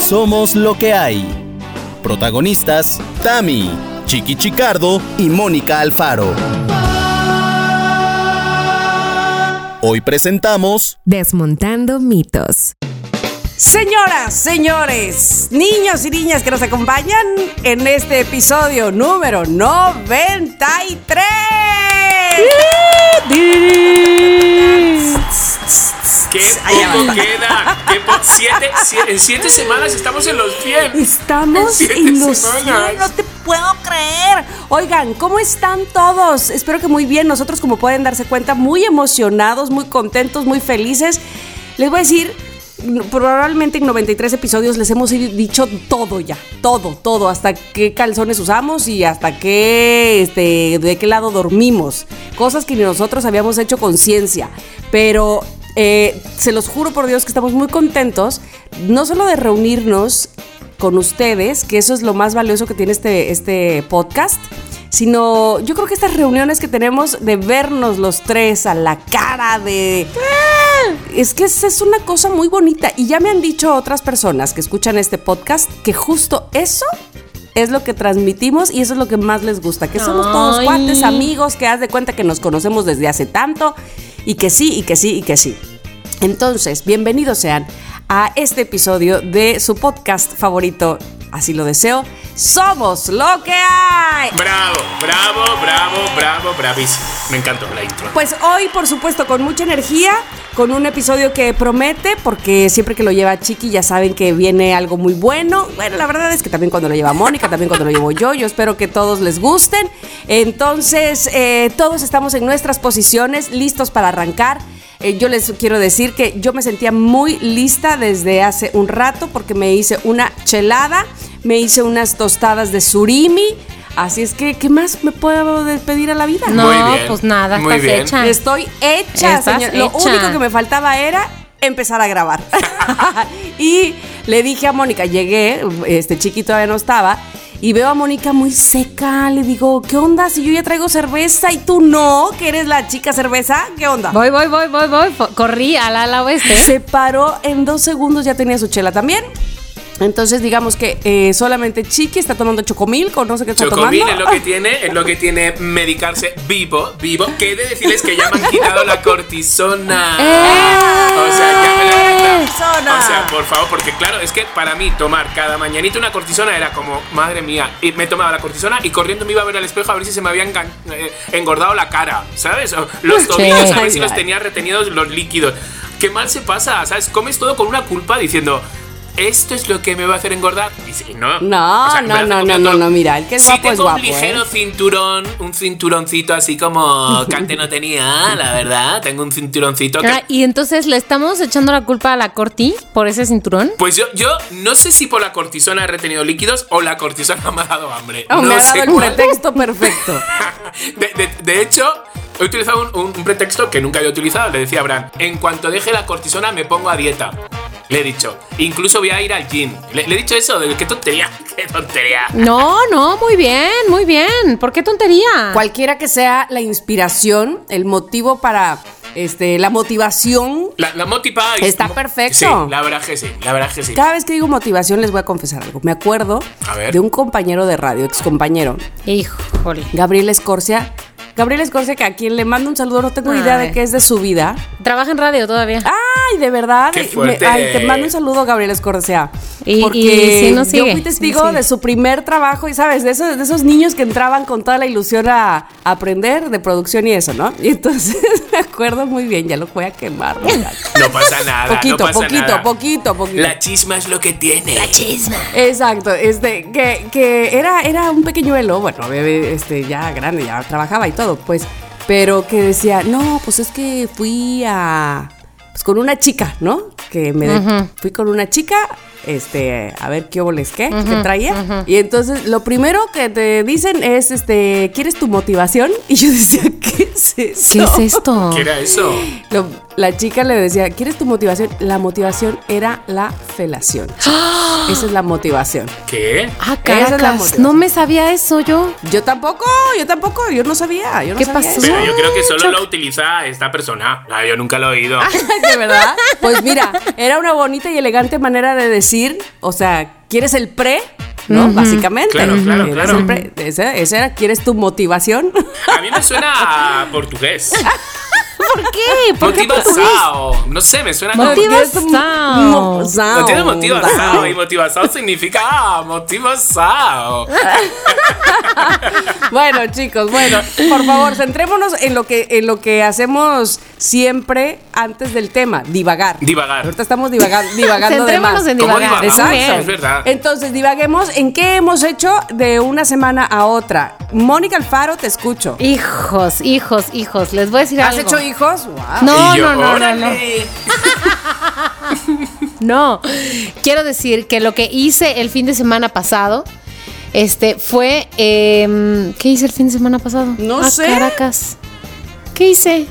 Somos lo que hay. Protagonistas, Tami, Chiqui Chicardo y Mónica Alfaro. Hoy presentamos Desmontando mitos. Señoras, señores, niños y niñas que nos acompañan en este episodio número 93. ¡Qué Allá poco queda! ¡Qué po- siete, sie- en siete semanas estamos en los 100! Estamos Siete en los semanas. 100, no te puedo creer. Oigan, ¿cómo están todos? Espero que muy bien. Nosotros, como pueden darse cuenta, muy emocionados, muy contentos, muy felices. Les voy a decir, probablemente en 93 episodios les hemos dicho todo ya, todo, todo, hasta qué calzones usamos y hasta qué, este, de qué lado dormimos. Cosas que ni nosotros habíamos hecho conciencia. Pero eh, se los juro por Dios que estamos muy contentos, no solo de reunirnos con ustedes, que eso es lo más valioso que tiene este, este podcast, sino yo creo que estas reuniones que tenemos de vernos los tres a la cara, de... Es que es, es una cosa muy bonita y ya me han dicho otras personas que escuchan este podcast que justo eso es lo que transmitimos y eso es lo que más les gusta, que somos todos Ay. cuates, amigos, que haz de cuenta que nos conocemos desde hace tanto y que sí, y que sí, y que sí. Entonces, bienvenidos sean a este episodio de su podcast favorito, así lo deseo, Somos lo que hay. ¡Bravo, bravo, bravo, bravo, bravísimo! Me encantó la intro. Pues hoy, por supuesto, con mucha energía, con un episodio que promete, porque siempre que lo lleva Chiqui ya saben que viene algo muy bueno. Bueno, la verdad es que también cuando lo lleva Mónica, también cuando lo llevo yo, yo espero que todos les gusten. Entonces, eh, todos estamos en nuestras posiciones, listos para arrancar. Eh, yo les quiero decir que yo me sentía muy lista desde hace un rato porque me hice una chelada, me hice unas tostadas de surimi. Así es que, ¿qué más me puedo despedir a la vida? Muy No, bien, pues nada, muy estás bien. hecha. Estoy hecha, Estás señor. Lo hecha. único que me faltaba era empezar a grabar. y le dije a Mónica, llegué, este chiquito todavía no estaba, y veo a Mónica muy seca. Le digo, ¿qué onda? Si yo ya traigo cerveza y tú no, que eres la chica cerveza, ¿qué onda? Voy, voy, voy, voy, voy. Fo- Corrí al ala oeste. Se paró en dos segundos, ya tenía su chela también. Entonces, digamos que eh, solamente Chiqui está tomando chocomil, con no sé qué está Chocovil tomando. es lo que tiene, es lo que tiene medicarse vivo, vivo. Que he de decirles que ya me han quitado la cortisona. Eh, O sea, ya me la han quitado. Cortisona. O sea, por favor, porque claro, es que para mí tomar cada mañanita una cortisona era como, madre mía, y me tomaba la cortisona y corriendo me iba a ver al espejo a ver si se me habían gan- eh, engordado la cara, ¿sabes? O Los tobillos, a ver si los tenía retenidos los líquidos. Qué mal se pasa, ¿sabes? Comes todo con una culpa diciendo... Esto es lo que me va a hacer engordar. Y si- no, No, me no, hace no, comer no, todo. no, mira, el que es Sí guapo tengo es guapo, un ligero ¿eh? cinturón, un cinturoncito así como Cante no tenía, la verdad. Tengo un cinturoncito que... Ah, y entonces le estamos echando la culpa a la Corti por ese cinturón. Pues yo, yo no sé si por la cortisona he retenido líquidos o la cortisona me ha dado hambre. Oh, no me ha dado sé el cuál. pretexto perfecto. Ah. De, de- de hecho, he utilizado un, un- un pretexto que nunca había utilizado. Le decía a Bran, en cuanto deje la cortisona me pongo a dieta. Le he dicho, incluso voy a ir al gym. Le, le he dicho eso, de qué tontería, qué tontería. No, no, muy bien, muy bien. ¿Por qué tontería? Cualquiera que sea la inspiración, el motivo para este, la motivación. La, la motipa y- Está perfecto. Sí, la verdad es que sí, la verdad es que sí. Cada vez que digo motivación les voy a confesar algo. Me acuerdo A ver. de un compañero de radio, ex compañero, Híjole. Gabriel Escorcia. Gabriel Escorcia, que a quien le mando un saludo, no tengo idea de Ay. qué es de su vida. Trabaja en radio todavía. Ah, Ay, de verdad. Qué me- fuerte. ay, te mando un saludo, Gabriel Escorcia. Y- porque y sí nos yo sigue, fui testigo nos sigue. de su primer trabajo y, ¿sabes? De esos, de esos niños que entraban con toda la ilusión a, a aprender de producción y eso, ¿no? Y entonces me acuerdo muy bien, ya lo voy a quemar. muchachos. No pasa nada. no Poquito, pasa poquito, nada. poquito, poquito. La chisma es lo que tiene. La chisma. Exacto, este, que, que era, era un pequeñuelo, bueno, bebé, este, ya grande, ya trabajaba y todo, pues, pero que decía, no, pues es que fui a, pues con una chica, ¿no? Que me, de- fui con una chica, este, a ver qué oboles qué, que traía, y entonces lo primero que te dicen es, este, ¿quieres tu motivación? Y yo decía, ¿qué? es eso? ¿Qué es esto? ¿Qué era eso? Lo- la chica le decía, ¿quieres tu motivación? La motivación era la felación. Esa es la motivación. ¿Qué? Ah, Esa es la caracas. motivación. No me sabía eso yo. Yo tampoco, yo tampoco, yo no sabía. Yo no ¿Qué sabía pasó? eso. Pero yo creo que solo Choc. lo utiliza esta persona. Ah, yo nunca lo he oído. ¿De verdad? Pues mira, era una bonita y elegante manera de decir, o sea, ¿quieres el pre? ¿No? Básicamente. Claro, claro, ¿Quieres claro. el pre? Ese, ese era, ¿quieres tu motivación? A mí me suena a portugués. ¿Por qué? Ah, ¿Por qué portugués? Motivazao. No sé, me suena como. Motiva- ¿Quieres tu mo- Motivazao. mo- sao? No tiene motivazao. Y Sao. motivazao significa. Ah, motivazao. Ah, Bueno, chicos, bueno, por favor, centrémonos en lo que en lo que hacemos siempre antes del tema, divagar. Divagar. Ahorita estamos divaga- divagando de más. Centrémonos en ¿Cómo divagar. divagar? Muy bien. Es verdad. Entonces, divaguemos en qué hemos hecho de una semana a otra. Mónica Alfaro, te escucho. Hijos, hijos, hijos. Les voy a decir ¿Has algo. hecho hijos? Wow. No, Y yo, no, no, no, no. órale. No, quiero decir que lo que hice el fin de semana pasado, este, fue, em, ¿qué hice el fin de semana pasado? No Ah, sé. Caracas. ¿Qué hice?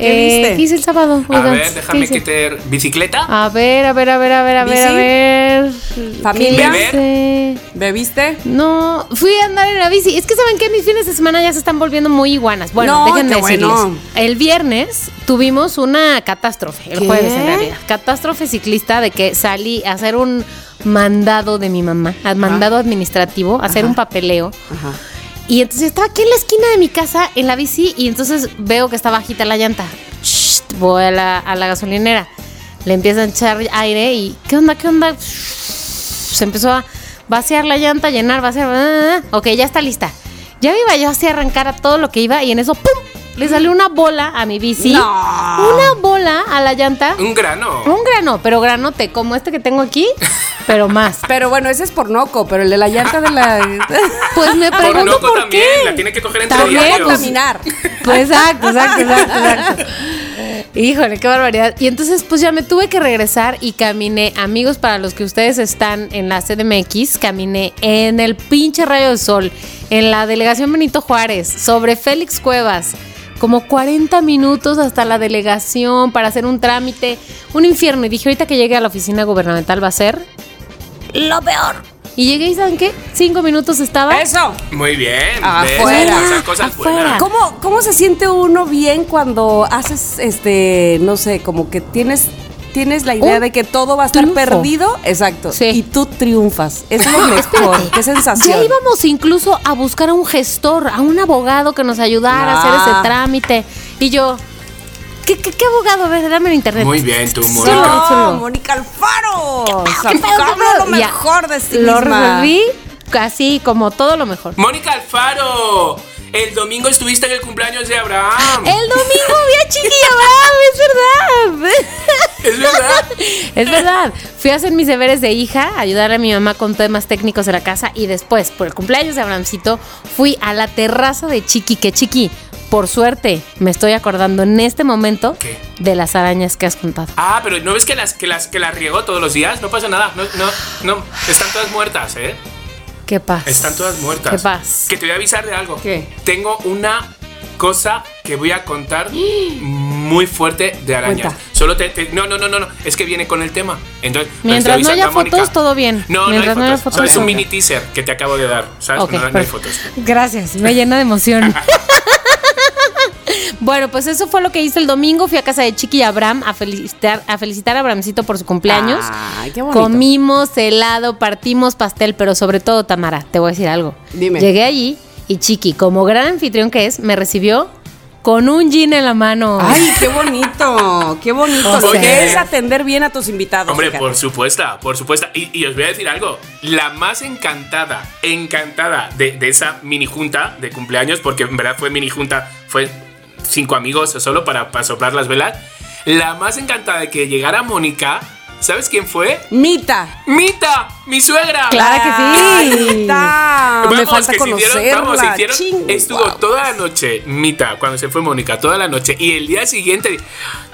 Eh, ¿Qué viste? ¿Qué hice el sábado? A Oigan, ver, ¿qué déjame hice? quitar. ¿Bicicleta? A ver, a ver, a ver, a ver, a ver, a ¿Bici? ver. ¿Familia? ¿Qué hice? ¿Bebiste? No, fui a andar en la bici. Es que saben que mis fines de semana ya se están volviendo muy iguanas. Bueno, No, déjenme qué decirles. bueno. El viernes tuvimos una catástrofe, el ¿Qué? jueves en realidad. Catástrofe ciclista de que salí a hacer un mandado de mi mamá, a- mandado Ah. administrativo, a hacer un papeleo. Ajá. Y entonces estaba aquí en la esquina de mi casa en la bici y entonces veo que está bajita la llanta. Shh, voy a la, a la gasolinera. Le empiezan a echar aire y ¿qué onda? ¿Qué onda? se empezó a vaciar la llanta, llenar, vaciar. ah, ah, ah. Ok, ya está lista. Ya me iba yo así a arrancar a todo lo que iba y en eso, ¡pum! Le salió una bola a mi bici. No. Una bola a la llanta. Un grano. Un grano, pero granote, como este que tengo aquí, pero más. Pero bueno, ese es por noco, pero el de la llanta de la... Pues me Por pregunto loco por, también. qué. La tiene que coger entre También, diarios. pues, caminar. Pues exacto, exacto, exacto, exacto. Híjole, qué barbaridad. Y entonces, pues ya me tuve que regresar y caminé. Amigos, para los que ustedes están en la CDMX, caminé en el pinche rayo del sol, en la delegación Benito Juárez, sobre Félix Cuevas. Como 40 minutos hasta la delegación para hacer un trámite, un infierno. Y dije, ahorita que llegue a la oficina gubernamental va a ser lo peor. Y llegué y ¿saben qué? Cinco minutos estaba. Eso. Muy bien. Ah, ¿ves? Afuera. Esas cosas Afuera. buenas. ¿Cómo, ¿Cómo se siente uno bien cuando haces, este, no sé, como que tienes, tienes la idea Un de que todo va a estar triunfo. perdido? Exacto. Sí. Ah, Y tú triunfas. Es lo mejor. Qué sensación. Ya íbamos incluso a buscar a un gestor, a un abogado que nos ayudara a hacer Ah. ese trámite. Y yo, ¿qué, qué, qué abogado? A ver, dame el internet. Muy bien, tú, Solo- Mónica. ¡No, solo. Mónica Alfaro! Ah, ¿Qué pedo, qué Sacando pedo? lo Y ya, mejor de sí Lo misma. reví así como todo lo mejor. Mónica Alfaro, el domingo estuviste en el cumpleaños de Abraham. El domingo vi a Chiqui Abraham, es Es verdad. verdad. Es verdad. Fui a hacer mis deberes de hija, a ayudar a mi mamá con temas técnicos de la casa y después, por el cumpleaños de Abrahamcito, fui a la terraza de Chiqui, que Chiqui, por suerte, me estoy acordando en este momento ¿Qué? de las arañas que has contado. Ah, pero ¿no ves que las, que las, que las riego todos los días? No pasa nada. No, no, no. Están todas muertas, ¿eh? ¿Qué pasa? Están todas muertas. ¿Qué pasa? Que te voy a avisar de algo. ¿Qué? Tengo una cosa que voy a contar muy fuerte de arañas. Cuenta. Solo te, te- No, no, no, no, no. Es que viene con el tema. Entonces, te Mientras estoy no haya avisando a fotos, todo bien. No, Mientras no hay fotos. Solo es un todo mini bien. teaser que te acabo de dar. ¿Sabes? Ok, no, no hay perfecto. fotos. Gracias, me llena de emoción. Bueno, pues eso fue lo que hice el domingo. Fui a casa de Chiqui y Abraham a felicitar a, felicitar a Abrahamcito por su cumpleaños. Ay, Ah, qué bonito. Comimos helado, partimos pastel, pero sobre todo, Tamara, te voy a decir algo. Dime. Llegué allí y Chiqui, como gran anfitrión que es, me recibió con un jean en la mano. Ay, qué bonito, qué bonito. O Lo sea. que es atender bien a tus invitados. Hombre, fíjate. por supuesta, por supuesta. Y, y os voy a decir algo. La más encantada, encantada de, de esa mini junta de cumpleaños, porque en verdad fue mini junta, fue cinco amigos solo para, para soplar las velas. La más encantada de que llegara Mónica, ¿sabes quién fue? Mita. ¡Mita! ¡Mi suegra! Claro que sí. Ay, Mita. Vamos, Ah, Me falta que se hicieron- conocerla. vamos, se hicieron- Ching, estuvo guau. toda la noche, Mita, cuando se fue Mónica, toda la noche. Y el día siguiente,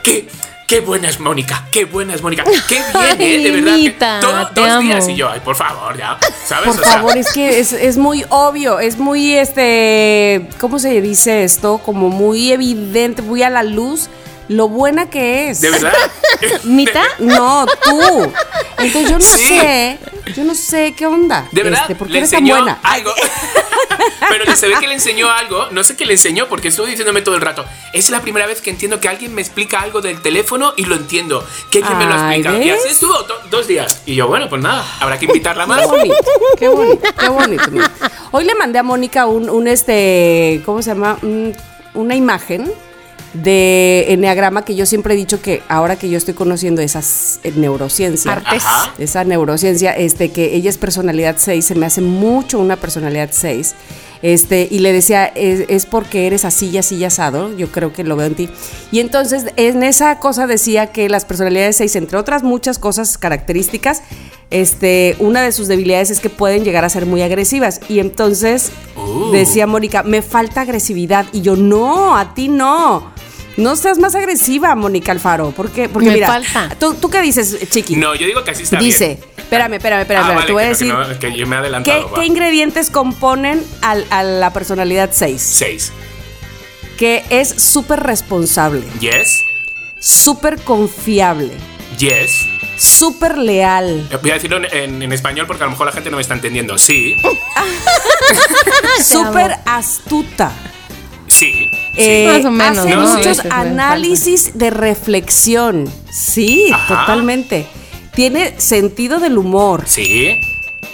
¿qué? Qué buena es Mónica, qué buena es Mónica, qué bien, eh, de verdad. que Divinita, todo- te dos días amo. y yo, ay, por favor, ya, ¿sabes? Por O sea, favor, es que es, es muy obvio, es muy, este, ¿cómo se dice esto? Como muy evidente, muy a la luz, lo buena que es. de verdad. ¿Mita? No, tú. Entonces yo no Sí. sé, yo no sé qué onda. De verdad, este, ¿por qué le eres tan enseñó buena? algo. Pero se ve que le enseñó algo. No sé qué le enseñó porque estuvo diciéndome todo el rato. Es la primera vez que entiendo que alguien me explica algo del teléfono y lo entiendo. Que alguien me lo Ay, explica. Y ¿ves? así estuvo do- dos días. Y yo, bueno, pues nada, habrá que invitarla más. Qué bonito, qué bonito, qué bonito. mira. Hoy le mandé a Mónica un, un, este, ¿cómo se llama? Un- una imagen de enneagrama que yo siempre he dicho que ahora que yo estoy conociendo esas eh, neurociencias. Artes. Ajá. esa neurociencia, este, que ella es personalidad 6, se me hace mucho una personalidad 6. Este, y le decía, es, es porque eres así y así y asado, yo creo que lo veo en ti. Y entonces en esa cosa decía que las personalidades 6, entre otras muchas cosas características, este, una de sus debilidades es que pueden llegar a ser muy agresivas. Y entonces Uh. decía Mónica, me falta agresividad. Y yo, no, a ti no. No seas más agresiva, Mónica Alfaro, porque, porque Me mira, falta. ¿tú, ¿tú qué dices, Chiqui? No, yo digo que así está Dice, bien. espérame, espérame, espérame, Ah, espérame, vale, te voy a que no, decir que no, que yo me he ¿qué, adelantado. qué ingredientes componen al- a la personalidad 6, 6. que es súper responsable, Yes. súper confiable, Yes. súper leal, Eh, Voy a decirlo en, en- en español porque a lo mejor la gente no me está entendiendo. Sí. Ah, súper astuta. Sí. Eh, Más o menos, Este, hace ¿no? muchos sí, Sí, sí, análisis de reflexión. Sí, Ajá. totalmente. Tiene sentido del humor. Sí.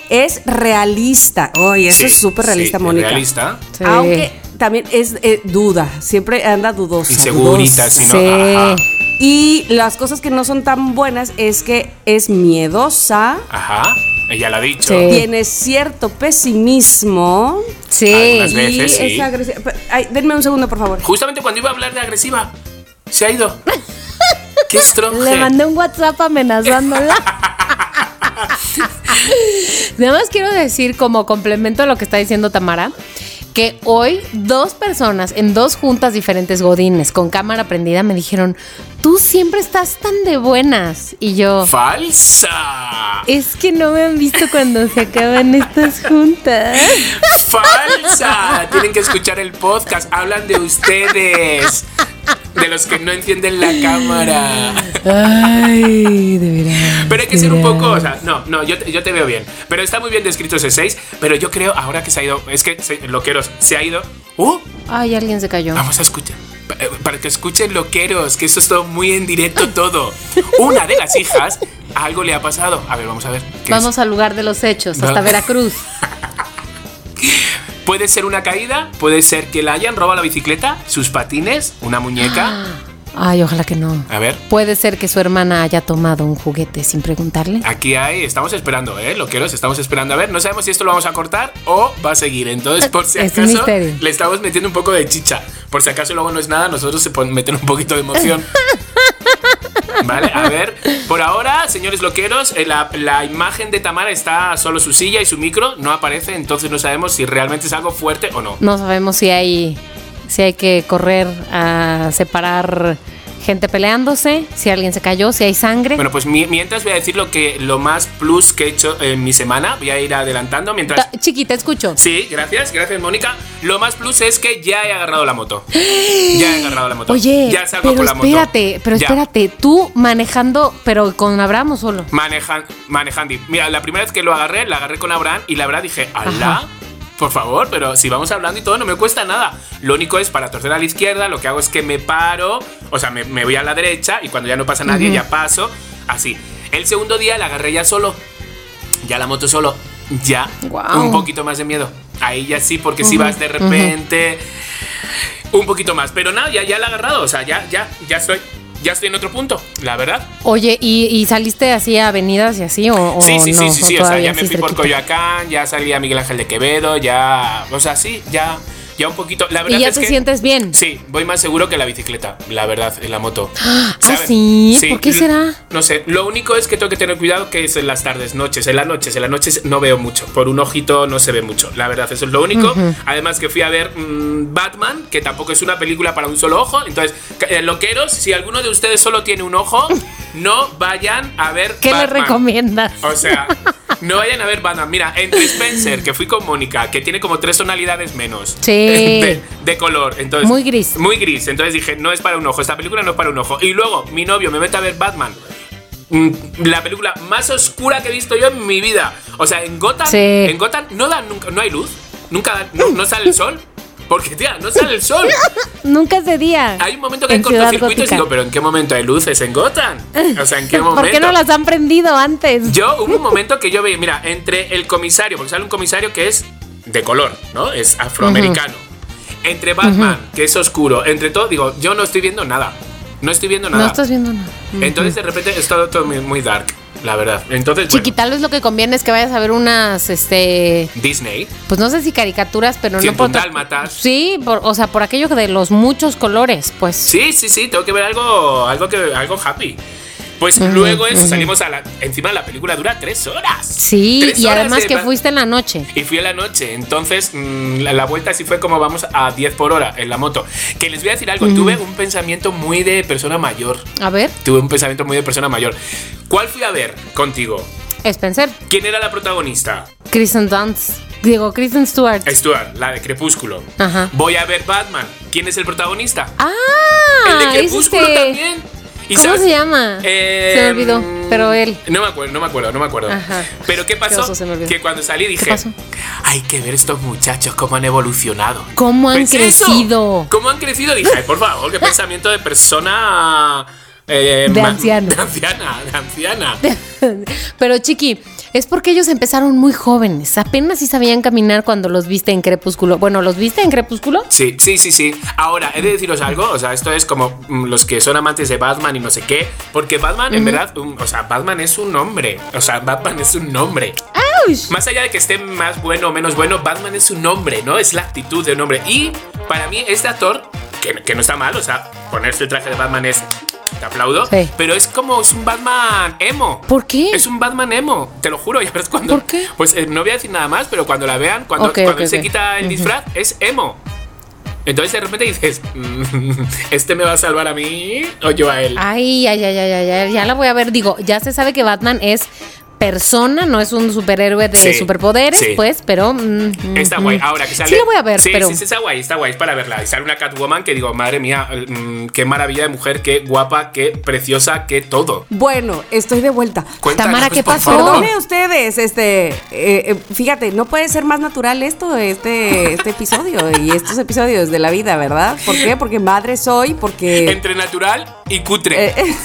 Es realista. Oye, eso sí, es súper realista, sí, Mónica. Realista. Sí. Aunque también es eh, duda, siempre anda dudosa. Insegurita, dudosa. si no. Ajá. Y las cosas que no son tan buenas es que es miedosa, Ajá. Ella lo ha dicho. Sí. tiene cierto pesimismo Sí. Algunas y veces, sí. es agresiva. Pe- ay, denme un segundo, por favor. Justamente cuando iba a hablar de agresiva, se ha ido. Qué strong. Le mandé un WhatsApp amenazándola. Nada más quiero decir, como complemento a lo que está diciendo Tamara, que hoy dos personas en dos juntas diferentes godines con cámara prendida me dijeron, tú siempre estás tan de buenas. Y yo, Falsa. es que no me han visto cuando se acaban estas juntas. Falsa. Tienen que escuchar el podcast. Hablan de ustedes. De los que no entienden la cámara. Ay, de verdad. Pero hay que ser un poco, o sea, no, no, yo te, yo te veo bien. Pero está muy bien descrito ese 6, pero yo creo ahora que se ha ido, es que se- loqueros, se ha ido. ¡Uh! Ay, alguien se cayó. Vamos a escuchar. pa- eh, Para que escuchen loqueros, que esto es todo muy en directo todo. Una de las hijas, algo le ha pasado. A ver, vamos a ver. ¿qué es? Vamos al lugar de los hechos, hasta Va- Veracruz. Puede ser una caída, puede ser que la hayan robado la bicicleta, sus patines, una muñeca. Ay, ojalá que no. A ver, Puede ser que su hermana haya tomado un juguete sin preguntarle. aquí hay, estamos esperando, ¿eh? Loqueros, estamos esperando. A ver, no sabemos si esto lo vamos a cortar o va a seguir. Entonces, por si Es un acaso, misterio. le estamos metiendo un poco de chicha. Por si acaso luego no es nada, nosotros se ponen meten un poquito de emoción. Vale, a ver, por ahora, señores loqueros, eh, la, la imagen de Tamara está solo su silla y su micro, no aparece, entonces no sabemos si realmente es algo fuerte o no. No sabemos si hay, si hay que correr a separar gente peleándose, si alguien se cayó, si hay sangre. Bueno, pues mi- mientras voy a decir lo que lo más plus que he hecho en mi semana, voy a ir adelantando mientras. Ta- Chiquita, escucho. pues, Sí, gracias, gracias Mónica. Lo más plus es que ya he agarrado la moto. Ya he agarrado la moto. Oye, ya salgo pero con la moto. espérate, pero Ya. espérate, tú manejando, pero con Abraham o solo. Manejan, manejando. Mira, la primera vez que lo agarré, la agarré con Abraham y la verdad dije, Ajá. Alá, por favor, pero si vamos hablando y todo, no me cuesta nada. Lo único es para torcer a la izquierda, lo que hago es que me paro, o sea, me, me voy a la derecha y cuando ya no pasa nadie, ya paso, así. El segundo día la agarré ya solo, ya la moto solo, ya Guau. un poquito más de miedo. Ahí ya sí, porque si vas de repente, un poquito más. Pero nada, ya, ya la he agarrado, o sea, ya, ya, ya estoy, ya estoy en otro punto, la verdad. Oye, ¿y, y saliste así a avenidas y así? O, o Sí, sí, no, sí, sí, ¿O sí, o sea, todavía ya me así fui por cerquita? Coyoacán, ya salí a Miguel Ángel de Quevedo, ya, o sea, sí, ya, ya un poquito. La verdad Y ya es te que- sientes bien. Sí, voy más seguro que la bicicleta, la verdad, en la moto. Ah, ¿Sabe? ¿sí? ¿Por qué l- será? No sé, lo único es que tengo que tener cuidado que es en las tardes, noches, en las noches, en las noches no veo mucho, por un ojito no se ve mucho, la verdad, eso es lo único. Además que fui a ver mm, Batman, que tampoco es una película para un solo ojo, entonces, ca- eh, loqueros, si alguno de ustedes solo tiene un ojo, no vayan a ver ¿Qué le Batman. recomiendas? O sea, no vayan a ver Batman. Mira, entre Spencer, que fui con Mónica, que tiene como tres tonalidades menos. Sí. De, de color. Entonces, Muy gris. Muy gris. Entonces dije, no es para un ojo, esta película no es para un ojo. Y luego mi novio me mete a ver Batman. Mm, La película más oscura que he visto yo en mi vida. O sea, en Gotham, Sí. en Gotham no dan nunca, no hay luz, nunca dan- no, no sale el sol. Porque, tía, no sale el sol. Nunca es de día. Hay un momento que hay En Ciudad cortocircuitos y Gótica. digo, pero ¿en qué momento hay luces en Gotham? O sea, ¿en qué momento? ¿Por qué no las han prendido antes? Yo hubo un momento que yo veía, mira, entre el comisario, porque sale un comisario que es de color, ¿no? Es afroamericano. Entre Batman, que es oscuro, entre todo, digo, yo no estoy viendo nada. No estoy viendo nada. No estás viendo nada. Entonces de repente es todo, todo muy, muy dark, la verdad. Entonces, bueno, Chiqui, tal vez lo que conviene es que vayas a ver unas, este, Disney. pues no sé si caricaturas, pero Cien no por... con dálmatas. Sí, por- o sea, por aquello de los muchos colores, pues. Sí, sí, sí, tengo que ver algo, algo, que, algo happy. Pues luego eso, salimos a la... Encima la película dura tres horas. Sí, Tres y horas además de que Bat- fuiste en la noche. Y fui a la noche, entonces mm, la, la vuelta sí fue como vamos a 10 por hora en la moto. Que les voy a decir algo, tuve un pensamiento muy de persona mayor. A ver, Tuve un pensamiento muy de persona mayor. ¿Cuál fui a ver contigo? Spencer, ¿Quién era la protagonista? Kristen Dunst, digo, Kristen Stewart. Stuart, la de Crepúsculo. Ajá. Voy a ver Batman. ¿Quién es el protagonista? ah, el de es Crepúsculo este- también. ¿Y ¿Cómo sabes- se llama? Eh, se me olvidó, pero él. No me acuerdo, no me acuerdo, no me acuerdo. Ajá. Pero ¿qué pasó? oso, se me olvidó. que cuando salí dije, pasó? hay que ver estos muchachos cómo han evolucionado. ¿Cómo han Pensé Pues eso. crecido? ¿Cómo han crecido? Dije, "Ay, por favor, qué pensamiento de persona... eh, De ma- anciano. De anciana, de anciana. Pero chiqui, es porque ellos empezaron muy jóvenes. Apenas sí sabían caminar cuando los viste en Crepúsculo. Bueno, ¿los viste en Crepúsculo? Sí, sí, sí, sí. Ahora, he de deciros algo, o sea, esto es como mm, los que son amantes de Batman y no sé qué, porque Batman, en verdad, mm, o sea, Batman es un nombre, o sea, Batman es un nombre. Más allá de que esté más bueno o menos bueno, Batman es un hombre, ¿no? Es la actitud de un hombre. Y para mí, este actor, que, que no está mal, o sea, ponerse el traje de Batman es. Te aplaudo. Sí. Pero es como es un Batman emo. ¿Por qué? Es un Batman emo, te lo juro. Ya verás cuando. ¿Por qué? Pues eh, no voy a decir nada más, pero cuando la vean, cuando, Ok, cuando ok, él se ok. quita el disfraz, es emo. Entonces de repente dices, "Mm, ¿este me va a salvar a mí o yo a él? Ay, ay, ay, ay, ay, ay, ya la voy a ver. Digo, ya se sabe que Batman es persona, no es un superhéroe de Sí, superpoderes, sí. pues, pero... mm, mm, Está mm. guay, ahora que sale. Sí la voy a ver, sí, pero... Sí, sí, está guay, está guay, es para verla. Y sale una Catwoman que digo, madre mía, mm, qué maravilla de mujer, qué guapa, qué preciosa, qué todo. Bueno, estoy de vuelta. Cuéntanos, pues, Tamara, ¿qué por pasó? favor. Perdone ustedes, este, eh, eh, fíjate, no puede ser más natural esto, este, este episodio y estos episodios de la vida, ¿verdad? ¿Por qué? Porque madre soy, porque Entre natural y cutre. Eh, eh.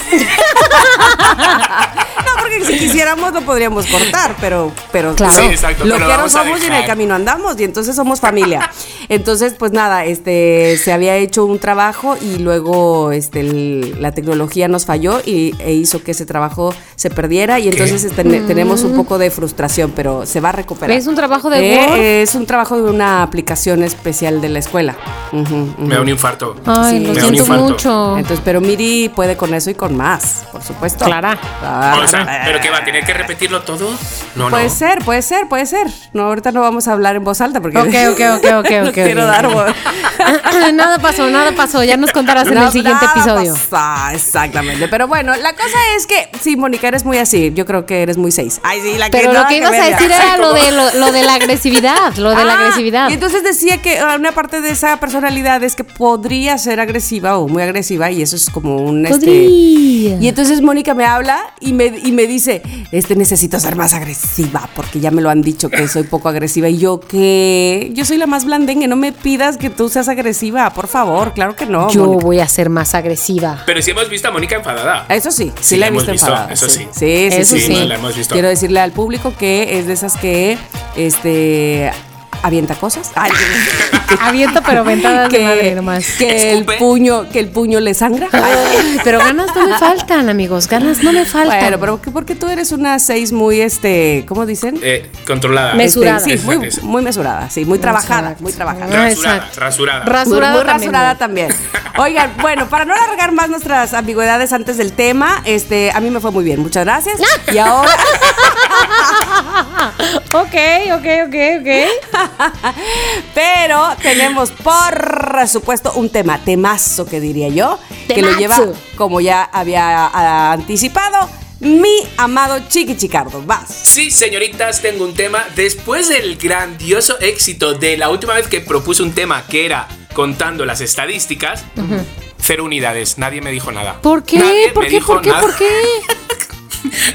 no, porque si quisiéramos lo podríamos cortar, pero, pero Claro. Sí, exacto, lo pero lo que ahora vamos a somos y en el dejar. camino andamos, y entonces somos familia. Entonces, pues nada, este se había hecho un trabajo y luego este, el- la tecnología nos falló y, e hizo que ese trabajo se perdiera. Y entonces este, ne- tenemos un poco de frustración, pero se va a recuperar. Mm. Eh, ¿Es un trabajo de Word? Es un trabajo de una aplicación especial de la escuela. Ujú, ujú. Me da un infarto. Ay, Sí. lo Me da un siento infarto. mucho. Entonces, pero Miri puede con eso y con más, por supuesto. Clara. Ah, O sea, ¿pero qué va a tener que repetirlo todo? No, Puede Pues no. ser, puede ser, puede ser. No, ahorita no vamos a hablar en voz alta porque Ok, ok, ok, ok, no ok, quiero ok. dar voz. nada pasó, nada pasó. Ya nos contarás en No, el siguiente nada episodio. pasa, exactamente. Pero bueno, la cosa es que, sí, Mónica, eres muy así. Yo creo que eres muy seis. Ay, sí, la Pero lo nada que ibas a ver, decir ya. era lo de, lo, lo de la agresividad, lo de la Ah, agresividad. Y entonces decía que ah, una parte de esa personalidad es que podría ser agresiva o muy agresiva y eso es como un... este, Podría. y entonces Mónica me habla y me, y me dice, este necesito ser más agresiva porque ya me lo han dicho que soy poco agresiva y yo que yo soy la más blandengue, no me pidas que tú seas agresiva, por favor, claro que no. Yo Mónica. voy a ser más agresiva. Pero sí hemos visto a Mónica enfadada. Eso sí, sí, Sí, la la he hemos visto visto, enfadada. eso sí. Sí, sí, Eso sí, sí, sí. la hemos visto. Quiero decirle al público que es de esas que este avienta cosas. Ay, que- Avienta, pero ventadas de madre nomás. que el Escupe. puño, que el puño le sangra. Ay. Ay, pero ganas no me faltan, amigos. Ganas no me faltan. Bueno, pero ¿qué- porque tú eres una seis muy, este, ¿cómo dicen? Eh, controlada. Me- Este, mesurada. sí, muy, Exacto. muy mesurada, sí, muy trabajada, muy trabajada. Ah, Rasurada, exacto. rasurada. Rasurada muy también, rasurada ¿no? también. Oigan, bueno, para no alargar más nuestras ambigüedades antes del tema, este, a mí me fue muy bien, muchas gracias. Y ahora, Ok, ok, ok, ok. pero tenemos por supuesto un tema, temazo que diría yo, que lo lleva, Temazo. como ya había ah, anticipado, mi amado Chiqui Chicardo. Vas. Sí, señoritas, tengo un tema. Después del grandioso éxito de la última vez que propuse un tema que era contando las estadísticas, cero unidades. Nadie me dijo nada. ¿Por Nadie qué? me ¿Por qué? dijo ¿Por qué? nada. ¿Eh? ¿Por qué?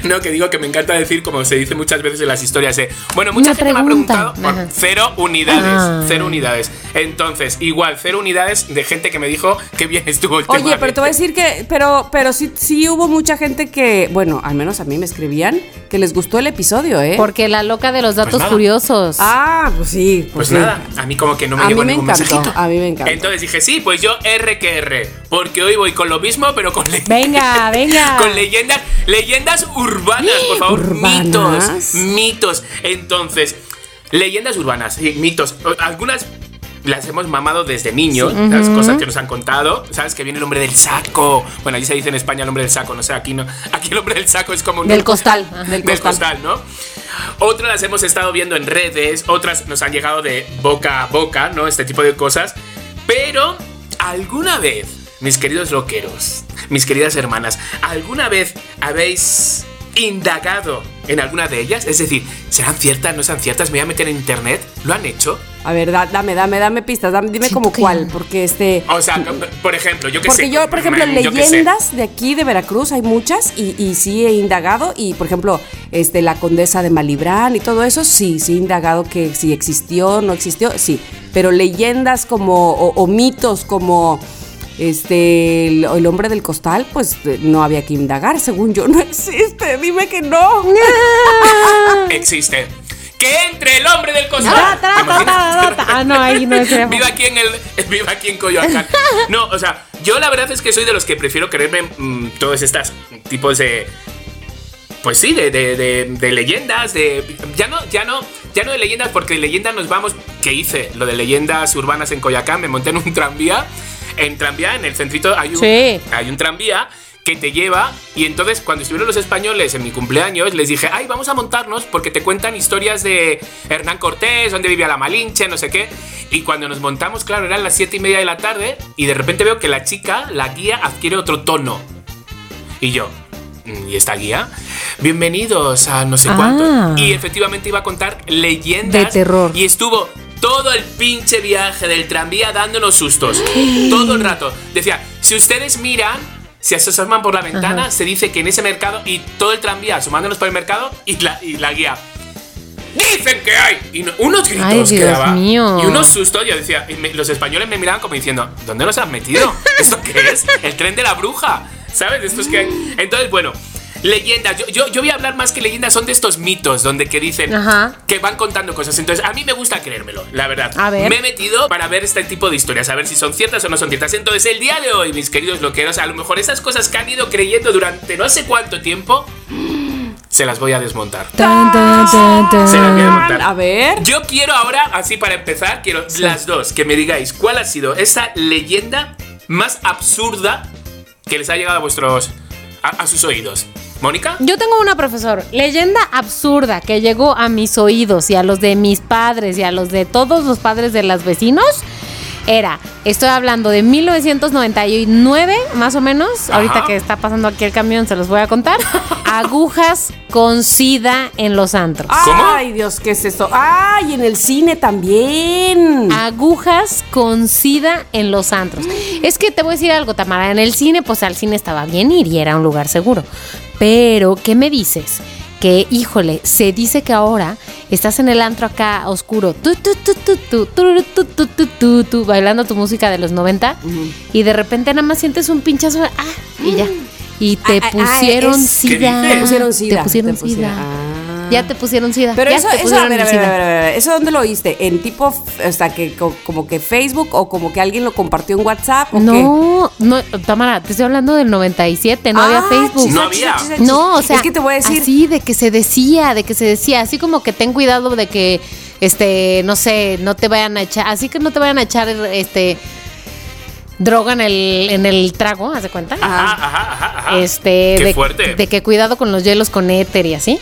No, que digo que me encanta decir, como se dice muchas veces en las historias, eh, bueno, mucha Una gente pregunta. me ha preguntado Ajá. por cero unidades, Ah. cero unidades. Entonces, igual, cero unidades de gente que me dijo que bien estuvo el tema. Oye, pero te voy a de- decir que, pero, pero sí, sí hubo mucha gente que, bueno, al menos a mí me escribían que les gustó el episodio, ¿eh? Porque la loca de los datos Pues nada. curiosos. Ah, pues sí, Pues sí. nada, a mí como que no me A llegó mí me ningún encantó, mensajito. a mí me encantó. Entonces dije, sí, pues yo R que R, porque hoy voy con lo mismo, pero con le- Venga, venga. Con leyendas, leyendas urbanas, por favor, Urbanas. mitos, mitos. Entonces, leyendas urbanas, sí, mitos. O- Algunas las hemos mamado desde niños, las cosas que nos han contado. Sabes que viene el hombre del saco. Bueno, allí se dice en España el hombre del saco, no sé, aquí no. Aquí el hombre del saco es como un- Del costal. Ajá. del, costal. ¿no? Otras las hemos estado viendo en redes, otras nos han llegado de boca a boca, ¿no? Este tipo de cosas. Pero alguna vez, mis queridos loqueros, mis queridas hermanas, ¿alguna vez habéis indagado en alguna de ellas? Es decir, ¿serán ciertas, no serán ciertas? ¿Me voy a meter en internet? ¿Lo han hecho? A ver, da- dame, dame, dame pistas, dame- dime Siento como que- cuál, porque este... O sea, por ejemplo, yo que Porque sé. yo, por ejemplo, mm, yo qué sé. leyendas de aquí de Veracruz hay muchas y, y sí he indagado y, por ejemplo, este, la condesa de Malibrán y todo eso, sí, sí he indagado que si existió, no existió, sí. Pero leyendas como, o, o mitos como, este, el, el hombre del costal, pues eh, no había que indagar, según yo, no existe, dime que no. Existe. Que entre el hombre del costal. Ta, ta, ¿Te imaginas? ta, ta, ta. Ah, no, ahí no es Viva aquí en el. Viva aquí en Coyoacán. No, o sea, yo la verdad es que soy de los que prefiero creerme mm, todos estos tipos de. Pues sí, de, de- de- de leyendas, de. Ya no, ya no. Ya no de leyendas, porque de leyendas nos vamos. ¿Qué hice? Lo de leyendas urbanas en Coyoacán. Me monté en un tranvía. En tranvía, en el centrito hay un, Sí. hay un tranvía que te lleva. Y entonces, cuando estuvieron los españoles en mi cumpleaños, les dije, ay, vamos a montarnos porque te cuentan historias de Hernán Cortés, donde vivía la Malinche, no sé qué. Y cuando nos montamos, claro, eran las siete y media de la tarde. Y de repente veo que la chica, la guía, adquiere otro tono. Y yo, "Mm, ¿y esta guía? Bienvenidos a no sé Ah. cuánto. Y efectivamente iba a contar leyendas. De terror. Y estuvo todo el pinche viaje del tranvía dándonos sustos. todo el rato. Decía, si ustedes miran, si se asoman por la ventana, se dice que en ese mercado y todo el tranvía asomándonos por el mercado y la, y la guía. ¡Dicen que hay! Y no- unos gritos Ay, Dios que daba, mío. Y unos sustos. Yo decía, y me- los españoles me miraban como diciendo, ¿dónde los has metido? ¿Esto qué es? El tren de la bruja. ¿Sabes? Esto es que. Entonces, bueno. Leyendas, yo, yo, yo voy a hablar más que leyendas, son de estos mitos donde que dicen Ajá. que van contando cosas. Entonces, a mí me gusta creérmelo, la verdad. A ver. Me he metido para ver este tipo de historias, a ver si son ciertas o no son ciertas. Entonces, el día de hoy, mis queridos loqueros, a lo mejor esas cosas que han ido creyendo durante no sé cuánto tiempo, se las voy a desmontar. Tan, tan, tan, tan. Se las voy a desmontar. A ver, Yo quiero ahora, así para empezar, quiero las dos, que me digáis cuál ha sido esa leyenda más absurda que les ha llegado a vuestros. a, a sus oídos. ¿Mónica? Yo tengo una, profesor. Leyenda absurda que llegó a mis oídos y a los de mis padres y a los de todos los padres de los vecinos. Era, estoy hablando de 1999, más o menos. Ajá. Ahorita que está pasando aquí el camión, se los voy a contar. Agujas con sida en los antros. ¿Cómo? ay Dios, ¿qué es esto? Ay, en el cine también. Agujas con sida en los antros. Es que te voy a decir algo, Tamara. En el cine, pues al cine estaba bien ir y era un lugar seguro. Pero, ¿qué me dices? Que, híjole, se dice que ahora estás en el antro acá oscuro, tu, tu, tu, tu, tu, tururu, tu, tu, tu, tu, tu, bailando tu música de los 90 y de repente nada más sientes un pinchazo, ah, y ya. Y te Ah, ah, ah, pusieron es- sida. ¿Qué dices? Te pusieron sida. Ah, Te pusieron te pusieron- sida. Ah. Ya te pusieron sida. Pero ya eso, te eso, a pusieron ver, a ver, sida. a ver, a ver, ¿eso dónde lo oíste? ¿En tipo, f- o sea, que co- como que Facebook o como que alguien lo compartió en WhatsApp o qué? No, no, Tamara, te estoy hablando del 97, no había Ah, Facebook. chis, No chis, había. chis, chis, chis. No, o sea, Es que te voy a decir. así de que se decía, de que se decía, así como que ten cuidado de que este, no sé, no te vayan a echar, así que no te vayan a echar este droga en el en el trago, ¿haz de cuenta? Ah, Ajá, ajá, ajá, ajá. Este, Qué de, fuerte. de que cuidado con los hielos con éter y así.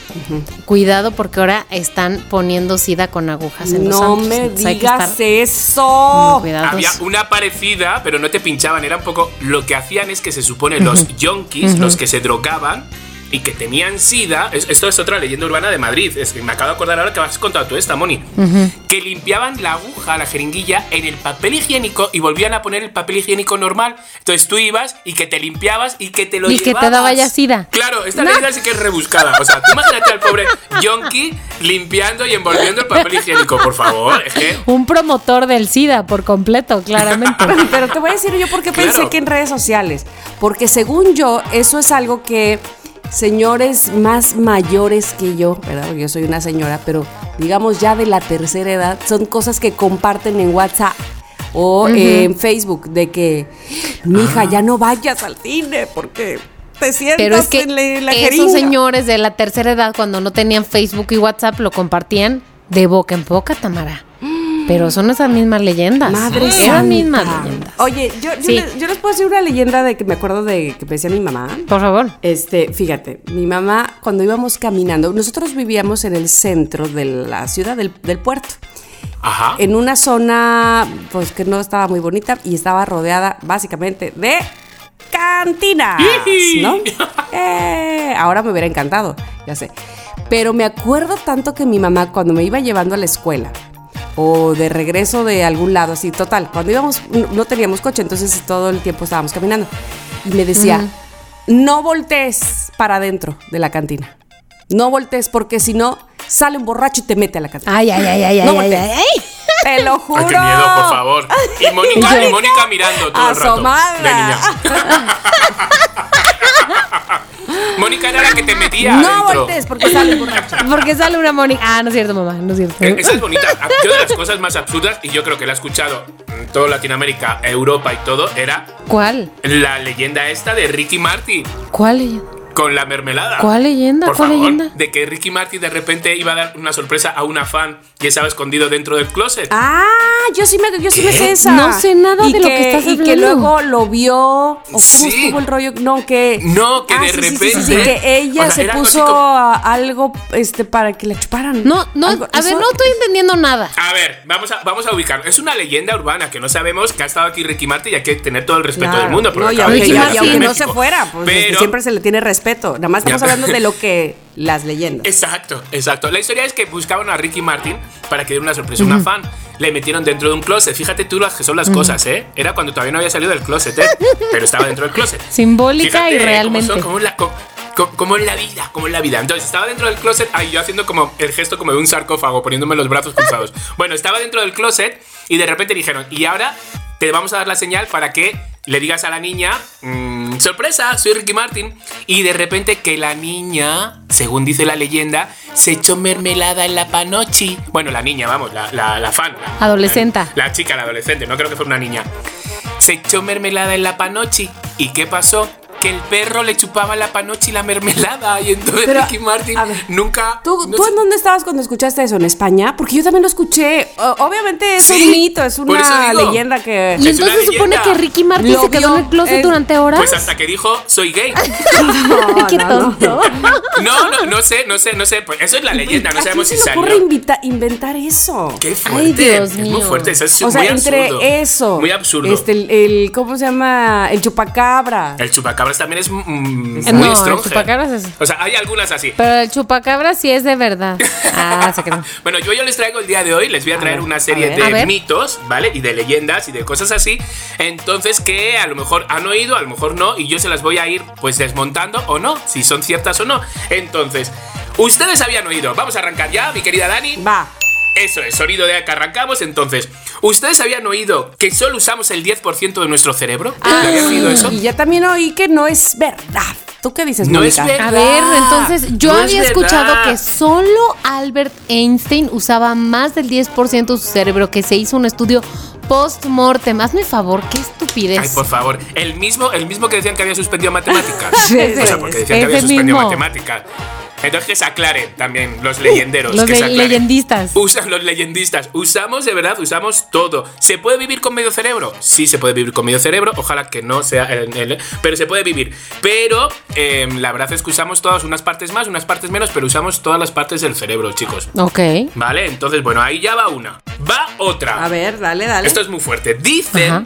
Cuidado porque ahora están poniendo sida con agujas en los No antros, me entonces Pues hay que digas estar pues muy eso. cuidadosos. Había una parecida, pero no te pinchaban. Era un poco. Lo que hacían es que se supone los yonkis, los que se drogaban y que tenían sida. es- Esto es otra leyenda urbana de Madrid. Es que me acabo de acordar ahora que me has contado tú esta, Moni. Que limpiaban la aguja, la jeringuilla, en el papel higiénico y volvían a poner el papel higiénico normal. Entonces tú ibas y que te limpiabas y que te lo Y que te llevabas. daba ya sida. Claro, esta leyenda sí que es rebuscada. O sea, tú imagínate al pobre yonki limpiando y envolviendo el papel higiénico, por favor. Es que. un promotor del SIDA por completo, claramente. Pero te voy a decir yo por qué Claro. pensé que en redes sociales. Porque según yo, eso es algo que señores más mayores que yo, ¿verdad? Porque yo soy una señora, pero digamos ya de la tercera edad, son cosas que comparten en WhatsApp. O eh, en Facebook, de que, mija, ya no vayas al cine porque te sientas Pero es que en la, la esos jeringa". señores de la tercera edad, cuando no tenían Facebook y WhatsApp, lo compartían de boca en boca, Tamara. Pero son esas mismas leyendas. Madre Esas santa. mismas leyendas. Oye, yo, yo Sí. les, yo les puedo decir una leyenda de que me acuerdo de que me decía mi mamá. Por favor. Este, fíjate, mi mamá cuando íbamos caminando, nosotros vivíamos en el centro de la ciudad del, del puerto, Ajá. en una zona pues que no estaba muy bonita y estaba rodeada básicamente de cantinas, ¿no? Eh, ahora me hubiera encantado, ya sé. Pero me acuerdo tanto que mi mamá cuando me iba llevando a la escuela o de regreso de algún lado, así, total, cuando íbamos no- no teníamos coche, entonces todo el tiempo estábamos caminando y me decía, no voltees para adentro de la cantina. No voltees porque si no, sale un borracho y te mete a la cantina. Ay, ay, ay, ay, No ay, ay, voltees. ay, ay. Te lo juro. Ay, qué miedo, por favor. Y Mónica, y Mónica mirando todo el rato. De Asomada. niña. Mónica era la que te metía No adentro. voltees porque sale un borracho. Porque sale una Mónica. Ah, no es cierto, mamá. No es cierto. Eh, Esa es bonita. Yo de las cosas más absurdas, y yo creo que la he escuchado en toda Latinoamérica, Europa y todo, era ¿Cuál? la leyenda esta de Ricky Martin ¿Cuál leyenda? con la mermelada. ¿Cuál leyenda? Por ¿Cuál favor, leyenda? De que Ricky Martin de repente iba a dar una sorpresa a una fan que estaba escondido dentro del closet. Ah, yo sí me, yo sí me sé esa. No sé nada de lo que estás Y que hablando. luego lo vio. ¿O cómo Sí. estuvo el rollo? No, que. No, que Ah, de sí, sí, sí, sí, sí, repente- que ella O sea, se era algo así puso como- a- algo este, para que la chuparan. No, no, Algo- a ver, eso- no estoy entendiendo nada. A ver, vamos a, vamos a ubicar. Es una leyenda urbana que no sabemos que ha estado aquí Ricky Martin y hay que tener todo el respeto Claro. del mundo. porque No, y acaba de aunque, Ricky llegar y Martin. a Ciudad de aunque no se México. fuera, pues Pero- siempre se le tiene respeto. Nada más estamos Ya. hablando de lo que las leyendas. Exacto, exacto. La historia es que buscaban a Ricky Martin para que diera una sorpresa a una fan. Le metieron dentro de un closet. Fíjate tú las que son las cosas, ¿eh? Era cuando todavía no había salido del closet, ¿eh? Pero estaba dentro del closet. Simbólica y Fíjate cómo realmente. son, cómo es la- co- co- como en la vida, como en la vida. Entonces estaba dentro del closet, ahí yo haciendo como el gesto como de un sarcófago, poniéndome los brazos cruzados. bueno, estaba dentro del closet y de repente dijeron, y ahora te vamos a dar la señal para que le digas a la niña, mm, sorpresa, soy Ricky Martin. Y de repente que la niña, según dice la leyenda, se echó mermelada en la panochi. Bueno, la niña, vamos, la, la, la fan. la- Adolescenta. La, chica, la adolescente, no creo que fuera una niña. Se echó mermelada en la panochi. ¿Y qué pasó? Que el perro le chupaba la panochi y la mermelada. Y entonces Pero, Ricky Martin a ver, nunca. ¿Tú, no tú sé- en dónde estabas cuando escuchaste eso? ¿En España? Porque yo también lo escuché. O- obviamente es Sí, un mito, es por eso una digo. leyenda que. Y Es una entonces supone que leyenda. Ricky Martin Lo se quedó en vio el closet en- durante horas. Pues hasta que dijo, soy gay. No, Qué no, no. tonto. No, no, no sé, no sé, no sé. Pues eso es la leyenda, no ¿A quién sabemos si se le ocurre salió. invita- inventar eso? Qué fuerte. Dios es muy mío. fuerte. Eso es o sea, muy entre absurdo. eso. Muy absurdo. Este, el, el- ¿Cómo se llama? El chupacabra. El chupacabras también es mm, muy No, el stronger. chupacabras es- O sea, hay algunas así. Pero el chupacabra sí es de verdad. Ah, se creó. Bueno, yo, yo les traigo el día de hoy, les voy a traer ver, una a serie ver. A de ver. mitos, ¿vale? Y de leyendas y de cosas así. Entonces, que a lo mejor han oído, a lo mejor no, y yo se las voy a ir pues desmontando o no, si son ciertas o no. Entonces, ustedes habían oído, vamos a arrancar ya, mi querida Dani. Va. Eso es, sonido de que arrancamos. Entonces, ¿ustedes habían oído que Ah. solo usamos el 10% de nuestro cerebro? ¿Habían oído eso? Y ya también oí que no es verdad. ¿Tú qué dices, No es Mónica? verdad. A ver, entonces yo No es había verdad. escuchado que solo Albert Einstein usaba más del 10% de su cerebro, que se hizo un estudio post-mortem. Hazme favor, qué estupidez. Ay, por favor. El mismo, el mismo que decían que había suspendido matemáticas. Sí, o sí. sea, porque decían que Ese había suspendido mismo. matemáticas. Entonces que se aclaren también los leyenderos. Los que se le- aclaren. leyendistas. Usan los leyendistas. Usamos de verdad, usamos todo. ¿Se puede vivir con medio cerebro? Sí, se puede vivir con medio cerebro. Ojalá que no sea el. el- pero se puede vivir. Pero eh, la verdad es que usamos todas unas partes más, unas partes menos, pero usamos todas las partes del cerebro, chicos. Ok. Vale, entonces, bueno, ahí ya va una. Va otra. A ver, dale, dale. Esto es muy fuerte. Dicen, Ajá.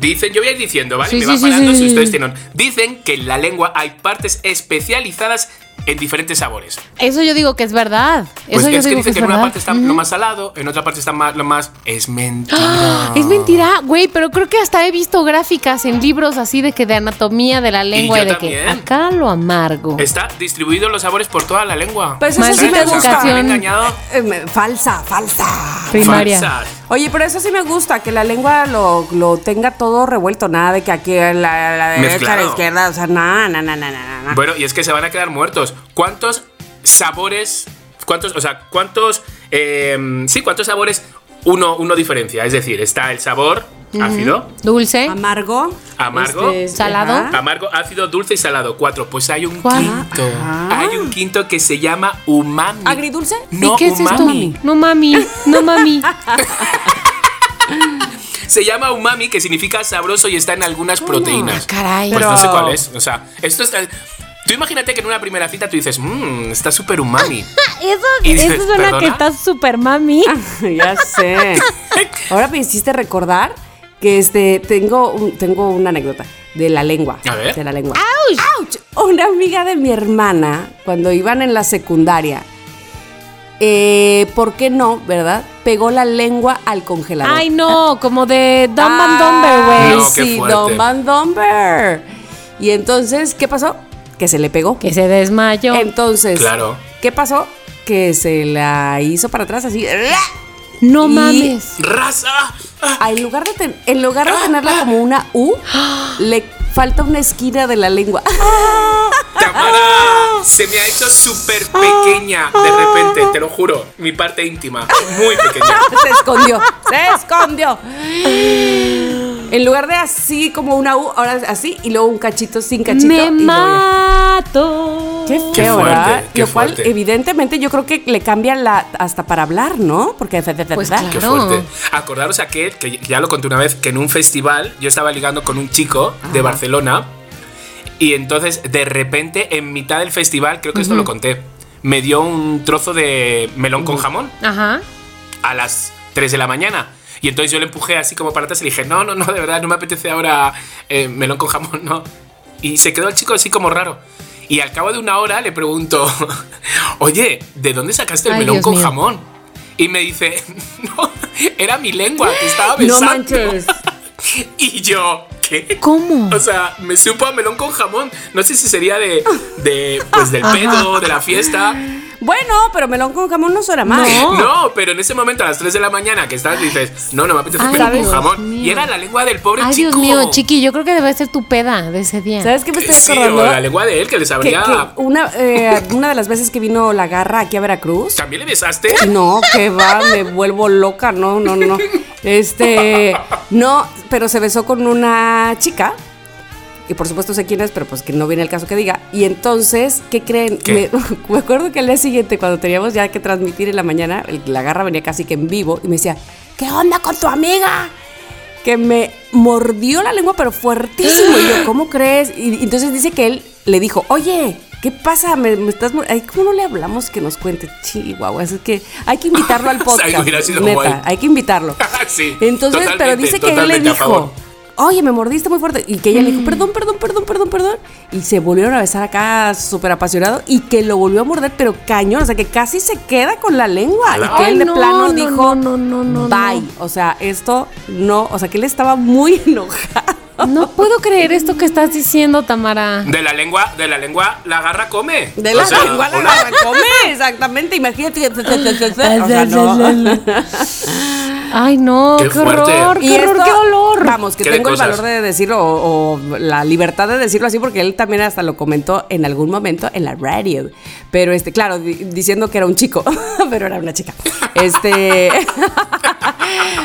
dicen, yo voy a ir diciendo, ¿vale? Sí, Me sí, van sí, parando sí, si sí, ustedes sí. tienen. Dicen que en la lengua hay partes especializadas en diferentes sabores. Eso yo digo que es verdad. Pues Eso yo es que digo dicen que, que es en una verdad. parte está lo más salado, en otra parte está más, lo más. Es mentira. ¡Ah! Es mentira, güey, pero creo que hasta he visto gráficas en libros así de que de anatomía de la lengua yo y, de que también. acá lo amargo. Está distribuido los sabores por toda la lengua. Pues eso Maldita sí me gusta. educación. Me han engañado. Eh, me- falsa, falsa. Primaria. Falsas. Oye, pero eso sí me gusta, que la lengua lo, lo tenga todo revuelto, nada de que aquí la, la derecha, la Mezclado. izquierda, o sea, nada, nada, nada, nada. Bueno, y es que se van a quedar muertos. ¿Cuántos sabores? ¿Cuántos? O sea, ¿cuántos? eh, sí, ¿cuántos sabores uno, uno diferencia? Es decir, está el sabor ácido, Dulce. Amargo. Este, Amargo. Este, Salado. ajá. amargo, ácido, dulce y salado. Cuatro. Pues hay un ¿Cuál? quinto. Hay un quinto que se llama umami. Agridulce. No, ¿Y qué es esto? umami. No mami, no mami. Se llama umami, que significa sabroso y está en algunas proteínas. Caray. Pues Pero- no sé cuál es. O sea, esto está. Tú imagínate que en una primera cita tú dices, mmm, está súper umami. Ah, Eso, Y eso dices, suena ¿perdona? que estás super mami. Ah, ya sé. Ahora me hiciste recordar que este tengo un- tengo una anécdota de la lengua. A ver. De la lengua. ¡Auch! Una amiga de mi hermana, cuando iban en la secundaria, eh, ¿por qué no, verdad? Pegó la lengua al congelador. Ay, no, como de Dumb and Dumber, Ah, güey. No, qué sí, fuerte. Dumb and Dumber. Y entonces, ¿qué pasó? Que se le pegó. Que se desmayó. Em, Entonces, Claro. ¿qué pasó? Que se la hizo para atrás así. no y- mames. ¡Raza! ¡Ah! Ah, en lugar de, ten- en lugar de tenerla como una U, le falta una esquina de la lengua. Ah. Tamara, se me ha hecho súper pequeña de repente, te lo juro. Mi parte íntima, muy pequeña. se escondió, se escondió. En lugar de así como una U, ahora así y luego un cachito sin cachito. Me y luego ya. mato. Qué feo, Qué fuerte, ¿verdad? qué Lo cual, fuerte. evidentemente, yo creo que le cambia la hasta para hablar, ¿no? Porque Pues ¿verdad? claro. Qué fuerte. Acordaros aquel, que ya lo conté una vez, que en un festival yo estaba ligando con un chico de Barcelona y entonces de repente en mitad del festival, creo que esto lo conté, me dio un trozo de melón con jamón. Ajá. a las 3 de la mañana. Y entonces yo le empujé así como para atrás y le dije, no, no, no, de verdad, no me apetece ahora eh, melón con jamón, no. Y se quedó el chico así como raro. Y al cabo de una hora le pregunto, oye, ¿de dónde sacaste el Ay, melón Dios con mío. jamón? Y me dice, no, era mi lengua, te estaba No besando. manches. Y yo, ¿qué? ¿Cómo? O sea, me supo a melón con jamón. No sé si sería de, de pues del pedo, de la fiesta. Bueno, pero melón con jamón no suena mal. No. No, pero en ese momento a las 3 de la mañana que estás dices, no, no me apetece Ay, comer un Dios jamón. mío. Y era la lengua del Pues, pobre Ay, chico. Dios mío, chiqui, yo creo que debe ser tu peda de ese día. ¿Sabes qué me estoy Sí, acordando? o la lengua de él que les que, habría... que una, eh, una de las veces que vino la garra aquí a Veracruz. ¿También le besaste? No, que va, me vuelvo loca, no, no, no. Este, no, pero se besó con una chica, y por supuesto sé quién es, pero pues que no viene el caso que diga. Y entonces, ¿qué creen? ¿Qué? Me, me acuerdo que al día siguiente, cuando teníamos ya que transmitir en la mañana, el- la garra venía casi que en vivo y me decía, ¿qué onda con tu amiga? que me mordió la lengua, pero fuertísimo. Y yo, ¿cómo crees? Y, y entonces dice que él le dijo, oye, ¿qué pasa? Me, me estás mor- Ay, ¿Cómo no le hablamos que nos cuente? Chihuahua, es que hay que invitarlo al O sea, podcast. hubiera sido neta, guay. hay que invitarlo. Sí, Entonces, pero totalmente, dice que él le totalmente a favor. dijo, oye, me mordiste muy fuerte. Y que ella le Mm. dijo, perdón, perdón, perdón, perdón, perdón. Y se volvieron a besar acá súper apasionado y que lo volvió a morder, pero cañón. O sea, que casi se queda con la lengua. Y que Ay, él de no, plano no, dijo, no, no, no, no, bye. O sea, esto no, o sea, que él estaba muy enojado. No puedo creer esto que estás diciendo, Tamara. De la lengua, de la lengua, la garra come. De O la sea, lengua la hola. agarra, come, exactamente, imagínate. O sea, no. Ay, no, qué, Qué fuerte. horror, Y qué horror, esto- qué dolor. Vamos, que ¿Qué tengo el cosas? valor de decirlo o, o la libertad de decirlo así, porque él también hasta lo comentó en algún momento en la radio. Pero este, claro, di- diciendo que era un chico, pero era una chica. Este.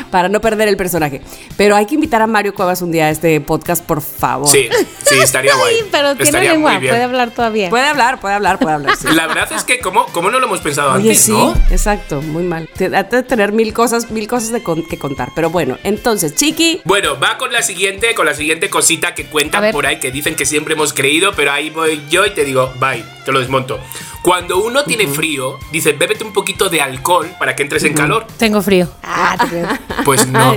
para no perder el personaje. Pero hay que invitar a Mario Cuevas un día a este podcast, por favor. Sí, sí, estaría guay. Ay, pero tiene Estaría lengua, muy bien. puede hablar todavía. Puede hablar, puede hablar, puede hablar. sí. La verdad es que, ¿cómo, cómo no lo hemos pensado Oye, antes, sí, no? exacto, muy mal. Te- ha de tener mil cosas, mil cosas de con- que contar. Pero bueno, entonces, Chiqui, Bueno, va con la siguiente, con la siguiente cosita que A cuentan ver. por ahí, que dicen que siempre hemos creído, pero ahí voy yo y te digo, bye, te lo desmonto. Cuando uno tiene frío, dice, bébete un poquito de alcohol para que entres en calor. Tengo frío. Pues no,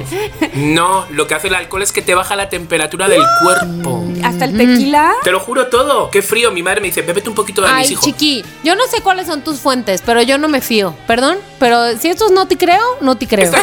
no, lo que hace el alcohol es que te baja la temperatura del cuerpo. hasta el tequila. Te lo juro todo, qué frío, mi madre me dice, bébete un poquito de mis Ay, hijos. chiqui, yo no sé cuáles son tus fuentes, pero yo no me fío. Perdón, pero si estos no te creo, no te creo.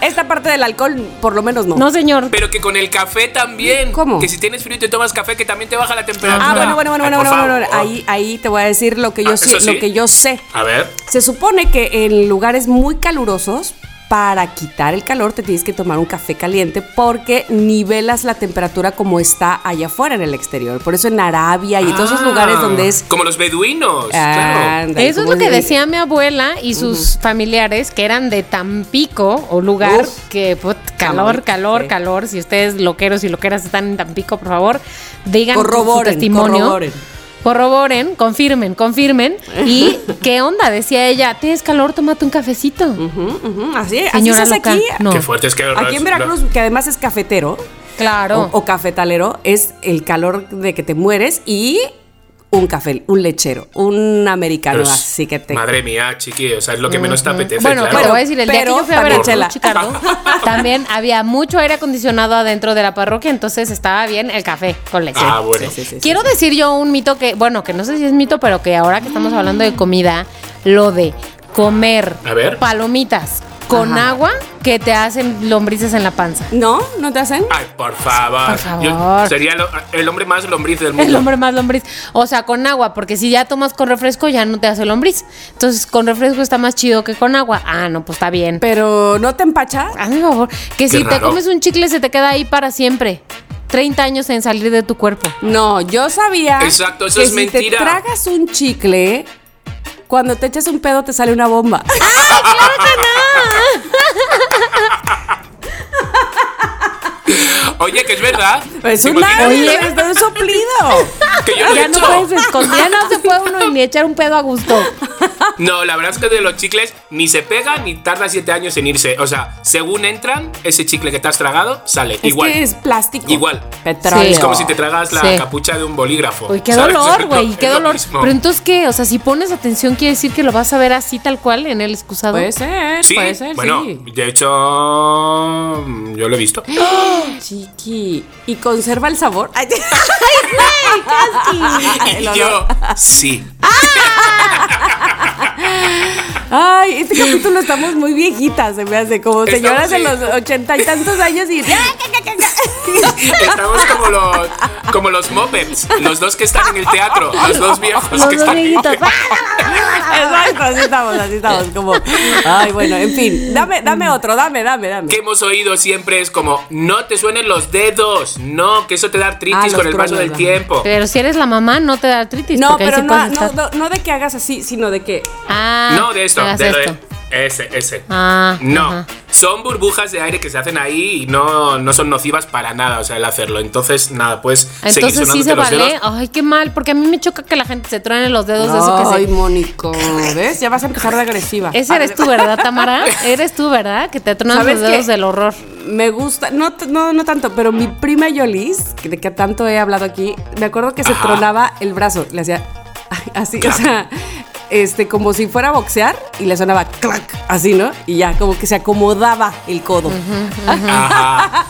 Esta parte del alcohol, por lo menos no. No, señor. Pero que con el café también. ¿Cómo? Que si tienes frío y te tomas café, que también te baja la temperatura. Ah, bueno, bueno, bueno, Ay, bueno, por bueno, bueno, favor. Ahí, ahí te voy a decir lo que yo Ah, sé, ¿eso sí? lo que yo sé. A ver. Se supone que en lugares muy calurosos para quitar el calor te tienes que tomar un café caliente porque nivelas la temperatura como está allá afuera en el exterior. Por eso en Arabia y todos esos Ah, lugares donde es Ah, Como los beduinos, claro. Ándale, Eso es como lo que de- decía mi abuela y sus familiares, que eran de Tampico o lugar Uf. que put, calor, Calor, calor, sí. calor. Si ustedes loqueros y loqueras están en Tampico, por favor, digan su- su Corroboren, testimonio. corroboren. Corroboren, confirmen, confirmen. ¿Y qué onda? Decía ella, ¿tienes calor? Tómate un cafecito. Ujú, ujú, Así, así se Señora hace loca. aquí. No. Qué fuerte es que Aquí en Veracruz, que además es cafetero Claro. o, o cafetalero, es el calor de que te mueres y un café, un lechero, un americano, Pero es- así que te Madre mía, chiqui, o sea, es lo que menos te apetece. Bueno, claro. pero voy a decir, el día Pero que yo fui a también Veracruz, chela. Chicardo, también había mucho aire acondicionado adentro de la parroquia, entonces estaba bien el café con leche. Ah, Sí, bueno. sí, sí, sí. Quiero decir yo un mito que, bueno, que no sé si es mito, pero que ahora que estamos hablando de comida, lo de comer A ver. palomitas con Ajá. agua que te hacen lombrices en la panza. ¿No? ¿No te hacen? Ay, por favor. Por favor. Yo sería lo- el hombre más lombriz del mundo. El hombre más lombriz. O sea, con agua, porque si ya tomas con refresco ya no te hace lombriz. Entonces, con refresco está más chido que con agua. Ah, no, pues está bien. Pero no te empachas. Hazme favor, que si te raro. comes un chicle se te queda ahí para siempre. 30 años en salir de tu cuerpo. No, yo sabía. Exacto, eso que es si mentira. Te tragas un chicle, cuando te echas un pedo te sale una bomba. Oye, que es verdad. Es Pues ¿Te un imaginas? Oye, es un soplido. Que yo lo he Ya no hecho. puedes esconder, ya no se puede uno ni echar un pedo a gusto. No, la verdad es que de los chicles ni se pega ni tarda siete años en irse. O sea, según entran, ese chicle que te has tragado sale. Igual. Es que es plástico. Igual. Petróleo. Sí. Es como si te tragas la Sí. capucha de un bolígrafo. Uy, qué ¿sabes? dolor, No, güey, qué es lo dolor. mismo. Pero entonces, ¿qué? O sea, si pones atención, quiere decir que lo vas a ver así tal cual en el excusado. Puede ser, Sí, puede ser, bueno, sí. de hecho, yo lo he visto. Chiqui. ¿Y conserva el sabor? Ay, Ah, el y olor. yo, sí. Ay, este capítulo estamos muy viejitas, se me hace como Estamos, señoras de sí. los ochenta y tantos años y... Estamos como los, como los mopeds, los dos que están en el teatro, los dos viejos Los que dos están viejitos. Exacto, así estamos, así estamos, como... Ay, bueno, en fin, dame, dame otro, dame, dame, dame. que hemos oído siempre es como no te suenen los dedos, no, que eso te da Ah, artritis los con el paso truenos, del ajá. tiempo. Pero si eres la mamá, no te da artritis. No, porque ahí pero sí no, puedes no, estar. no- no de que hagas así, sino de que... Ah, No, de esto, hagas de lo de- esto. ese, ese. Ah, no. ajá. Son burbujas de aire que se hacen ahí y no, no son nocivas para nada, o sea, el hacerlo. Entonces, nada, pues seguir Entonces sí sonándote se los vale. dedos. Ay, qué mal, porque a mí me choca que la gente se truene los dedos de eso que se Ay, Mónico, ¿ves? Ya vas a empezar de agresiva. Ese eres tú, ¿verdad, Tamara? Eres tú, ¿verdad? Que te tronan los ¿Sabes dedos qué? del horror. Me gusta, no, t- no, no tanto, pero mi prima Yolis, que- de que tanto he hablado aquí, me acuerdo que se Ajá. tronaba el brazo, le hacía ay, así, o sea, este, como si fuera a boxear y le sonaba clac, así, ¿no? Y ya, como que se acomodaba el codo. Ajá.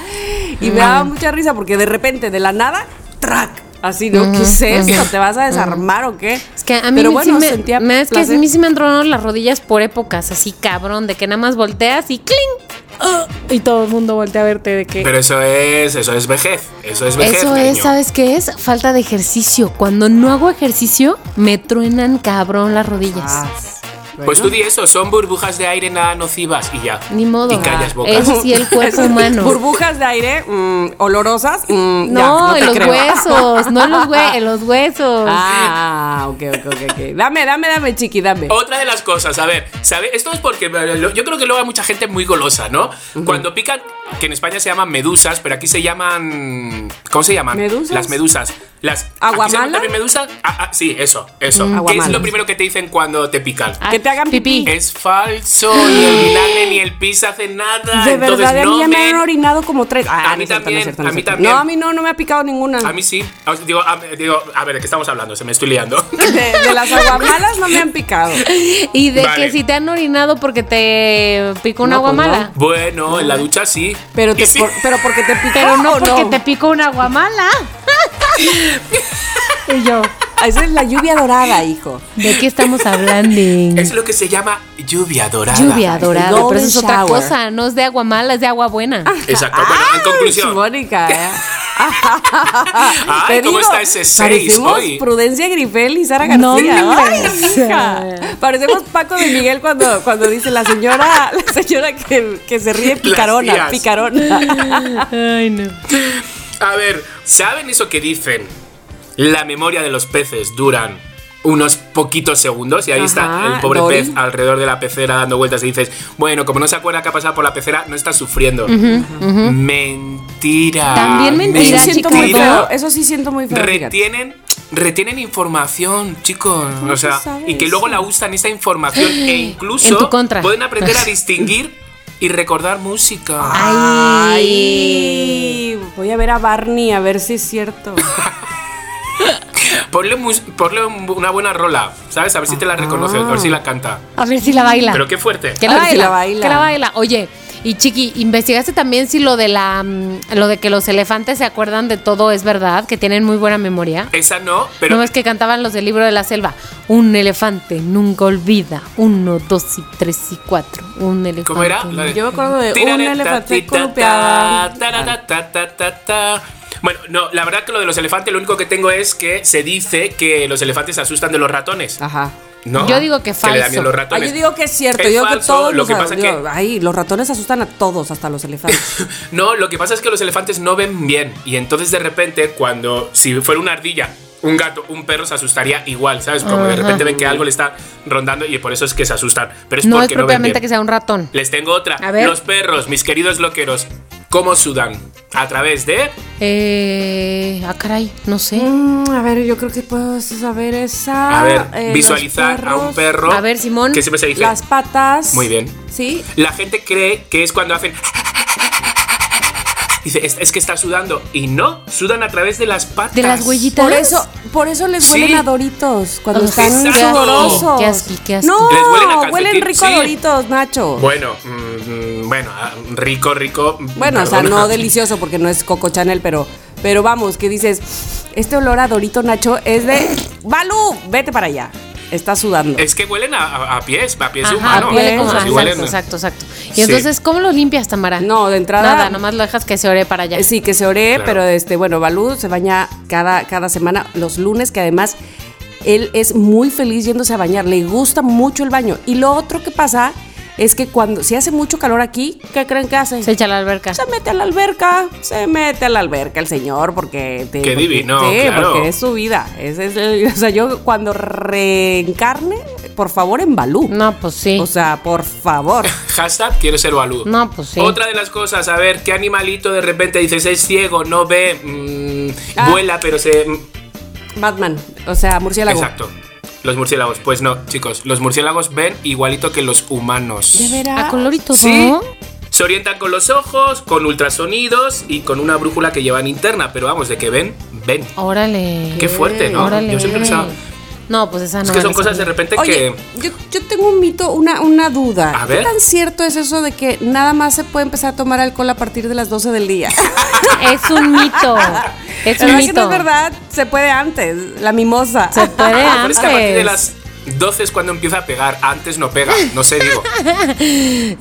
Y me Mm. daba mucha risa porque de repente, de la nada, trac, así, ¿no? ¿Qué es esto? ¿Te vas a desarmar o qué? Es que a mí, pero sí bueno, me, sentía me- es que a placer. mí sí me han tronado las rodillas por épocas, así cabrón, de que nada más volteas y ¡cling! ¡Ah! y todo el mundo voltea a verte de que... Pero eso es, eso es vejez, eso es vejez. Eso es, cariño. ¿sabes qué es? Falta de ejercicio. Cuando no hago ejercicio, me truenan cabrón las rodillas. Ah, Pues tú di eso, son burbujas de aire nada nocivas y ya. Ni modo. Y callas boca. Eso sí, el cuerpo humano. Burbujas de aire mm, olorosas. mm, ya, No, te en los creo. huesos, no en los, hue- en los huesos. Ah, ok, ok, ok, ok. Dame, dame, dame, chiqui, dame. Otra de las cosas, a ver, ¿sabe? Esto es porque eh, lo- yo creo que luego hay mucha gente muy golosa, ¿no? Cuando pican, que en España se llaman medusas, pero aquí se llaman. ¿Cómo se llaman? ¿Medusas? Las medusas. Las, aquí se llaman ¿Aguamala? también medusas? Ah, ah, sí, eso, eso. ¿Qué es Mm, Aguamala. lo primero que te dicen cuando te pican? Ah, que te hagan pipí. Es falso, ni el vinagre ni el pis hacen nada. De entonces verdad, a no mí ya me ven. han orinado como tres. Ah, A no mí es cierto, no es también, cierto, no es a mí cierto. también. No, a mí no, no me ha picado ninguna. A mí sí. Ah, Digo, a, digo, a ver, ¿de qué estamos hablando? Se me estoy liando. De, de las aguamalas no me han picado. Y de Vale. que si te han orinado porque te picó una No, pues aguamala. Bueno, en la ducha sí. Pero, te, Y sí. por- pero porque te picó Pero no o porque te picó una aguamala. y yo, Esa es la lluvia dorada, hijo. ¿de qué estamos hablando? Es lo que se llama lluvia dorada. Lluvia dorada, pero golden eso es otra shower. cosa, no es de aguamala, es de agua buena. Exacto. Bueno, Ah, en conclusión. Mónica, ¿eh? Ay, Te ¿cómo digo, está ese 6 Parecemos hoy? Prudencia Grifel y Sara No, García. hombre. Ay, hija. Parecemos Paco de Miguel cuando, cuando dice la señora, la señora que, que se ríe picarona, tías. picarona. Ay, no. A ver, ¿saben eso que dicen? La memoria de los peces duran unos poquitos segundos y ahí está Ajá, el pobre Dory. pez alrededor de la pecera dando vueltas y dices, bueno, como no se acuerda que ha pasado por la pecera, no está sufriendo. Mentira. También mentira, Eso Mira, siento chicos, muy Mira. feo. Eso sí siento muy feo. fíjate. retienen retienen información, chicos, o sea, se sabe y que luego eso? la usan esa información e incluso En tu contra. pueden aprender a distinguir y recordar música. Ay, voy a ver a Barney a ver si es cierto. Ponle, mus- ponle un- una buena rola, ¿sabes? A ver si Ah. te la reconoce, a ver si la canta. A ver si la baila. Pero qué fuerte. Que la Ay, baila, la baila. que la baila. Oye, y Chiqui, ¿investigaste también si lo de la mm, lo de que los elefantes se acuerdan de todo es verdad, que tienen muy buena memoria? Esa no, pero no es que cantaban los del libro de la selva. Un elefante nunca olvida. Uno, dos y tres y cuatro. Un elefante. ¿cómo era? La de- Yo me acuerdo de Tirare, un ta, elefante ti, ta, ta, columpiado. tarara, ta, ta, ta, ta. Bueno, no, la verdad que lo de los elefantes lo único que tengo es que se dice que los elefantes se asustan de los ratones. Ajá. ¿no? Yo digo que le dan falso. miedo los ratones. Ay, yo digo que es cierto, Es yo digo que falso, todos lo los, que pasa digo, que- ay, los ratones asustan a todos, hasta a los elefantes. No, lo que pasa es que los elefantes no ven bien y entonces de repente cuando si fuera una ardilla, un gato, un perro se asustaría igual, ¿sabes? Como de repente ven que algo le está rondando y por eso es que se asustan, pero es No es porque no ven bien. propiamente que sea un ratón. Les tengo otra. A ver. Los perros, mis queridos loqueros, ¿cómo sudan? A través de Eh, ah, caray, no sé. Mm, a ver, yo creo que puedo saber Ah, esa. a ver, eh, los visualizar a un perros, perro. A ver, Simón. Que siempre se dice. Las patas. Muy bien. Sí. La gente cree que es cuando hacen. Dice, es, es que está sudando. Y no, sudan a través de las patas. De las huellitas. Por eso, por eso les Sí. huelen a doritos cuando Ugh, están exacto. sudorosos. Qué asqui, qué asqui. No, Les huelen a calcetín, rico sí. a doritos, Nacho. Bueno, mm, mm, bueno, ah, rico, rico. Bueno, o sea, perdona. no delicioso porque no es Coco Chanel, pero, pero vamos, que dices, este olor a Dorito Nacho es de. ¡Balú! Vete para allá. Está sudando. Es que huelen a, a- a pies, a pies Ajá, humanos. huele ¿eh? como- O sea, sí exacto, huelen- exacto, exacto. Y Sí. entonces, ¿cómo lo limpias, Tamara? No, de entrada- Nada, nomás lo dejas que se ore para allá. Eh, Sí, que se ore, Claro. pero este, bueno, Balú se baña cada, cada semana, los lunes, que además él es muy feliz yéndose a bañar, le gusta mucho el baño. Y lo otro que pasa es que cuando, si hace mucho calor aquí, ¿qué creen que hace? Se echa a la alberca. Se mete a la alberca, se mete a la alberca el señor porque... Te, Qué porque- divino, sí, claro. porque es su vida. Ese es el- o sea, yo cuando reencarne, por favor, en Balú. No, pues sí. O sea, por favor. Hashtag quiero ser Balú. No, pues sí. Otra de las cosas, a ver, ¿qué animalito de repente dices es ciego, no ve, mm, Ah. vuela, pero se. mm, Batman, o sea, murciélago. Exacto. Los murciélagos. Pues no, chicos, los murciélagos ven igualito que los humanos. ¿De veras? a color y todo. Sí. Se orientan con los ojos, con ultrasonidos y con una brújula que llevan interna, pero vamos, de que ven, ven. Órale. Qué fuerte, ¿no? Órale. Yo siempre pensaba. No, pues esa no. Es que son esa cosas no. de repente Oye, que. yo, yo tengo un mito, una, una duda. A ver. ¿Qué tan cierto es eso de que nada más se puede empezar a tomar alcohol a partir de las 12 del día? Es un mito. Es La un verdad que no mito. es verdad, se puede antes, la mimosa. Se puede Ah, pero es que a partir de antes. las 12 es cuando empieza a pegar, antes no pega, no sé, digo.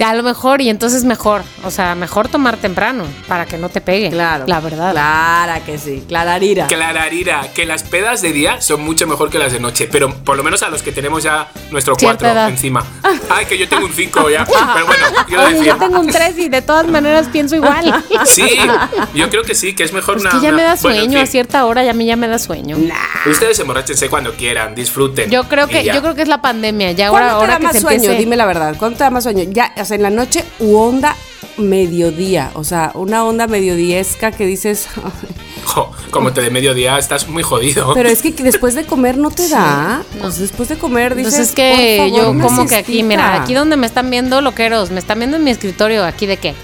A lo mejor, y entonces mejor. O sea, mejor tomar temprano para que no te pegue. Claro. La verdad. Clara que sí. Clararira. Clararira, que las pedas de día son mucho mejor que las de noche, pero por lo menos a los que tenemos ya nuestro Cierta 4 edad. encima. Ay, que yo tengo un 5 ya, pero bueno, quiero Oye, decir. yo tengo un 3 y de todas maneras pienso igual. Sí, yo creo que sí, que es mejor Es una. que ya una- me da bueno, en sueño a fin, cierta hora, ya a mí ya me da sueño. Ustedes emborráchense cuando quieran, disfruten. Yo creo que y ya. yo creo que es la pandemia, ya ¿Cuándo ahora te ahora da que más se sueño? empiece. Dime la verdad. ¿Cuánto te da más sueño? Ya, o sea, en la noche u onda mediodía. O sea, una onda mediodiesca que dices. "Ah, Jo, como te de mediodía estás muy jodido. Pero es que después de comer no te da. O sea, después de comer dices. Entonces Pues es que "Por favor, yo una como que aquí, siestita". mira, aquí donde me están viendo loqueros, me están viendo en mi escritorio, aquí de qué.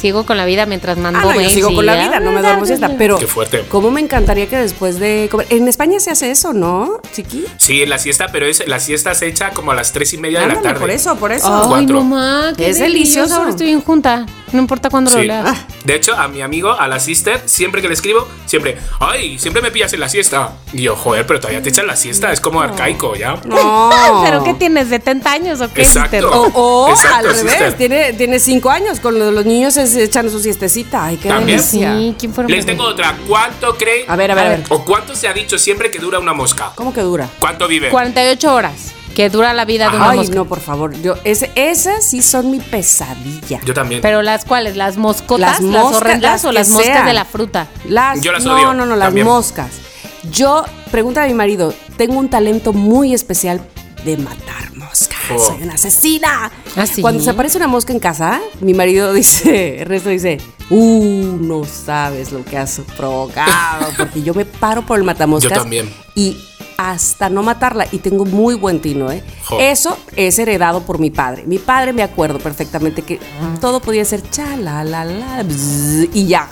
Sigo con la vida mientras mando Ah, no, yo mails sigo y- con la vida, no me duermo siesta, pero Qué fuerte. ¿cómo me encantaría que después de comer? En España se hace eso, ¿no, chiqui? Sí, en la siesta, pero es, la siesta se echa como a las 3 y media de la Ándale, tarde. por eso, por eso. Ah. Ay, Cuatro. no ma, qué Es delicioso. delicioso. Ah, Ahora estoy en junta. No importa cuándo lo Sí. leas. De hecho, a mi amigo, a la sister, siempre que le escribo, siempre, ay, siempre me pillas en la siesta. Y yo, joder, pero todavía te echan la siesta, es como arcaico, ¿ya? No. ¿Pero qué tienes? ¿70 años o qué? Exacto. Esther? O, o Exacto, al revés, sister. tiene, tiene cinco años, con los, los niños se se echan su siestecita. Ay, qué También. delicia. pues Sí, ¿quién fueron? Les tengo otra. ¿Cuánto creen? A ver, a ver, a ver. ¿O cuánto se ha dicho siempre que dura una mosca? ¿Cómo que dura? ¿Cuánto vive? 48 horas que dura la vida de una Ay, mosca. no, por favor. Yo, ese, esas sí son mi pesadilla. Yo también. Pero las cuáles, las moscotas, las, Las moscas, horrendas las o que las moscas sean. de la fruta. Las, Yo las no, odio, no, no, las también. moscas. Yo, pregúntale a mi marido, tengo un talento muy especial de matar moscas. Oh. Soy una asesina. ¿Ah, sí? Cuando se aparece una mosca en casa, mi marido dice, Ernesto dice, uh, no sabes lo que has provocado. Porque yo me paro por el matamoscas. Yo también. Y hasta no matarla, y tengo muy buen tino, ¿eh? Jo. Eso es heredado por mi padre. Mi padre me acuerdo perfectamente que todo podía ser cha, la, la, la, bzz, y ya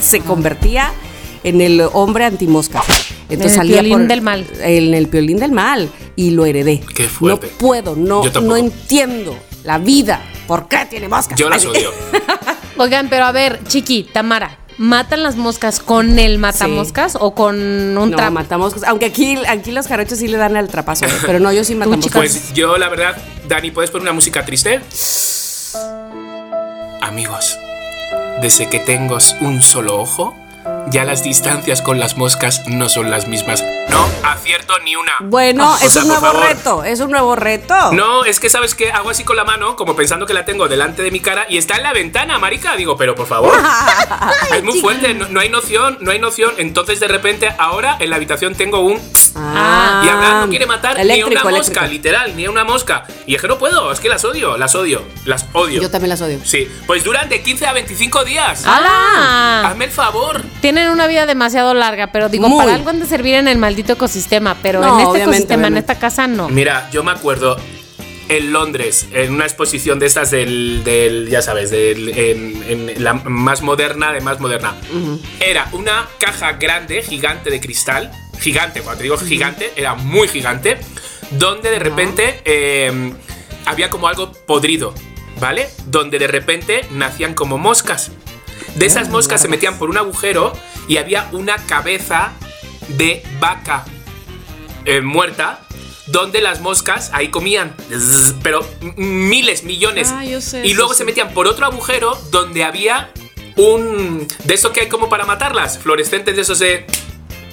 se convertía en el hombre antimosca. Entonces En el salía piolín por- del mal. En el piolín del mal. Y lo heredé. Qué fuerte. No puedo, no, Yo no tampoco. entiendo la vida. ¿Por qué tiene moscas? Yo las Ay, odio. Oigan, pero a ver, Chiqui, Tamara, ¿matan las moscas con el matamoscas o con un No, trapo? matamoscas. Aunque aquí, aquí los jarochos sí le dan al trapazo. ¿eh? Pero no, yo sí matamoscas. Pues yo, la verdad, Dani, ¿puedes poner una música triste? Amigos, desde que tengo un solo ojo, ya las distancias con las moscas no son las mismas. No acierto ni una. bueno, Ah, O es sea, un por nuevo favor. reto. Es un nuevo reto. No, es que sabes que hago así con la mano, como pensando que la tengo delante de mi cara y está en la ventana, marica. Digo, pero por favor. Ah. es muy fuerte, no, no hay noción, no hay noción. Entonces de repente ahora en la habitación tengo un Ah, y Abraham no quiere matar ni a eléctrico, una eléctrico. mosca, literal, ni a una mosca. Y es que no puedo, es que las odio, las odio, las odio. Yo Ah. también las odio. Sí, pues duran de 15 a 25 días. ¡Hala! Hazme el favor. Tienen una vida demasiado larga, pero digo, Muy. para algo han de servir en el maldito ecosistema, pero No, en este obviamente, ecosistema, obviamente. en esta casa, no. Mira, yo me acuerdo en Londres, en una exposición de estas del, del ya sabes, del, en, en la más moderna de más moderna. Era una caja grande, gigante de cristal, gigante, cuando te digo gigante, era muy gigante, donde de repente eh, había como algo podrido, ¿vale? Donde de repente nacían como moscas. De esas moscas se metían por un agujero y había una cabeza de vaca eh, muerta donde las moscas ahí comían, zzz, pero m- miles, millones. Ah, yo sé, y sí, luego sí. se metían por otro agujero donde había un... De eso que hay como para matarlas, fluorescentes de esos de...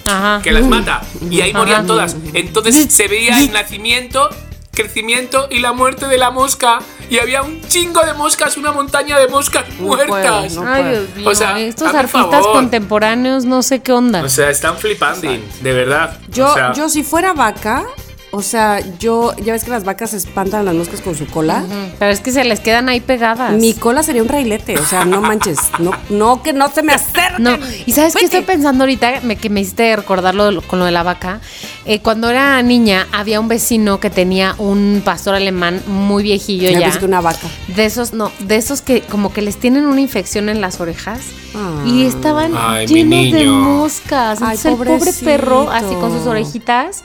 Ajá. que las mata. Y ahí Ajá. morían todas. Entonces se veía el nacimiento, crecimiento y la muerte de la mosca. Y había un chingo de moscas, una montaña de moscas puedo, muertas. no Ay, Dios mío. O sea, estos hazme el artistas favor. Pues contemporáneos, no sé qué onda. O sea, están flipando, de verdad. Yo, O sea, yo si fuera vaca, o sea, yo, ya ves que las vacas espantan a las moscas con su cola. pero es que se les quedan ahí pegadas. Mi cola sería un railete, o sea, no manches, no, no que no se me acerquen. No, y sabes qué Vete. estoy pensando ahorita, me, que me hiciste recordar lo de lo- con lo de la vaca. Eh, cuando era niña, había un vecino que tenía un pastor alemán muy viejillo Ya ya. ves que una vaca. De esos, no, de esos que como que les tienen una infección en las orejas Ah. y estaban Ay, mi llenos de niño. moscas. Ay, Entonces, el pobre pobrecito. perro, así con sus orejitas,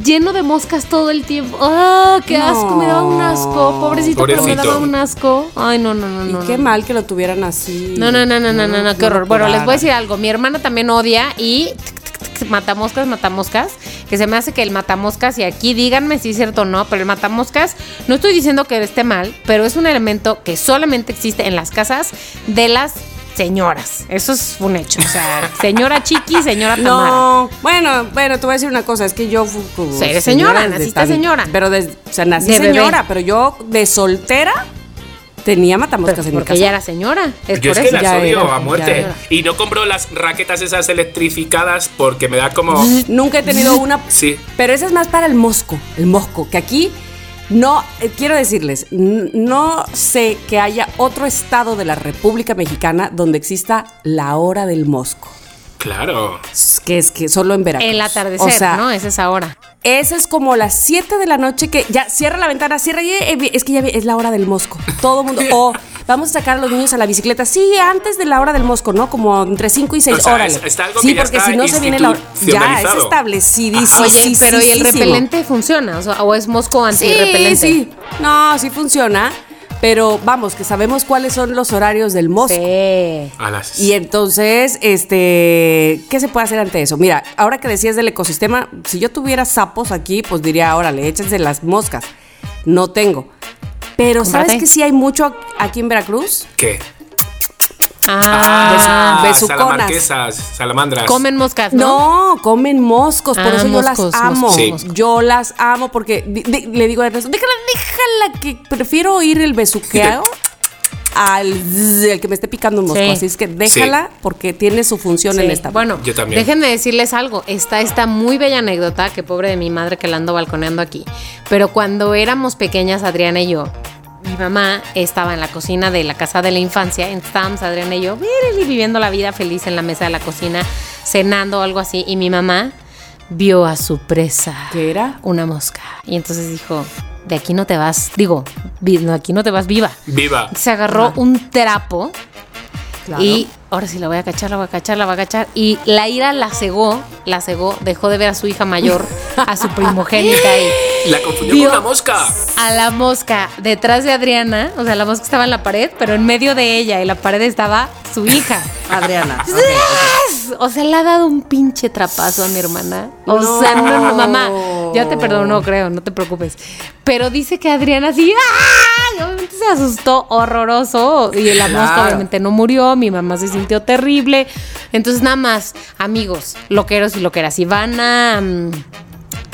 lleno de moscas todo el tiempo. ¡Ah, qué asco! Me daba un asco, pobrecito, pero me Pobrecito. daba un asco. Ay, no, no, no, no. y qué no. mal que lo tuvieran así. No, no, no, no, no, no, no, qué lo horror. Bueno, les voy a curaran. decir algo. Mi hermana también odia y tic, tic, tic, matamoscas, matamoscas. que se me hace que el matamoscas, y aquí díganme si es cierto o no, pero el matamoscas, no estoy diciendo que esté mal, pero es un elemento que solamente existe en las casas de las señoras. Eso es un hecho. O sea, señora Chiqui, señora Tamara. No, bueno, bueno, te voy a decir una cosa, es que yo fui como Sí, eres señora, desde naciste señora. Pero desde, o sea, nací De bebé. señora, pero yo de soltera tenía Pero matamoscas en mi porque casa. ella era señora. Es Yo por es que eso. las ya odio era, a muerte. ya era. Y no compro las raquetas esas electrificadas porque me da como. Nunca he tenido una. Sí. Pero esa es más para el mosco, el mosco, que aquí no, eh, quiero decirles, n- no sé que haya otro estado de la República Mexicana donde exista la hora del mosco, Claro. S- que es que solo en Veracruz. El atardecer, O sea, ¿no? Esa es ahora. esa es como las 7 de la noche que ya cierra la ventana, cierra y eh, es que ya vi- es la hora del mosco. Todo mundo, o vamos a sacar a los niños a la bicicleta, sí, antes de la hora del mosco, ¿no? Como entre 5 y 6 O sea, órale. es- está algo sí, que ya porque está si no se viene la hora. Ya, es institucionalizado. establecidísimo. Oye, pero ¿y el repelente funciona? O, sea, ¿o es mosco antirrepelente? Sí, sí. No, sí funciona. Pero vamos, que sabemos cuáles son los horarios del mosco. Sí. A las. Y entonces, este, ¿qué se puede hacer ante eso? Mira, ahora que decías del ecosistema, si yo tuviera sapos aquí, pues diría, órale, échense las moscas. No tengo. Pero Cómprate. ¿sabes que sí hay mucho aquí en Veracruz? ¿Qué? Ah, besu- besuconas. Salamarquesas, salamandras. comen moscas, ¿no? No, comen moscos, por Ah, eso yo moscos, las amo. moscos, Sí. moscos. Yo las amo porque di- di- le digo a Ernesto, déjala, déjala, que prefiero oír el besuqueo al zzz, el que me esté picando un mosco. Sí. Así es que déjala porque tiene su función Sí. en esta. Bueno, Yo también. déjenme decirles algo. Está esta muy bella anécdota que pobre de mi madre que la ando balconeando aquí. Pero cuando éramos pequeñas, Adriana y yo, mi mamá estaba en la cocina de la casa de la infancia. en Stamps, Adriana y yo, mírale, viviendo la vida feliz en la mesa de la cocina, cenando o algo así. Y mi mamá vio a su presa. ¿Qué era? Una mosca. Y entonces dijo, de aquí no te vas, digo, vi- no, aquí no te vas viva. Viva. Se agarró un trapo Claro. y ahora sí la voy a cachar, la voy a cachar, la voy a cachar. Y la ira la cegó, la cegó, dejó de ver a su hija mayor, a su primogénita y La confundió Dios. con una mosca. a la mosca detrás de Adriana. O sea, la mosca estaba en la pared, pero en medio de ella y la pared estaba su hija. Adriana. O sea, le ha dado un pinche trapazo a mi hermana. O sea, no, no, mamá. Ya te perdono, creo, no te preocupes. Pero dice que Adriana sí. ¡ah! Obviamente se asustó horroroso. Y la mosca obviamente no murió. Mi mamá se sintió terrible. Entonces, nada más, amigos, loqueros y loqueras, si van a. mm,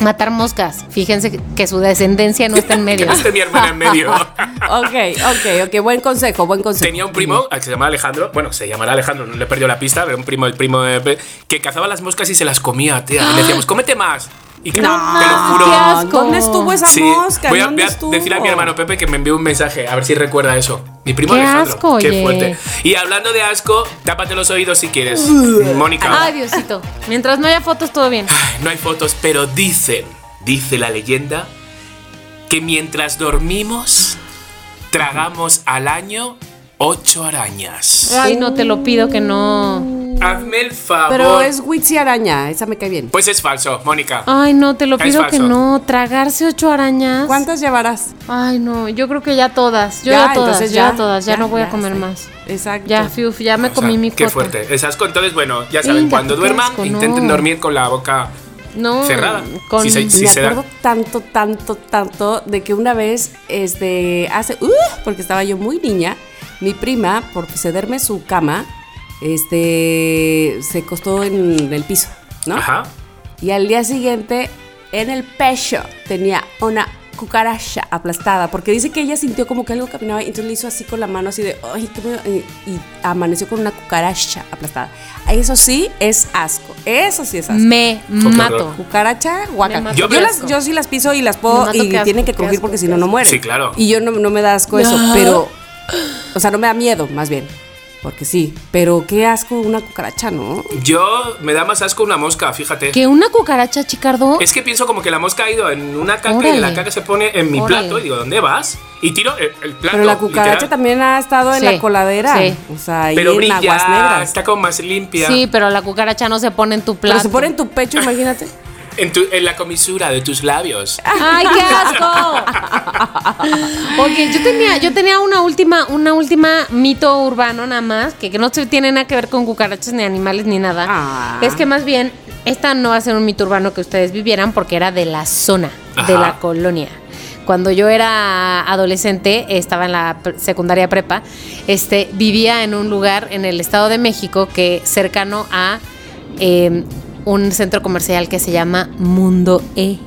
Matar moscas. Fíjense que- que su descendencia no está en medio. Este mi hermana en medio. ok, ok, ok. Buen consejo, buen consejo. Tenía un primo que se llamaba Alejandro. Bueno, se llamará Alejandro, no le perdió la pista, pero un primo, el primo de. que cazaba las moscas y se las comía, tía. Y le decíamos, cómete más. Y que no, te lo juro. qué asco. ¿Dónde estuvo esa Sí, mosca? voy a, ¿Dónde voy a estuvo? decirle a mi hermano Pepe que me envíe un mensaje, a ver si recuerda eso. Mi primo Qué Alejandro. asco, qué oye. fuerte. Y hablando de asco, tápate los oídos si quieres. Mónica. Ay, Diosito. Mientras no haya fotos, todo bien. Ay, No hay fotos, pero dicen, dice la leyenda, que mientras dormimos, tragamos al año ocho arañas. Ay, no te lo pido que no. Hazme el favor. Pero es Witsi Araña, esa me cae bien. Pues es falso, Mónica. Ay, no, te lo Es pido que falso. no. Tragarse ocho arañas. ¿Cuántas llevarás? Ay, no, yo creo que ya todas. Yo ya, todas, entonces ya, todas, ya, no voy a comer sí. más. Exacto. Ya, fiuf, ya me O sea, comí mi Qué cuota. fuerte. Es asco. Entonces, bueno, ya saben, Venga, cuando qué duerman, asco, no. intenten dormir con la boca No, cerrada. con Si se- si me se da- acuerdo tanto, tanto, tanto de que una vez, este, hace, ¡uh! porque estaba yo muy niña, mi prima, por cederme su cama, este, se acostó en el piso, ¿no? Ajá. Y al día siguiente, en el pecho, tenía una cucaracha aplastada, porque dice que ella sintió como que algo caminaba y entonces le hizo así con la mano, así de, ay, qué miedo", y, y amaneció con una cucaracha aplastada. Eso sí es asco, eso sí es asco. me horror. mato. Cucaracha, Me guaca. mato, Yo, qué las, asco. yo sí las piso y las Me puedo mato, y qué asco, tienen que qué crujir asco, porque qué si no, no asco. mueren. Sí, claro. Y yo no, no me da asco eso, pero. O sea, no me da miedo, más bien. Porque sí, pero qué asco una cucaracha, ¿no? Yo me da más asco una mosca, fíjate. Que una cucaracha, Chicardo. Es que pienso como que la mosca ha ido en una caca y Órale. la caca se pone en mi Órale. plato y digo, ¿dónde vas? Y tiro el, el plato. Pero la cucaracha literal. también ha estado en Sí, la coladera. sí. O sea, ahí Pero en brilla, aguas negras. está como más limpia. Sí, pero la cucaracha no se pone en tu plato. Pero se pone en tu pecho, imagínate. En, tu- en la comisura de tus labios. ¡Ay, qué asco! Oye, yo tenía, yo tenía una última, una última mito urbano nada más, que, que no se tiene nada que ver con cucarachas, ni animales, ni nada. Ah. Es que más bien Esta no va a ser un mito urbano que ustedes vivieran porque era de la zona, de Ajá. la colonia. Cuando yo era adolescente, estaba en la pre- secundaria prepa, este, vivía en un lugar en el Estado de México que cercano a eh, un centro comercial que se llama Mundo E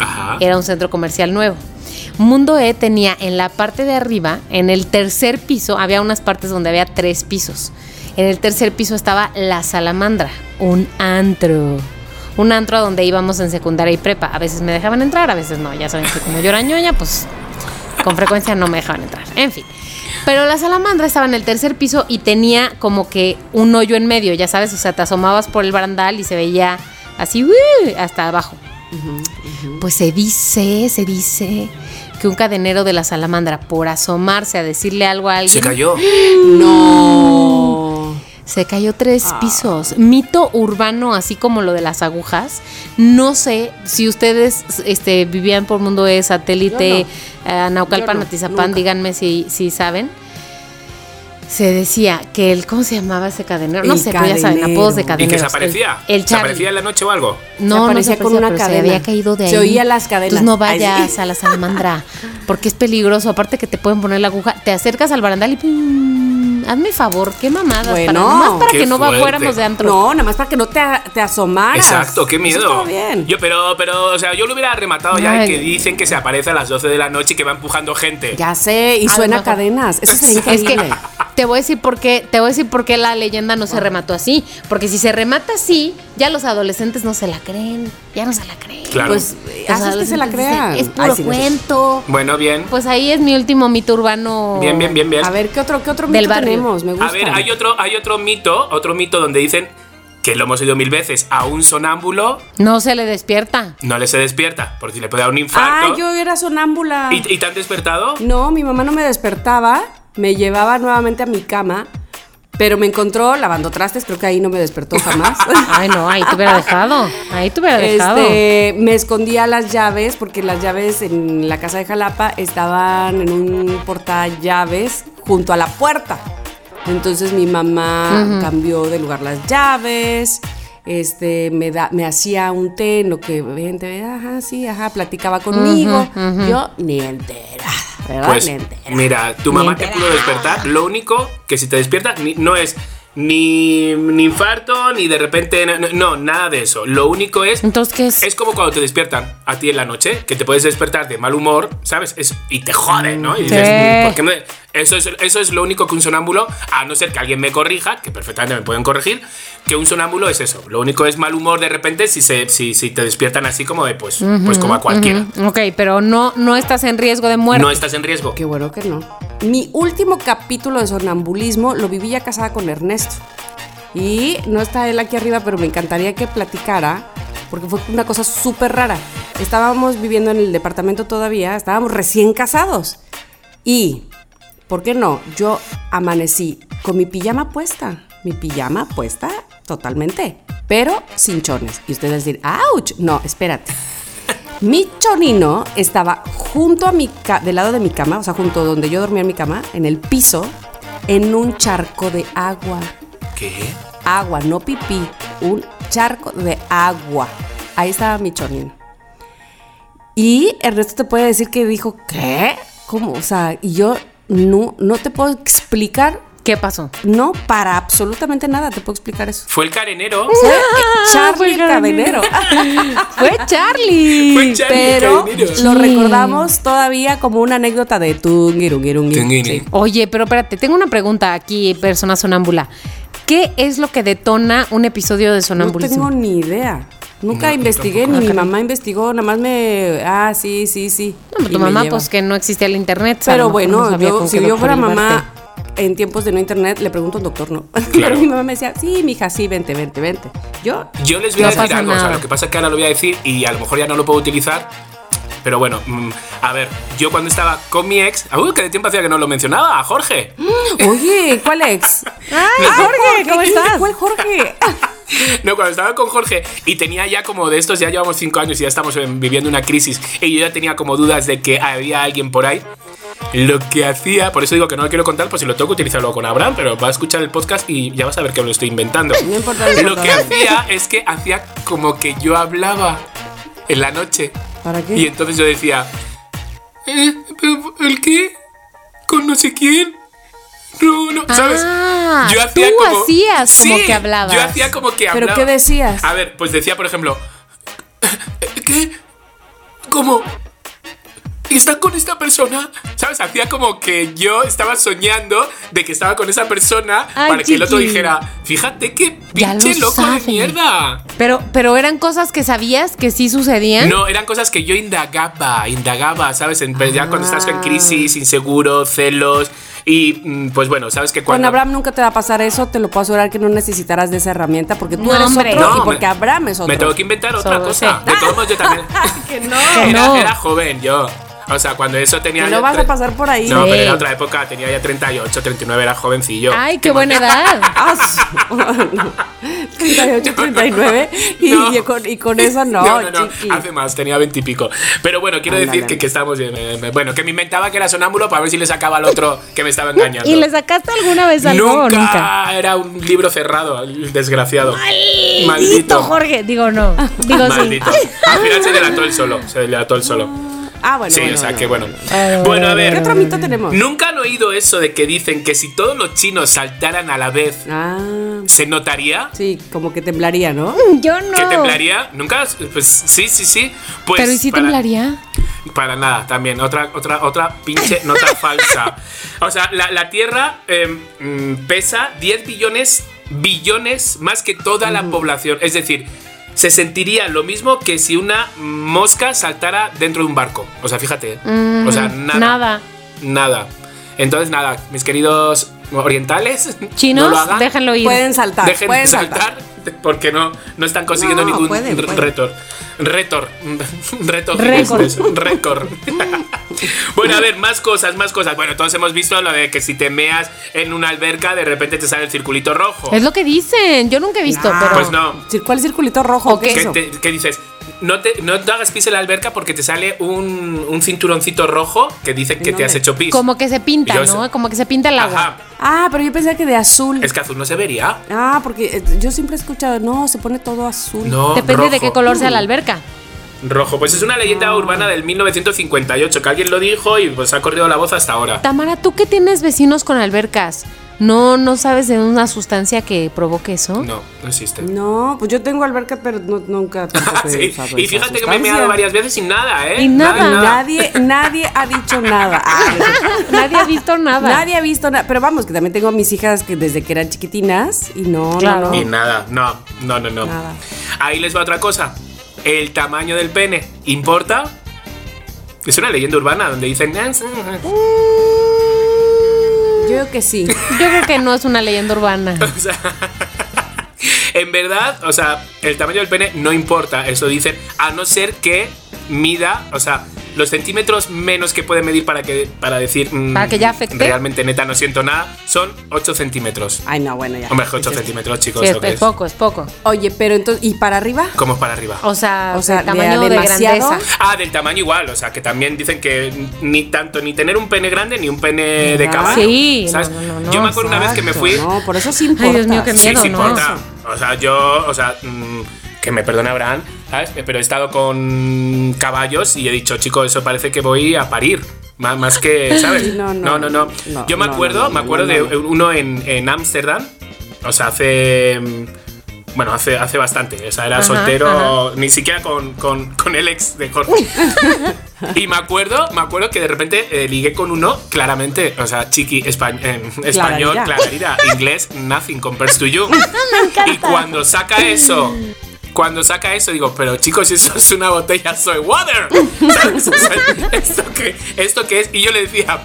Ah, Ajá. era un centro comercial nuevo. Mundo E tenía en la parte de arriba, en el tercer piso, había unas partes donde había tres pisos. En el tercer piso estaba La Salamandra, un antro. Un antro a donde íbamos en secundaria y prepa. A veces me dejaban entrar, a veces no. Ya saben que como yo era ñoña, pues con frecuencia no me dejaban entrar. En fin. Pero la salamandra estaba en el tercer piso y tenía como que un hoyo en medio, ya sabes, o sea, te asomabas por el barandal y se veía así ¡uy! hasta abajo. Pues se dice, se dice que un cadenero de la salamandra por asomarse a decirle algo a alguien Se cayó. No. se cayó tres Ah. pisos. Mito urbano, así como lo de las agujas. No sé si ustedes este, vivían por Mundo de Satélite, eh, Naucalpan, Yo no, Atizapán, nunca. díganme si, si saben. Se decía que el, ¿cómo se llamaba ese cadenero? No El sé, pero ya saben, cadenero. apodos de ¿Y ¿Y cadeneros. que se aparecía? El, el ¿Se Charlie. aparecía en la noche o algo? No, no aparecía se con una aparecía, pero se cadena. había caído de ahí. Se oía las cadenas. Entonces no Ay, sí. vayas a la salamandra, porque es peligroso. Aparte que te pueden poner la aguja, te acercas al barandal y ¡pum! hazme favor, qué mamadas. para, Bueno, nomás para qué que no fuerte. fuéramos de antro. No, nada más para que no te, te asomaras. Exacto, qué Eso miedo. estaba bien. Yo, pero, pero, o sea, yo lo hubiera rematado ya Ay. de que dicen que se aparece a las 12 de la noche y que va empujando gente. Ya sé, y A lo suena mejor. cadenas. Eso sería Es increíble. que te voy a decir por qué, te voy a decir por qué la leyenda no se remató así, porque si se remata así, ya los adolescentes no se la creen, ya no se la creen. Claro. Pues eh, Los haces que se la adolescentes crean. dicen, Es Ay, puro sí, no sé. cuento. Bueno, bien. Pues ahí es mi último mito urbano. Bien, bien, bien, bien. A ver, ¿qué otro, qué otro Del mito barrio. tenemos? Me gusta. A ver, hay otro, hay otro mito, otro mito donde dicen que lo hemos oído mil veces, a un sonámbulo No se le despierta. no le se despierta, porque si le puede dar un infarto. Ah, yo era sonámbula. ¿Y, y te han despertado? No, mi mamá no me despertaba, me llevaba nuevamente a mi cama, pero me encontró lavando trastes, creo que ahí no me despertó jamás. Ay, no, ahí te hubiera dejado. Ahí te hubiera dejado. Este, me escondía las llaves porque las llaves en la casa de Jalapa estaban en un portallaves junto a la puerta. Entonces mi mamá cambió de lugar las llaves. Este, me, da, me hacía un té en lo que, vente, ajá, sí, ajá, platicaba conmigo. Yo ni entera, ¿verdad? Pues, ni entera. mira, tu mamá te pudo despertar. Lo único que si te despiertas ni- no es ni, ni infarto, ni de repente. No, no, nada de eso. Lo único es. Entonces, ¿qué es? Es como cuando te despiertan a ti en la noche, que te puedes despertar de mal humor, ¿sabes? Es- y te jode, ¿no? Y dices, Sí. "¿Por qué me-?". eso, es, eso es lo único que un sonámbulo, a no ser que alguien me corrija, que perfectamente me pueden corregir, que un sonámbulo es eso. Lo único es mal humor de repente si, se, si, si te despiertan así como de, pues, pues como a cualquiera. Ok, pero no, no estás en riesgo de muerte. No estás en riesgo. Qué bueno que no. Mi último capítulo de sonambulismo lo viví ya casada con Ernesto. Y no está él aquí arriba, pero me encantaría que platicara, porque fue una cosa súper rara. Estábamos viviendo en el departamento todavía, estábamos recién casados. Y, ¿por qué no? Yo amanecí con mi pijama puesta. Mi pijama puesta totalmente, pero sin chones. Y ustedes decir, ¡ouch! No, espérate. Mi chonino estaba junto a mi ca- del lado de mi cama, o sea, junto donde yo dormía en mi cama, en el piso, en un charco de agua. ¿Qué? Agua, no pipí, un charco de agua. Ahí estaba mi chonino. Y Ernesto te puede decir que dijo, ¿qué? ¿Cómo? O sea, y yo no, no te puedo explicar, ¿Qué pasó? no, para absolutamente nada te puedo explicar eso. Fue el carenero. Fue Charlie fue el Cadenero. Cadenero. Fue Charlie. Fue Charlie Pero Cadenero. lo recordamos todavía como una anécdota de Tungirungirungir. Tungiri. Oye, pero espérate, tengo una pregunta aquí, persona sonámbula. ¿Qué es lo que detona un episodio de No sonambulismo? tengo ni idea. Nunca investigué, ni mi mamá investigó, nada más me... Ah, sí, sí, sí. No, pero Y tu me mamá, lleva. pues que no existía el internet. a lo Pero mejor no bueno, sabía yo- con si qué yo fuera doctor mamá llevarte. en tiempos de no internet, le pregunto al doctor, ¿no? Claro. Pero mi mamá me decía, sí, mija, sí, vente, vente, vente. Yo... Yo les voy No a decir pasa algo, o sea, nada. lo que pasa es que ahora lo voy a decir y a lo mejor ya no lo puedo utilizar. Pero bueno, mm, a ver, yo cuando estaba con mi ex, uy, que de tiempo hacía que no lo mencionaba, a Jorge. Oye, ¿cuál ex? Ay, Ah, Jorge, ¿cómo estás? ¿Cuál Jorge? No, cuando estaba con Jorge y tenía ya como de estos, ya llevamos cinco años y ya estamos en- viviendo una crisis y yo ya tenía como dudas de que había alguien por ahí. lo que hacía, por eso digo que no lo quiero contar, pues si lo tengo que utilizarlo con Abraham, pero va a escuchar el podcast y ya vas a ver que me lo estoy inventando. No importa, no Lo importa. que hacía es que hacía como que yo hablaba en la noche. ¿Para qué? Y entonces yo decía, "Eh, pero ¿el qué? ¿Con no sé quién? No, no, ¿sabes? Ah, yo hacía tú como, hacías como Sí, que hablabas. Yo hacía como que ¿Pero hablaba. qué decías? A ver, pues decía, por ejemplo, "Eh, ¿qué? ¿Cómo? ¿Están con esta persona? ¿Sabes? Hacía como que yo estaba soñando de que estaba con esa persona Ay, para que el otro chiqui. dijera, fíjate qué Ya lo pinche loco sabe. de mierda. Pero, pero eran cosas que sabías que sí ¿Eh? sucedían. No, eran cosas que yo indagaba, indagaba, ¿sabes? En, pues, Ya cuando estás Ah. en crisis, inseguro, celos y mm, pues bueno, ¿sabes que Con cuando... Abraham nunca te va a pasar eso, te lo puedo asegurar que no necesitarás de esa herramienta porque tú No, eres hombre. otro No, y porque me- Abraham es otro. Me tengo que inventar otra Solo cosa. sé. De todos modos, yo también. Que no. Era, no. era joven yo. O sea, cuando eso tenía. Que no yo vas a tre- pasar por ahí. No, Sí. pero era otra época, tenía ya 38, 39, era jovencillo. Ay, qué buena edad. Ah, su- no. 38, 39 y, No. y con, y con eso no, no, no, chiqui. hace más, tenía 20 y pico. Pero bueno, quiero Ándale, decir que, ándale. que estamos bien. eh, eh, Bueno, que me inventaba que era sonámbulo para ver si le sacaba al otro que me estaba engañando. ¿Y le sacaste alguna vez algo o nunca, nunca? era un libro cerrado, el desgraciado. Maldito, Maldito. ¡Eh! Jorge. Digo no. Digo sí. Maldito. Al final se delató el solo, se delató el solo. Ah, bueno. sí, bueno, o sea, bueno. que bueno. bueno. Bueno, a ver. ¿Qué otro mito tenemos? Nunca han oído eso de que dicen que si todos los chinos saltaran a la vez, Ah, ¿se notaría? sí, como que temblaría, ¿no? Yo no. ¿Que temblaría? ¿Nunca? Pues sí, sí, sí. Pues, pero ¿y si para- temblaría? Para nada, también. Otra, otra, otra pinche nota falsa. O sea, la, la Tierra eh, mm, pesa 10 billones, billones más que toda la población. Es decir, se sentiría lo mismo que si una mosca saltara dentro de un barco. O sea, fíjate. ¿eh? o sea, nada. Mm, nada. Nada. Entonces, nada, mis queridos orientales. no Chinos, lo hagan. déjenlo ir. Pueden saltar, Dejen pueden de saltar. saltar porque no, no están consiguiendo No, ningún pueden, r- pueden. rétor. Rétor. Rétor. Récord. Guinness. Récord. bueno, a ver, más cosas, más cosas. Bueno, todos hemos visto lo de que si te meas en una alberca, de repente te sale el circulito rojo. Es lo que dicen. Yo nunca he visto, Ah, pero. Pues no. Cir- ¿Cuál circulito rojo? ¿Qué es Ok. ¿Qué, eso? te- qué dices? No te, no te hagas pis en la alberca porque te sale un, un cinturoncito rojo que dice que te dónde? has hecho pis. Como que se pinta, Yo ¿no? sé. Como que se pinta el agua. Ajá. Ah, pero yo pensaba que de azul. Es que azul no se vería. Ah, porque eh, yo siempre he escuchado, no, se pone todo azul. No, Depende de rojo. Uh. qué color sea la alberca. Rojo, pues es una leyenda urbana del 1958 que alguien lo dijo y pues ha corrido la voz hasta ahora. Tamara, ¿tú que tienes vecinos con albercas? ¿No, ¿No sabes de una sustancia que provoque eso? No, no existe. No, pues yo tengo alberca, pero no- nunca Ah, tampoco he sí. usado Y esa fíjate que me he sustancia. meado varias veces sin nada, ¿eh? Y nada. Nadie, nadie ha dicho nada. Ah, Nadie ha visto nada. Nadie ha visto nada. Pero vamos, que también tengo a mis hijas que desde que eran chiquitinas y no, no, Claro. no, Y nada, no, no, no, no. Nada. Ahí les va otra cosa. El tamaño del pene, ¿importa? Es una leyenda urbana donde dicen... "Ah, sí, ah". Yo creo que sí. Yo creo que no es una leyenda urbana. O sea, en verdad, o sea, el tamaño del pene no importa, eso dicen, a no ser que mida, o sea, los centímetros menos que puede medir para que para decir mm, Para que ya afecte. Realmente neta no siento nada, son 8 centímetros. Ay, no, bueno, ya. Hombre, 8 Sí, sí. centímetros, chicos, Sí, es, ¿lo que es es? poco, Oh. es poco. Oye, pero entonces, ¿y para arriba? Como es para arriba. O sea, O sea, de tamaño de de, demasiado. grandeza. Ah, del tamaño igual, o sea, que también dicen que ni tanto ni tener un pene grande ni un pene de Ah, caballo. sí, ¿sabes? no, no, no, Yo me acuerdo una vez que me fui No, por eso sí importa. Dios mío, qué miedo. sí, sí ¿no? importa. O sea, yo, o sea, mm, que me perdone Abraham, ¿sabes? Pero he estado con caballos y he dicho, chico, eso parece que voy a parir. Má- Más, que, ¿sabes? No, no, no, no, no. no, Yo me no, acuerdo, no, no, me acuerdo no, no, de uno en en Ámsterdam. o sea, hace. mm, Bueno, hace, hace bastante. O sea, era Ajá, soltero, ni siquiera con, con, con el ex de Jorge. y me acuerdo, me acuerdo que de repente eh, ligué con uno, claramente. O sea, chiqui, españ- em, español, Claridad. claro vida, inglés, nothing compares to you. Y cuando saca eso, cuando saca eso, digo, pero chicos, eso es una botella soy water. ¿Sabes? O sea, ¿Esto que esto qué es? Y yo le decía,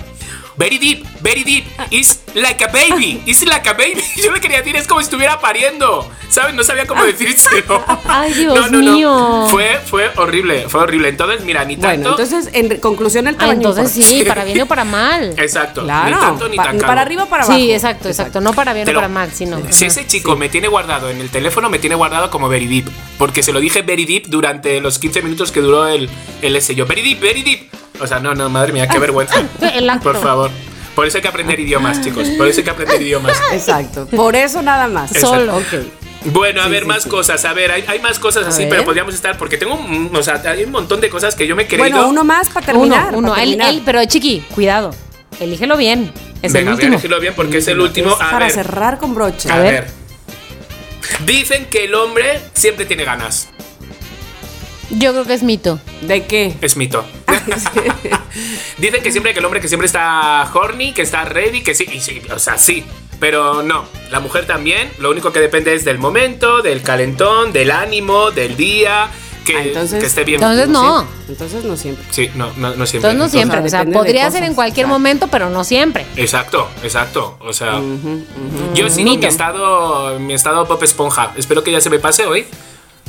very deep, very deep, it's like a baby, it's like a baby. Yo le quería decir, es como si estuviera pariendo, ¿sabes? No sabía cómo decírselo. Ah. Ay, Dios mío. Fue, fue horrible, fue horrible. Entonces, mira, ni tanto. Bueno, entonces, en conclusión, el Ah, tamaño entonces importa. sí, para bien o para mal. Exacto, Claro, ni tanto ni pa- tan calvo. para arriba o para abajo. Sí, exacto, exacto. No para bien Pero- o para mal, sino. Si ese chico me tiene guardado en el teléfono, me tiene guardado como Very Deep. Porque se lo dije Very Deep durante los 15 minutos que duró el, el ese. Yo, Very Deep, Very Deep. O sea, no, no, madre mía, qué vergüenza. El acto. Por favor. Por eso hay que aprender idiomas, chicos. Por eso hay que aprender idiomas. Exacto. Por eso nada más. Exacto. Solo. Ok. Bueno, a Sí, ver, sí, más sí. cosas. A ver, hay, hay más cosas así, ver. pero podríamos estar. Porque tengo. un- O sea, hay un montón de cosas que yo me he querido. Bueno, uno más para Uno, terminar. uno. para Él, terminar. él, pero chiqui, cuidado. Elígelo bien. Es Venga, el voy a último. elegirlo bien porque es el último. Es A para ver, Ah. cerrar con broche. a A ver. ver. Dicen que el hombre siempre tiene ganas. Yo creo que es mito. ¿De qué? Es mito. Dicen que siempre que el hombre que siempre está horny, que está ready, que sí, y sí, o sea, sí. Pero no, la mujer también, lo único que depende es del momento, del calentón, del ánimo, del día, que, Ah, entonces- que esté bien. Entonces no. siempre. Entonces no siempre. Sí, no, no, no siempre. Entonces no siempre. O sea, depende de podría ser cosas, en cualquier claro. momento, pero no siempre. Exacto, exacto. O sea, yo sigo en mi estado, en mi estado Pop Esponja. Espero que ya se me pase hoy.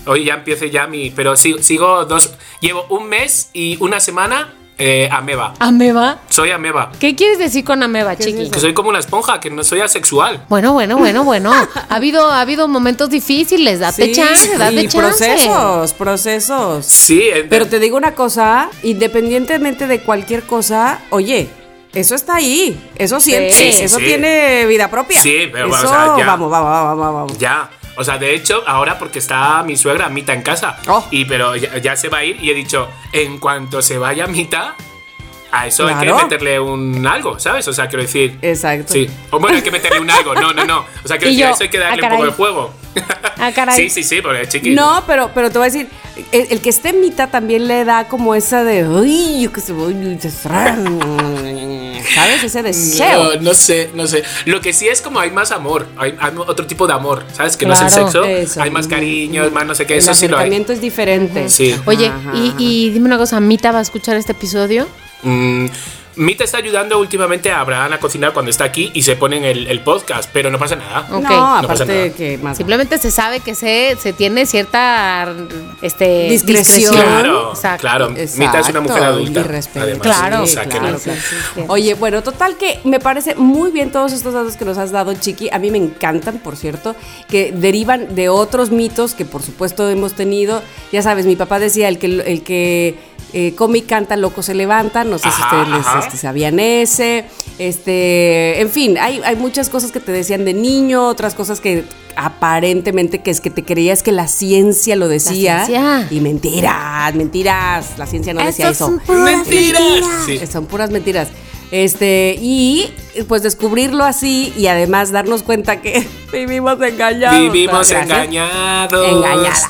Hoy ya empiece ya mi. Pero sigo, sigo dos. Llevo un mes y una semana eh, ameba. ¿Ameba? Soy ameba. ¿Qué quieres decir con ameba, chiqui? Que soy como una esponja, que no soy asexual. Bueno, bueno, bueno, bueno. Ha habido, ha habido momentos difíciles. Date Sí, chance, date y chance. procesos, procesos. Sí, eh, Pero te digo una cosa, independientemente de cualquier cosa, oye, eso está ahí, eso siente, Sí, sí, eso sí. tiene vida propia. Sí, pero, o eso, sea, ya. vamos, vamos, vamos, vamos. ya. O sea, de hecho, ahora porque está mi suegra Mita en casa. Oh. Y pero ya, ya se va a ir y he dicho, en cuanto se vaya Mita, a eso hay que Claro. meterle un algo, ¿sabes? O sea, quiero decir. Exacto. Sí. O bueno, hay que meterle un algo. No, no, no. O sea, quiero Y decir, a yo, eso hay que ah, darle un caray. poco de juego. Ah, caray. Sí, sí, sí, porque chiqui. No, pero, pero te voy a decir, el, el que esté en mitad también le da como esa de, uy, yo qué sé, uy, se- ¿sabes? Ese deseo. Mm, No, no sé, no sé. Lo que sí es como hay más amor, hay, hay otro tipo de amor, ¿sabes? Que no es el Claro, sexo, eso. hay más cariño, más no sé qué, eso el sí lo hay. acercamiento es diferente. Sí. Oye, Ajá, y, ajá. y dime una cosa, ¿Mita va a escuchar este episodio? Mm, Mita está ayudando últimamente a Abraham a cocinar cuando está aquí y se ponen el, el podcast, pero no pasa nada. Ok. No No, pasa aparte nada. que más. Simplemente se sabe que se, se tiene cierta este, Discreción. Claro, Exacto. claro. Mita es una mujer Exacto, adulta. y respeto. además. Claro, O sea, que claro, no- claro. sí. Oye, bueno, total que me parece muy bien todos estos datos que nos has dado, Chiqui. A mí me encantan, por cierto, que derivan de otros mitos que por supuesto hemos tenido. Ya sabes, mi papá decía, el que, el que eh, come y canta, loco se levanta. No sé si Ajá, ustedes les, ajá. este, sabían ese. Este, en fin, hay, hay muchas cosas que te decían de niño, otras cosas que aparentemente que es que te creías que la ciencia lo decía. ciencia. Y mentiras, mentiras. La ciencia no decía Esas eso. son puras Mentiras. mentiras. Sí. Son puras mentiras. Este, y pues descubrirlo así y además darnos cuenta que vivimos engañados. Vivimos Gracias. engañados. Engañadas.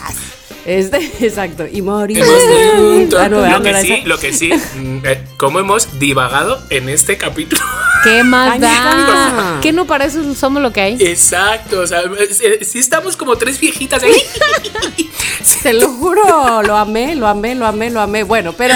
Este, exacto. Y morimos. Hemos vivido- Ah, no, ah, lo no que era sí, esa. lo que sí, mm, eh, cómo hemos divagado en este capítulo. ¿Qué más Ay, da? mira. ¿Qué no parece somos lo que Eh. hay? Exacto, o sea, si estamos como tres viejitas ahí. Te lo juro, lo amé, lo amé, lo amé, lo amé. Bueno, pero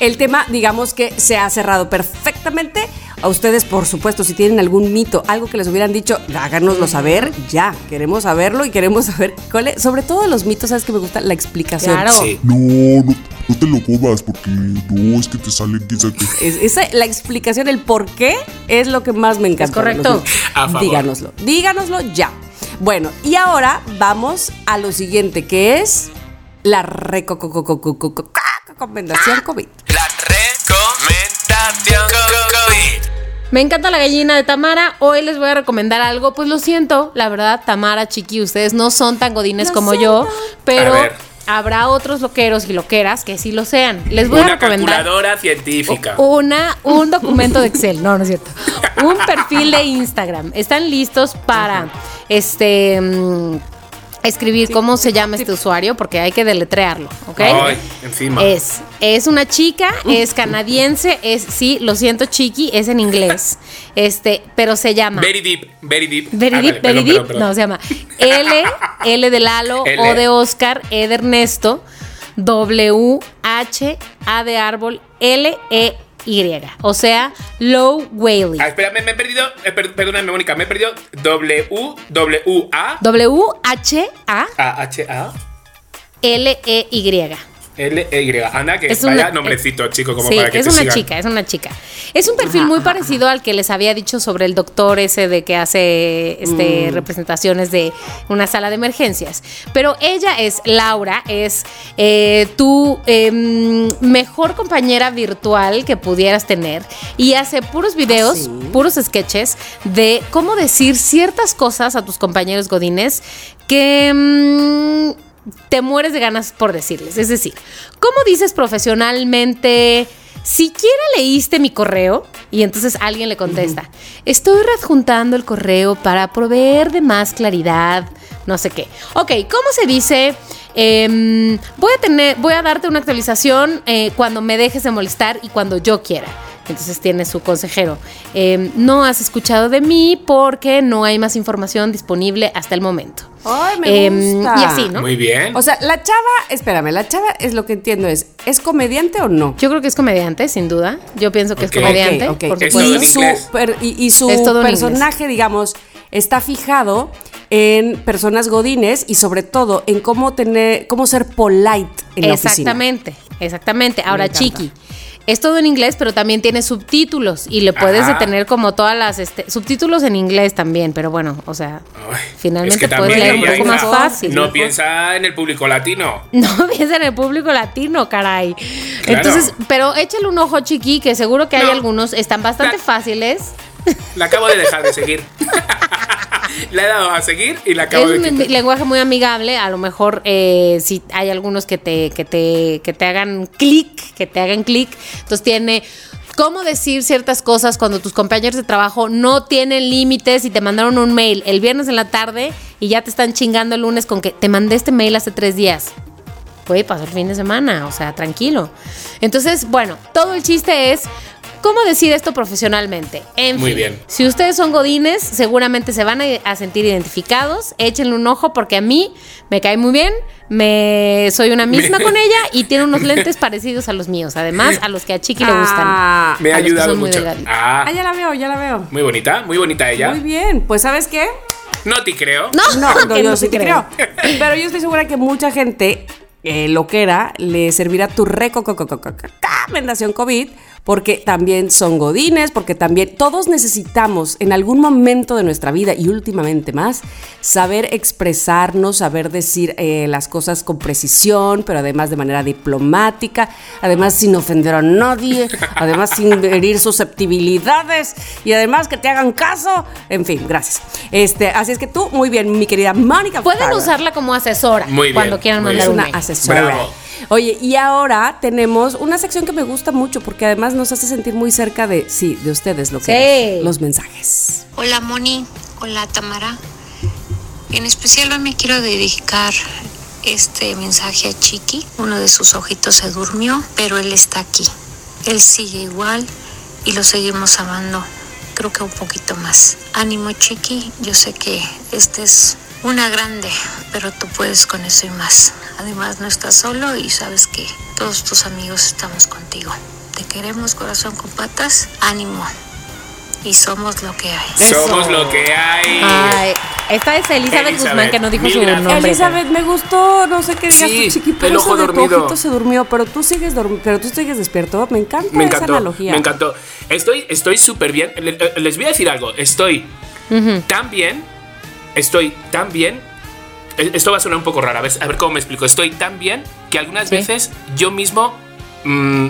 el tema, digamos que se ha cerrado perfectamente. A ustedes, por supuesto, si tienen algún mito, algo que les hubieran dicho, háganoslo saber ya. Queremos saberlo y queremos saber cuál es. Sobre todo de los mitos, ¿sabes que me gusta? La explicación. Claro. Sí. No, no, no te lo comas porque no es que te salen quién sabe qué. Es- esa- la explicación, el por qué, es lo que más me encanta. Es correcto. de los niños. A favor. Díganoslo. Díganoslo ya. Bueno, y ahora vamos a lo siguiente, que es la recomendación COVID. La recomendación Me encanta la gallina de Tamara. Hoy les voy a recomendar algo. Pues lo siento, la verdad, Tamara, Chiqui, ustedes no son tan godines como yo, pero A ver. habrá otros loqueros y loqueras que sí lo sean. Les voy a Una recomendar. Oh, calculadora científica. Una, un documento de Excel, no, no es cierto. Un perfil de Instagram. Están listos para este mm, escribir cómo se llama este usuario, porque hay que deletrearlo, ¿ok? Ay, encima. Es, es una chica, es canadiense, es, sí, lo siento, chiqui, es en inglés. Este, pero se llama. Very deep, very deep. Very Ah, deep, vale, very perdón, deep. perdón, perdón. No, se llama L, L de Lalo, L. O de Oscar, E de Ernesto, W, H, A de árbol, L, E, Y. O sea, Low Whaley. Ah, espérame, me he perdido. eh, per- perdóname, Mónica, me he perdido W, W, A, W, H, A, A, H, A. L, E, Y. L-E-Y. Anda, que Es vaya una- eh, nombrecito, chico, como Sí, para que es te una sigan. chica, es una chica. Es un perfil muy parecido al que les había dicho sobre el doctor ese de que hace Mm. este, representaciones de una sala de emergencias. Pero ella es Laura, es eh, tu em, mejor compañera virtual que pudieras tener y hace puros Ah, videos, puros sketches de cómo decir ciertas cosas a tus compañeros godines que... mm, te mueres de ganas por decirles. Es decir, ¿cómo dices profesionalmente? Siquiera leíste mi correo y entonces alguien le contesta, estoy readjuntando el correo para proveer de más claridad, no sé qué. Ok, ¿cómo se dice? em, voy, a tener, voy a darte una actualización eh, cuando me dejes de molestar y cuando yo quiera. Entonces tiene su consejero. em, no has escuchado de mí porque no hay más información disponible hasta el momento. Ay, me Em, gusta. Y así, ¿no? Muy bien. O sea, la chava, espérame, la chava es lo que entiendo es, ¿es comediante o no? Yo creo que es comediante, sin duda. Yo pienso que Ok. es comediante. Ok, ok. Por Es supuesto. todo y, en su inglés. per- y, y su Es todo en personaje, digamos, está fijado en personas godines y sobre todo en cómo tener, cómo ser polite en la oficina. exactamente, exactamente. Ahora, encanta. Chiqui. Es todo en inglés, pero también tiene subtítulos y le puedes Ajá. detener como todas las este, subtítulos en inglés también, pero bueno, o sea, Ay, finalmente es que puedes también leer un ella poco iba- más fácil. No piensa en el público latino. No piensa en el público latino, caray. Claro. Entonces, pero échale un ojo, Chiqui, que seguro que hay No. algunos, están bastante La- fáciles. La acabo de dejar de seguir. Le he dado a seguir y la acabo es de un quitar. lenguaje muy amigable. A lo mejor eh, si hay algunos que te, que te, que te hagan clic, que te hagan clic. Entonces tiene cómo decir ciertas cosas cuando tus compañeros de trabajo no tienen límites y te mandaron un mail el viernes en la tarde y ya te están chingando el lunes con que te mandé este mail hace tres días. Güey, pasó el fin de semana, o sea, tranquilo. Entonces, bueno, todo el chiste es cómo decir esto profesionalmente. En Muy fin, bien. si ustedes son godines, seguramente se van a, a sentir identificados. Échenle un ojo porque a mí me cae muy bien, me soy una misma con ella y tiene unos lentes parecidos a los míos, además a los que a Chiqui le gustan. Ah, Me ha a los que ayudado son muy mucho. delgaditos. Ah, ah, ya la veo, ya la veo. muy bonita, muy bonita ella. Muy bien, pues ¿sabes qué? No te creo. No, No, no, que yo no sí se te creo. creo. Pero yo estoy segura que mucha gente eh, lo que era le servirá tu recomendación COVID porque también son godines, porque también todos necesitamos en algún momento de nuestra vida y últimamente más saber expresarnos, saber decir eh, las cosas con precisión, pero además de manera diplomática, además sin ofender a nadie, además sin herir susceptibilidades y además que te hagan caso. En fin, gracias. Este, así es que tú, muy bien, mi querida Mónica. Pueden Farber. usarla como asesora Muy bien, cuando quieran muy mandar Es bien. un una mail. asesora. Bravo. Oye, y ahora tenemos una sección que me gusta mucho porque además nos hace sentir muy cerca de, sí, de ustedes lo que Sí. es, los mensajes. Hola Moni, hola Tamara. En especial hoy me quiero dedicar este mensaje a Chiqui. Uno de sus ojitos se durmió, pero él está aquí. Él sigue igual y lo seguimos amando. Creo que un poquito más. Ánimo Chiqui, yo sé que este es una grande, pero tú puedes con eso y más. Además no estás solo y sabes que todos tus amigos estamos contigo. Te queremos corazón con patas. Ánimo. Y somos lo que hay. Somos lo que hay. Ay, esta es Elizabeth, Elizabeth, Guzmán que no dijo mil su gracias. nombre. pero- Elizabeth, me gustó, no sé qué digas Sí, tu chiqui, el pero ojo eso de tu dormido. ojito se durmió, pero tú sigues dorm- pero tú sigues despierto. Me encanta me esa encantó. analogía. Me encantó. Estoy estoy súper bien. Le- le- Les, voy a decir algo. Estoy tan bien. Estoy tan bien. e- Esto va a sonar un poco raro. A ver, a ver cómo me explico. Estoy tan bien que algunas Sí. veces yo mismo mm,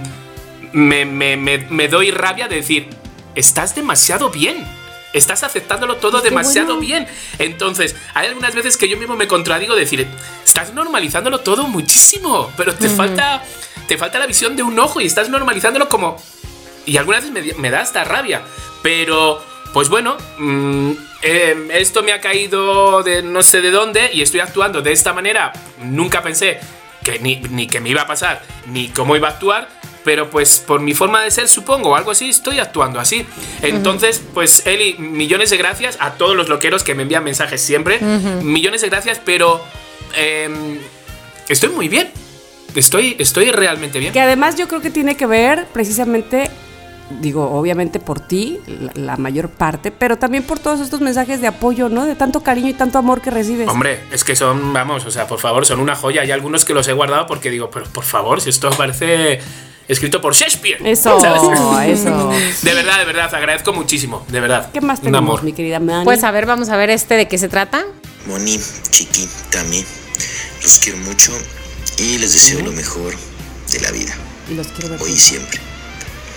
me, me- me- me doy rabia de decir, estás demasiado bien. Estás aceptándolo todo demasiado bien. Entonces, hay algunas veces que yo mismo me contradigo de decir, estás normalizándolo todo muchísimo, pero te falta te falta la visión de un ojo y estás normalizándolo como y algunas veces me, di- me da hasta rabia. Pero, pues bueno, mm, eh, esto me ha caído de no sé de dónde y estoy actuando de esta manera. Nunca pensé que ni, ni que me iba a pasar, ni cómo iba a actuar. Pero pues por mi forma de ser, supongo, o algo así, estoy actuando así. Entonces, pues Eli, millones de gracias a todos los loqueros que me envían mensajes siempre. Millones de gracias, pero em, estoy muy bien. Estoy, estoy realmente bien. Que además yo creo que tiene que ver precisamente digo, obviamente por ti, la, la mayor parte, pero también por todos estos mensajes de apoyo, ¿no? De tanto cariño y tanto amor que recibes. Hombre, es que son, vamos, o sea, por favor, son una joya. Hay algunos que los he guardado porque digo, pero por favor, si esto parece escrito por Shakespeare. Eso, ¿sabes? eso. De verdad, de verdad, agradezco muchísimo, de verdad. ¿Qué más Un tenemos, amor. mi querida Manny? Pues a ver, vamos a ver este de qué se trata. Moni, Chiqui, Tami, los quiero mucho y les deseo lo mejor de la vida, Los quiero ver. hoy y siempre.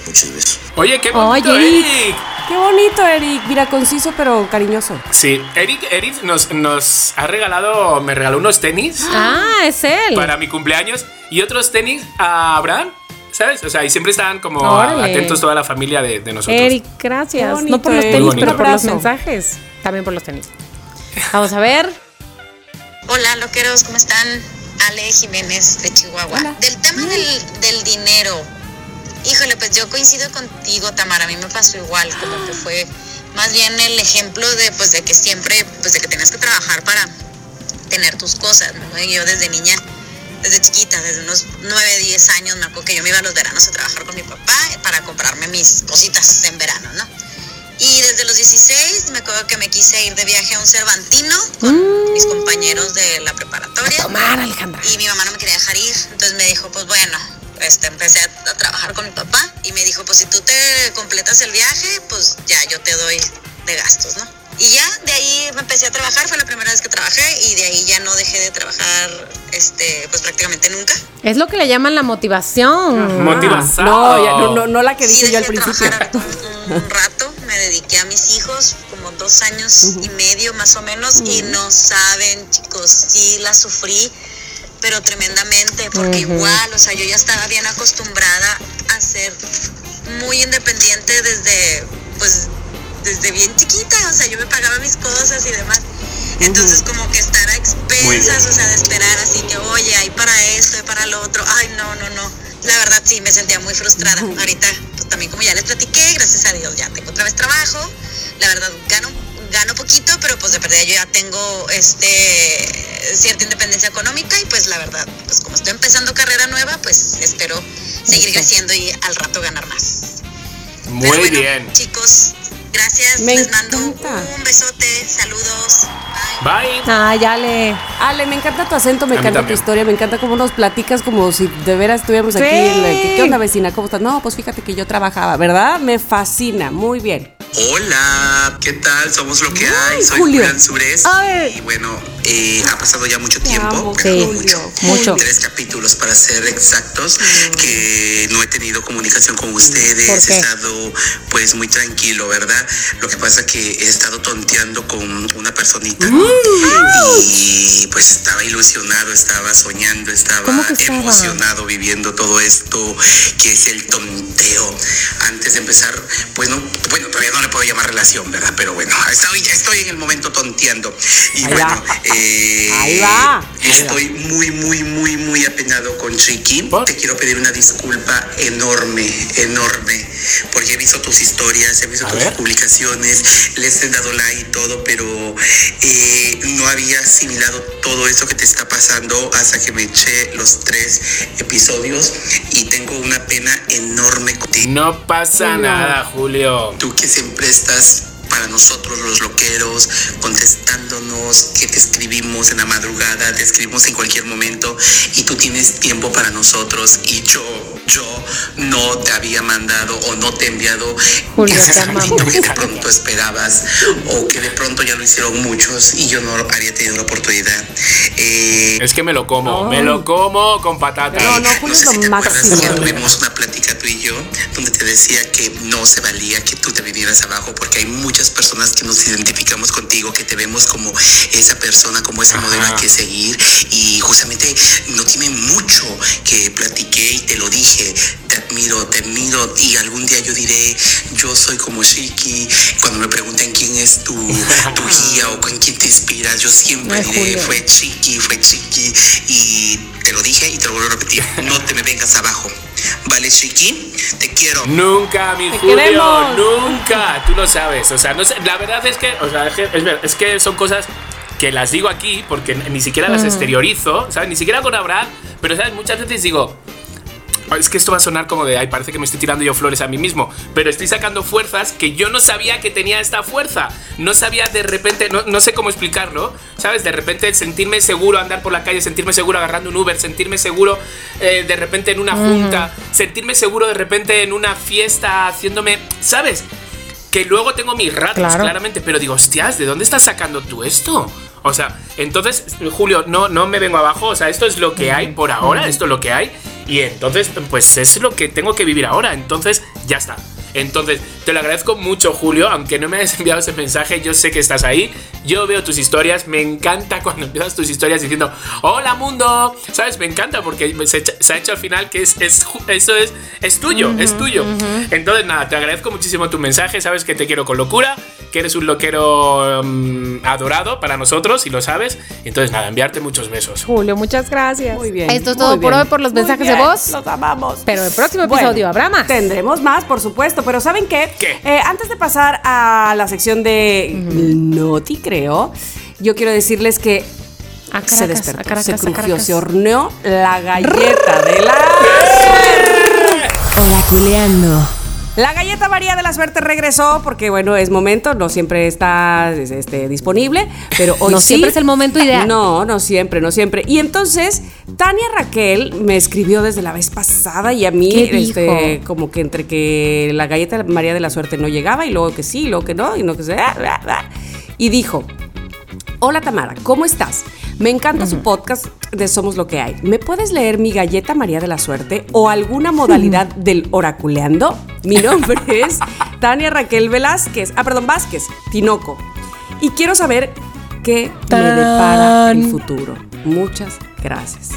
Muchos besos. Oye, qué bonito, Oye, Eric. Eric. Qué bonito, Eric. Mira, conciso pero cariñoso. Sí, Eric, Eric nos, nos ha regalado, me regaló unos tenis Ah, es él. para mi cumpleaños y otros tenis a Abraham, ¿sabes? O sea, y siempre estaban como Órale. atentos toda la familia de, de nosotros. Eric, Qué gracias. bonito, no por los Eric. tenis, Muy pero por los bonito. mensajes. También por los tenis. Vamos a ver. Hola, loqueros, ¿cómo están? Ale Jiménez de Chihuahua. Del tema del, del dinero, híjole, pues yo coincido contigo, Tamara, a mí me pasó igual, como que fue más bien el ejemplo de, pues, de que siempre, pues, de que tenías que trabajar para tener tus cosas, ¿no? Y Yo desde niña, desde chiquita, desde unos 9, 10 años, me acuerdo que yo me iba a los veranos a trabajar con mi papá para comprarme mis cositas en verano, ¿no? Y desde los 16 me acuerdo que me quise ir de viaje a un Cervantino con mis compañeros de la preparatoria. Tomar, Alejandra. Y mi mamá no me quería dejar ir, entonces me dijo, pues bueno, este, empecé a, a trabajar con mi papá y me dijo, pues si tú te completas el viaje, pues ya yo te doy de gastos, ¿no? Y ya de ahí me empecé a trabajar, fue la primera vez que trabajé y de ahí ya no dejé de trabajar, este, pues prácticamente nunca. Es lo que le llaman la Ah, motivación. Motivación. Ah. No, ya, no, no, no la que Sí, dije yo al dejé de principio. trabajar Un, un rato me dediqué a mis hijos, como dos años y medio más o menos, y no saben, chicos, sí la sufrí, pero tremendamente, porque igual, o sea, yo ya estaba bien acostumbrada a ser muy independiente desde, pues, desde bien chiquita, o sea, yo me pagaba mis cosas y demás. Entonces, como que estar a expensas, o sea, de esperar así que, oye, hay para esto, hay para lo otro. Ay, no, no, no. La verdad, sí, me sentía muy frustrada. Ahorita, pues también, como ya les platiqué, gracias a Dios, ya tengo otra vez trabajo. La verdad, gano, gano poquito, pero pues de verdad yo ya tengo este cierta independencia económica y pues la verdad, pues como estoy empezando carrera nueva, pues espero seguir creciendo y al rato ganar más. Pero Muy bueno, bien. Chicos, gracias. Me Les mando encanta. un besote. Saludos. Bye. Ah, ya le. Ale, me encanta tu acento, me A mí encanta tu también. historia, me encanta cómo nos platicas como si de veras estuviéramos Sí. aquí. ¿Qué qué onda, vecina? ¿Cómo estás? No, pues fíjate que yo trabajaba, ¿verdad? Me fascina, muy bien. Hola, ¿qué tal? Somos lo que hay. Soy Julio. Julián Sures. Ay. Y bueno, eh, ha pasado ya mucho tiempo, amo, pero no Julio, mucho. mucho. Tres capítulos para ser exactos, que no he tenido comunicación con ustedes. Mm. ¿Por qué? He estado pues muy tranquilo, ¿verdad? Lo que pasa que he estado tonteando con una personita. Mm. Y pues estaba ilusionado, estaba soñando, estaba ¿Cómo que estaba? emocionado viviendo todo esto que es el tonteo. Antes de empezar, pues no, bueno, todavía no le puedo llamar relación, ¿verdad? Pero bueno, estoy, estoy en el momento tonteando. Y Ahí bueno, va. eh, Ahí va. estoy muy, muy, muy, muy apenado con Chiqui. ¿Por? Te quiero pedir una disculpa enorme, enorme, porque he visto tus historias, he visto A tus ver. publicaciones, les he dado like y todo, pero eh, no había asimilado todo eso que te está pasando hasta que me eché los tres episodios y tengo una pena enorme contigo No pasa nada, Julio. tú que siempre estás para nosotros los loqueros, contestándonos, que te escribimos en la madrugada, te escribimos en cualquier momento y tú tienes tiempo para nosotros y yo, yo no te había mandado o no te he enviado Julio, ese te saludito amamos. que de pronto esperabas o que de pronto ya lo hicieron muchos y yo no había tenido la oportunidad. Eh, Es que me lo como, me lo como con patata. No, no, Julio es sé lo si te acuerdas, máximo. ya tuvimos una plática tú y yo donde te decía que no se valía que tú te vinieras abajo porque hay muchas personas que nos identificamos contigo, que te vemos como esa persona, como ese modelo Ajá. al que seguir y justamente no tiene mucho que platiqué y te lo dije. Te admiro, te admiro y algún día yo diré, yo soy como Shiki. Cuando me pregunten quién es tu, tu guía o con quién te inspiras, yo siempre Ay, diré, Julio. fue fue chiqui, fue chiqui y te lo dije y te lo vuelvo a repetir, no te me vengas abajo. Vale, chiqui, te quiero. Nunca, mi Te Julio, queremos. nunca. Tú lo sabes. O sea, no sé, la verdad es que, o sea, es que, es ver- es que son cosas que las digo aquí Mm. porque ni siquiera las exteriorizo, ¿sabes? Ni siquiera con Abraham, pero, ¿sabes? Muchas veces digo, Es que esto va a sonar como de, ay, parece que me estoy tirando yo flores a mí mismo, pero estoy sacando fuerzas que yo no sabía que tenía esta fuerza. No sabía de repente, no, no sé cómo explicarlo, ¿sabes? De repente sentirme seguro andar por la calle, sentirme seguro agarrando un Uber, sentirme seguro eh, de repente en una junta, sentirme seguro de repente en una fiesta, haciéndome, ¿sabes? que luego tengo mis ratos, Claro. claramente, pero digo, hostias, ¿de dónde estás sacando tú esto? O sea, entonces, Julio, no, no me vengo abajo, o sea, esto es lo que hay por ahora, esto es lo que hay, y entonces, pues es lo que tengo que vivir ahora, entonces, ya está. Entonces, te lo agradezco mucho, Julio, aunque no me hayas enviado ese mensaje, yo sé que estás ahí, yo veo tus historias, me encanta cuando empiezas tus historias diciendo, hola mundo, ¿sabes? Me encanta porque se, echa- se ha hecho al final que es, es ju- eso es, es tuyo, es tuyo. Entonces, nada, te agradezco muchísimo tu mensaje, sabes que te quiero con locura, que eres un loquero mm, adorado para nosotros, y lo sabes. Entonces, nada, enviarte muchos besos. Julio, muchas gracias. Muy bien. Esto es todo muy por bien. hoy, por los Muy mensajes de bien, voz. Los amamos. Pero el próximo Bueno, episodio habrá más. Tendremos más, por supuesto, pero ¿saben qué? ¿Qué? Eh, antes de pasar a la sección de Noti, creo, yo quiero decirles que A se Caracas, despertó, a Caracas, se a crujió, Caracas. se horneó la galleta de la Oraculeando. La galleta María de la Suerte regresó porque, bueno, es momento, no siempre está es- este, disponible, pero hoy No sí. siempre es el momento ideal. No, no siempre, no siempre. Y entonces, Tania Raquel me escribió desde la vez pasada y a mí, ¿Qué este, dijo? como que entre que la galleta María de la Suerte no llegaba y luego que sí, y luego que no, y no que se. ah, ah, ah. Y dijo, Hola Tamara, ¿cómo estás? Me encanta su podcast de Somos lo que hay. ¿Me puedes leer mi galleta María de la Suerte o alguna modalidad del oraculeando? Mi nombre es Tania Raquel Velázquez. Ah, perdón, Vázquez, Tinoco. Y quiero saber qué me depara el futuro. Muchas gracias.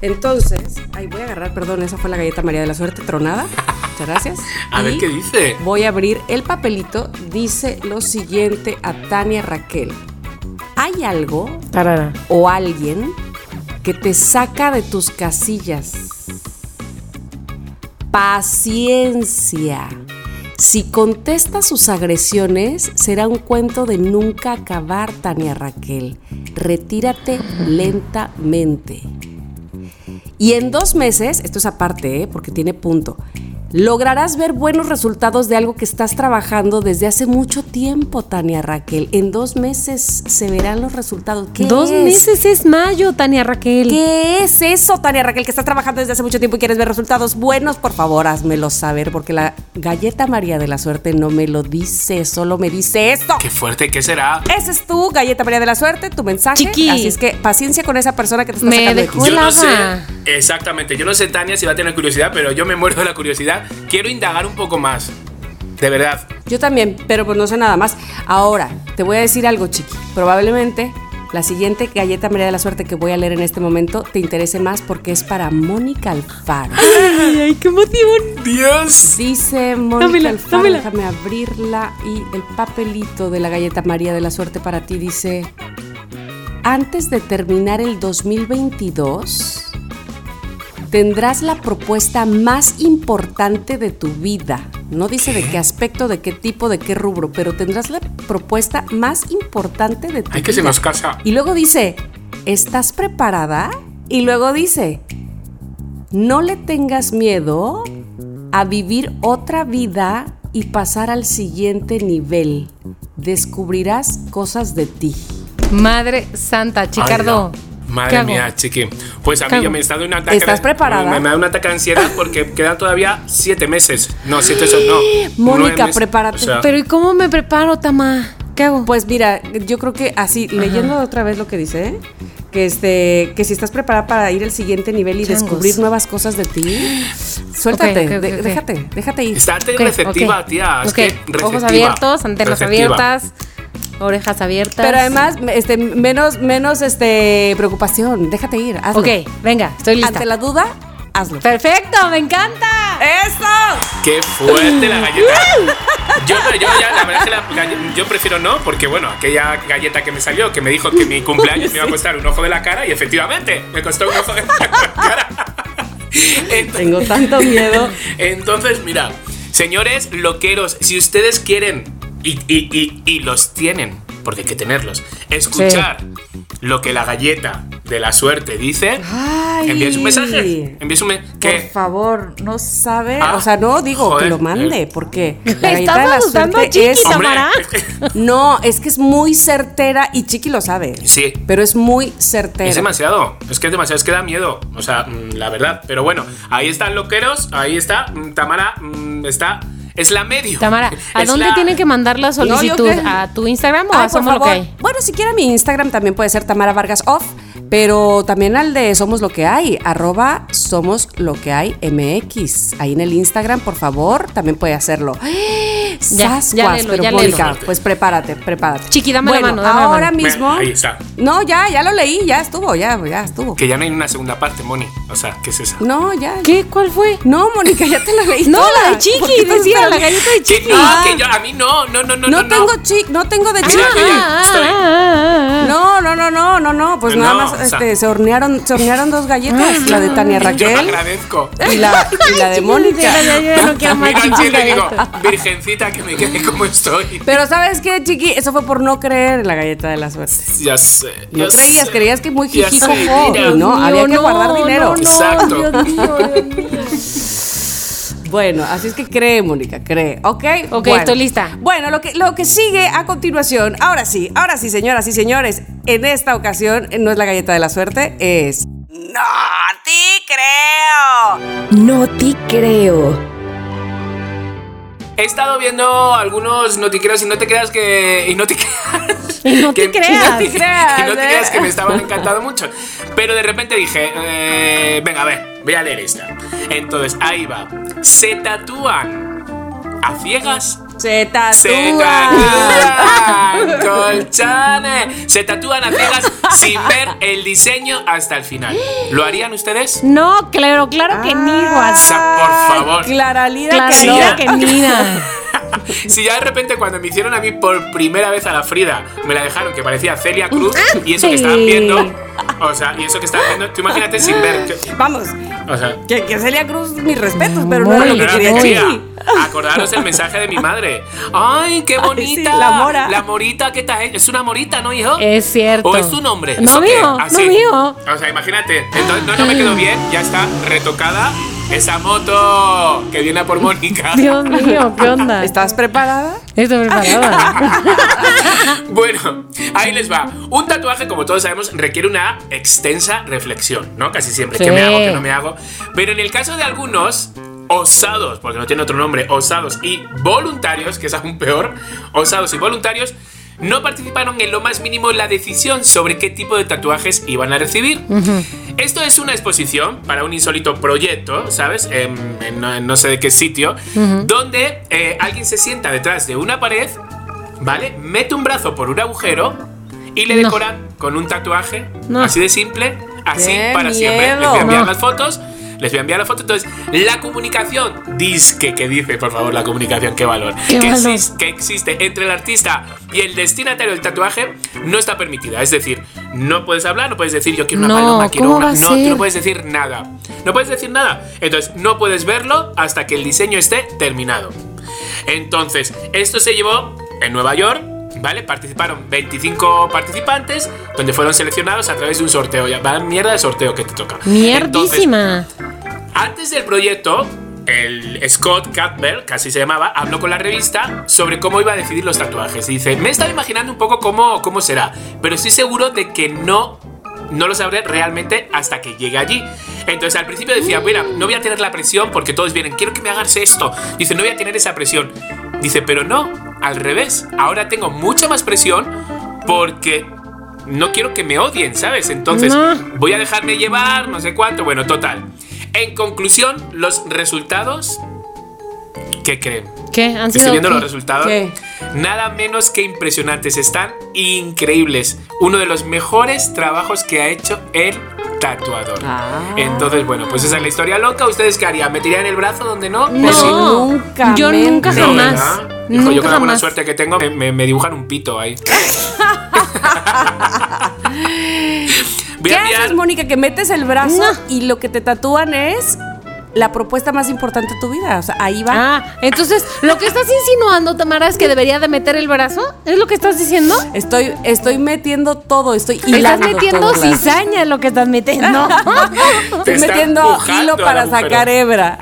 Entonces, ay, voy a agarrar, perdón, esa fue la galleta María de la Suerte tronada. Muchas gracias. A ver Y qué dice. Voy a abrir el papelito. Dice lo siguiente a Tania Raquel. ¿Hay algo Tarara. o alguien que te saca de tus casillas? Paciencia. Si contestas sus agresiones, será un cuento de nunca acabar, Tania Raquel. Retírate lentamente. Y en dos meses, esto es aparte, ¿eh? porque tiene punto, lograrás ver buenos resultados de algo que estás trabajando desde hace mucho tiempo, Tania Raquel. En dos meses se verán los resultados. ¿Qué Dos es? meses es mayo, Tania Raquel. ¿Qué es eso, Tania Raquel, que estás trabajando desde hace mucho tiempo y quieres ver resultados buenos? Por favor, házmelo saber, porque la galleta María de la Suerte no me lo dice, solo me dice eso. Qué fuerte, ¿qué será? Ese es tu galleta María de la Suerte, tu mensaje. Chiqui. Así es que paciencia con esa persona que te está Me sacando de dejó quicio. Yo no sé, Hola. exactamente, yo no sé Tania si va a tener curiosidad, pero yo me muero de la curiosidad. Quiero indagar un poco más. De verdad. Yo también, pero pues no sé nada más. Ahora, te voy a decir algo, Chiqui. Probablemente la siguiente galleta María de la Suerte que voy a leer en este momento te interese más porque es para Mónica Alfaro. Ay, ay, qué emoción. Dios. Dice Mónica Dámela, Alfaro, dámela. déjame abrirla y el papelito de la galleta María de la Suerte para ti dice, antes de terminar el 2022, tendrás la propuesta más importante de tu vida. No dice de qué aspecto, de qué tipo, de qué rubro, pero tendrás la propuesta más importante de tu Ay, vida. que se nos casa. Y luego dice, ¿estás preparada? Y luego dice, no le tengas miedo a vivir otra vida y pasar al siguiente nivel. Descubrirás cosas de ti. Madre santa, Chicardo. Ay, no. ¿qué Madre hago? mía, chiqui. Pues a ¿Qué mí ya hago? me está dando un ataque. ¿Estás de- preparada? Me, me da un ataque de ansiedad porque quedan todavía siete meses. No, siete son no. Mónica, nueve meses. prepárate. Pero ¿y cómo me preparo, Tama? ¿Qué hago? Pues mira, yo creo que así, leyendo otra vez lo que dice, ¿eh? que, este, que si estás preparada para ir al siguiente nivel y Changos. descubrir nuevas cosas de ti, suéltate, ok, ok, de- ok. déjate, déjate ir. Estate Ok, receptiva, ok, tía. Es ok. que receptiva, Ojos abiertos, antenas receptiva. abiertas, orejas abiertas. Pero además, este, menos, menos este, preocupación, déjate ir, hazlo. Ok, venga, estoy lista. Eh, Ante la duda, hazlo. Perfecto, me encanta. ¡Eso! Qué fuerte la galleta. Yo, pero yo ya, la verdad es que la galle- yo prefiero no, porque bueno, aquella galleta que me salió, que me dijo que mi cumpleaños me iba a costar un ojo de la cara, y efectivamente, me costó un ojo de la cara. Entonces- Tengo tanto miedo. Entonces, mira, señores loqueros, si ustedes quieren y, y- y- y los tienen, porque hay que tenerlos, escuchar lo que la galleta de la suerte, dice. Ay. envíes un mensaje. Envíes un mensaje. Por favor, no sabe. Ah, o sea, no digo joder, que lo mande, eh. porque la ¿Estás galleta de la asustando a suerte Chiqui, es. Tamara? No, es que es muy certera y Chiqui lo sabe. Sí. Pero es muy certera. Es demasiado, es que es demasiado, es que da miedo, o sea, mm, la verdad. Pero bueno, ahí están loqueros, ahí está, mm, Tamara mm, está, es la medio. Tamara, ¿a Es dónde la- tienen que mandar la yo solicitud? qué. ¿A tu Instagram o Ay, a por Somos Lo que favor. hay? Bueno, siquiera mi Instagram también puede ser Tamara Vargas Off, pero también al de Somos Lo que hay, arroba Somos Lo que hay MX. Ahí en el Instagram, por favor, también puede hacerlo. Ya, Sascuas, ya léelo, pero ya Mónica, léelo. pues prepárate, prepárate. Chiqui, dame la Bueno, mano, dame la ahora mano. mismo. Bueno, ahí está. No, ya, ya lo leí, ya estuvo, ya, ya estuvo. Que ya no hay una segunda parte, Moni. O sea, ¿qué es esa? No, ya. ¿Qué? ¿Cuál fue? No, Mónica, ya te la leí. No, toda. la de Chiqui, ¿Por qué estás decía, la esperando? galleta de Que no, Ah. que yo, a mí no, no, no, Ah, no. No tengo chic, no tengo de Mira, chiqui. mira, Ah, estoy- No, no, no, no, no, no. Pues Ah. No, nada más o sea- Mm. este, se, hornearon, se hornearon dos galletas, la de Tania Yo lo Raquel agradezco. y la, y la de Mónica. ah. Ya, ya, ya, ya no quiero más Mira al Chiqui cielo y digo, Gallardo. virgencita, que me quede como estoy. Pero ¿sabes qué, Chiqui? Eso fue por no creer en la galleta de la suerte. Ya sé. No ya creías, sé. creías que muy Ya jijijo. sé, mira. No, Oh, Dios había que mío, guardar no, dinero. no, Exacto. Dios mío, Dios mío. Bueno, así es que cree, Mónica, cree. ¿Ok? Ok, bueno. estoy lista. Bueno, lo que, lo que sigue a continuación, ahora sí, ahora sí, señoras y señores, en esta ocasión eh, no es la galleta de la suerte, es... ¡No te creo! No te creo. He estado viendo algunos no te creas y no te creas que. Y no te creas. Y no te creas. Y no te creas. y no te ¿eh? creas que me estaban encantando mucho. Pero de repente dije, eh, venga, a ver, voy a leer esta. Entonces, ahí va. Se tatúan a ciegas Se tatúa. se tatúan colchones. Se tatúan a ciegas sin ver el diseño hasta el final. ¿Lo harían ustedes? No, claro, claro que ni, Ah, O WhatsApp. sea, por favor. Clara Lira Claro Sí, ya. que ni. nada. Si ya de repente cuando me hicieron a mí por primera vez a la Frida, me la dejaron que parecía Celia Cruz y eso que estaban viendo. O sea, y eso que estaban viendo. Tú imagínate sin ver. que- Vamos, o sea, que, que Celia Cruz, mis respetos, pero no Muy era lo que Pero no quería era decir. Cecilia. Acordaros el mensaje de mi madre. ¡Ay, qué bonita! sí, la mora. La morita que estás. Es una morita, ¿no, hijo? Es cierto. ¿O es tu nombre? No ¿Eso qué? mío, no mío. O sea, imagínate. Entonces, no, no me quedó bien. Ya está retocada esa moto que viene a por Mónica. Dios mío, ¿qué onda? ¿Estás preparada? Estoy preparada. Bueno, ahí les va. Un tatuaje, como todos sabemos, requiere una extensa reflexión, ¿no? Casi siempre. Sí. ¿Qué me hago? ¿Qué no me hago? Pero en el caso de algunos, osados, porque no tiene otro nombre, osados y voluntarios, que es aún peor, osados y voluntarios, no participaron en lo más mínimo en la decisión sobre qué tipo de tatuajes iban a recibir. Esto es una exposición para un insólito proyecto, ¿sabes? En, en no, en no sé de qué sitio, donde eh, alguien se sienta detrás de una pared, ¿vale? Mete un brazo por un agujero y le No. decoran con un tatuaje, No. así de simple, así ¡Qué para siempre. Les miedo! voy a enviar No. las fotos. Les voy a enviar la foto. Entonces, la comunicación, disque que dice, por favor, la comunicación, qué valor, Qué que, valor. exis- que existe entre el artista y el destinatario del tatuaje, no está permitida. Es decir, no puedes hablar, no puedes decir yo quiero una No, paloma, quiero ¿cómo una. va a No, tú ser? no puedes decir nada. No puedes decir nada. Entonces, no puedes verlo hasta que el diseño esté terminado. Entonces, esto se llevó en Nueva York, ¿vale? Participaron 25 participantes, donde fueron seleccionados a través de un sorteo. Ya va mierda de sorteo que te toca. Mierdísima. Entonces, antes del proyecto, el Scott Cadwell, que así se llamaba, habló con la revista sobre cómo iba a decidir los tatuajes. Dice, me estaba imaginando un poco cómo, cómo será, pero estoy seguro de que no... No lo sabré realmente hasta que llegue allí. Entonces al principio decía, mira, no voy a tener la presión porque todos vienen, quiero que me hagas esto. Dice, no voy a tener esa presión. Dice, pero no, al revés. Ahora tengo mucha más presión porque no quiero que me odien, ¿sabes? Entonces, No. voy a dejarme llevar, no sé cuánto. Bueno, total. En conclusión, los resultados. ¿Qué creen? ¿Qué? ¿Han Estoy sido viendo qué? los resultados. ¿Qué? Nada menos que impresionantes. Están increíbles. Uno de los mejores trabajos que ha hecho el tatuador. Ah. Entonces, bueno, pues esa es la historia loca. ¿Ustedes qué harían? ¿Me tirarían el brazo donde no? ¿O No, sí? nunca, yo men. nunca No, jamás. ¿verdad? Hijo, Nunca yo con la buena jamás. suerte que tengo me, me- me dibujan un pito ahí. Voy ¿Qué a enviar- haces, Mónica? Que metes el brazo y lo que te tatúan es la propuesta más importante de tu vida. O sea, ahí va. Ah, entonces, lo que estás insinuando, Tamara, es que debería de meter el brazo. ¿Es lo que estás diciendo? Estoy, estoy metiendo todo, estoy Estás hilando metiendo todo, claro. cizaña en lo que estás metiendo. Te Estoy está metiendo empujando hilo al para agujero. sacar hebra.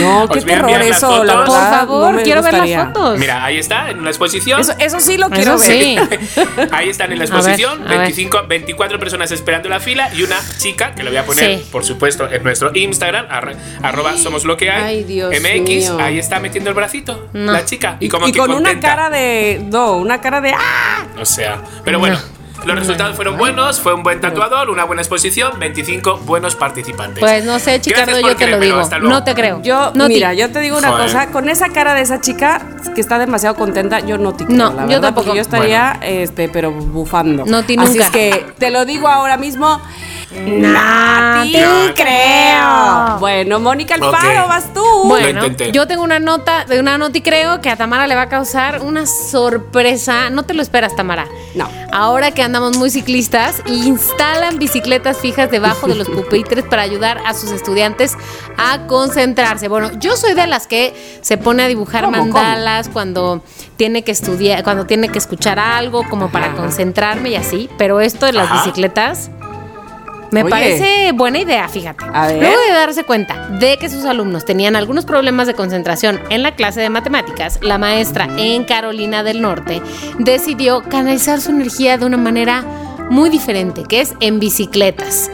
no, qué Pues vean, terror vean las eso, la verdad. fotos. Por no favor, me quiero ver gustaría. las fotos. Mira, ahí está, en la exposición. Eso, eso sí lo Eso quiero ver. sí. Ahí están en la A ver, exposición, a ver. 25, 24 personas esperando la fila y una chica que lo voy a poner, Sí. por supuesto, en nuestro Instagram, arre- arroba somos lo que hay. Ay, Dios MX, mío. ahí está metiendo el bracito, No. la chica. Y como y que con una contenta. cara de. No, una cara de. ¡Ah! O sea, pero bueno. Los resultados fueron buenos, fue un buen tatuador, una buena exposición, 25 buenos participantes. Pues no sé, Gracias Chicardo, yo por te lo creérmelo, digo. hasta luego. No te creo. Yo, no te- mira, yo te digo una Joder. cosa, con esa cara de esa chica que está demasiado contenta, yo no te creo, No, la yo verdad, tampoco. porque yo estaría, este, pero bufando. No, ti Así nunca. es que te lo digo ahora mismo. Ah, ti te- creo. Bueno, Mónica Alfaro, Ok. vas tú. Bueno, intenté. yo tengo una nota de una nota y creo que a Tamara le va a causar una sorpresa. No te lo esperas, Tamara. No. Ahora que andamos muy ciclistas, instalan bicicletas fijas debajo de los pupitres para ayudar a sus estudiantes a concentrarse. Bueno, yo soy de las que se pone a dibujar ¿Cómo, cómo? mandalas cuando tiene que estudiar, cuando tiene que escuchar algo, como para concentrarme y así. Pero esto de las Ajá. bicicletas. Me Oye. parece buena idea, fíjate. A ver. Luego de darse cuenta de que sus alumnos tenían algunos problemas de concentración en la clase de matemáticas, la maestra en Carolina del Norte decidió canalizar su energía de una manera muy diferente, que es en bicicletas.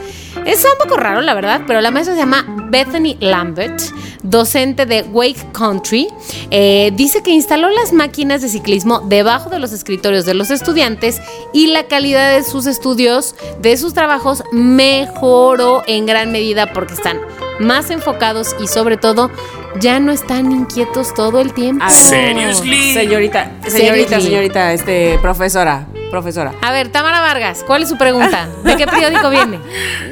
Es un poco raro, la verdad, pero la maestra se llama Bethany Lambert, docente de Wake Country. Eh, dice que instaló las máquinas de ciclismo debajo de los escritorios de los estudiantes y la calidad de sus estudios, de sus trabajos, mejoró en gran medida porque están más enfocados y sobre todo ya no están inquietos todo el tiempo. A ver. Seriously. Señorita, señorita, Seriously. señorita, este, profesora, profesora. A ver, Tamara Vargas, ¿cuál es su pregunta? ¿De qué periódico viene?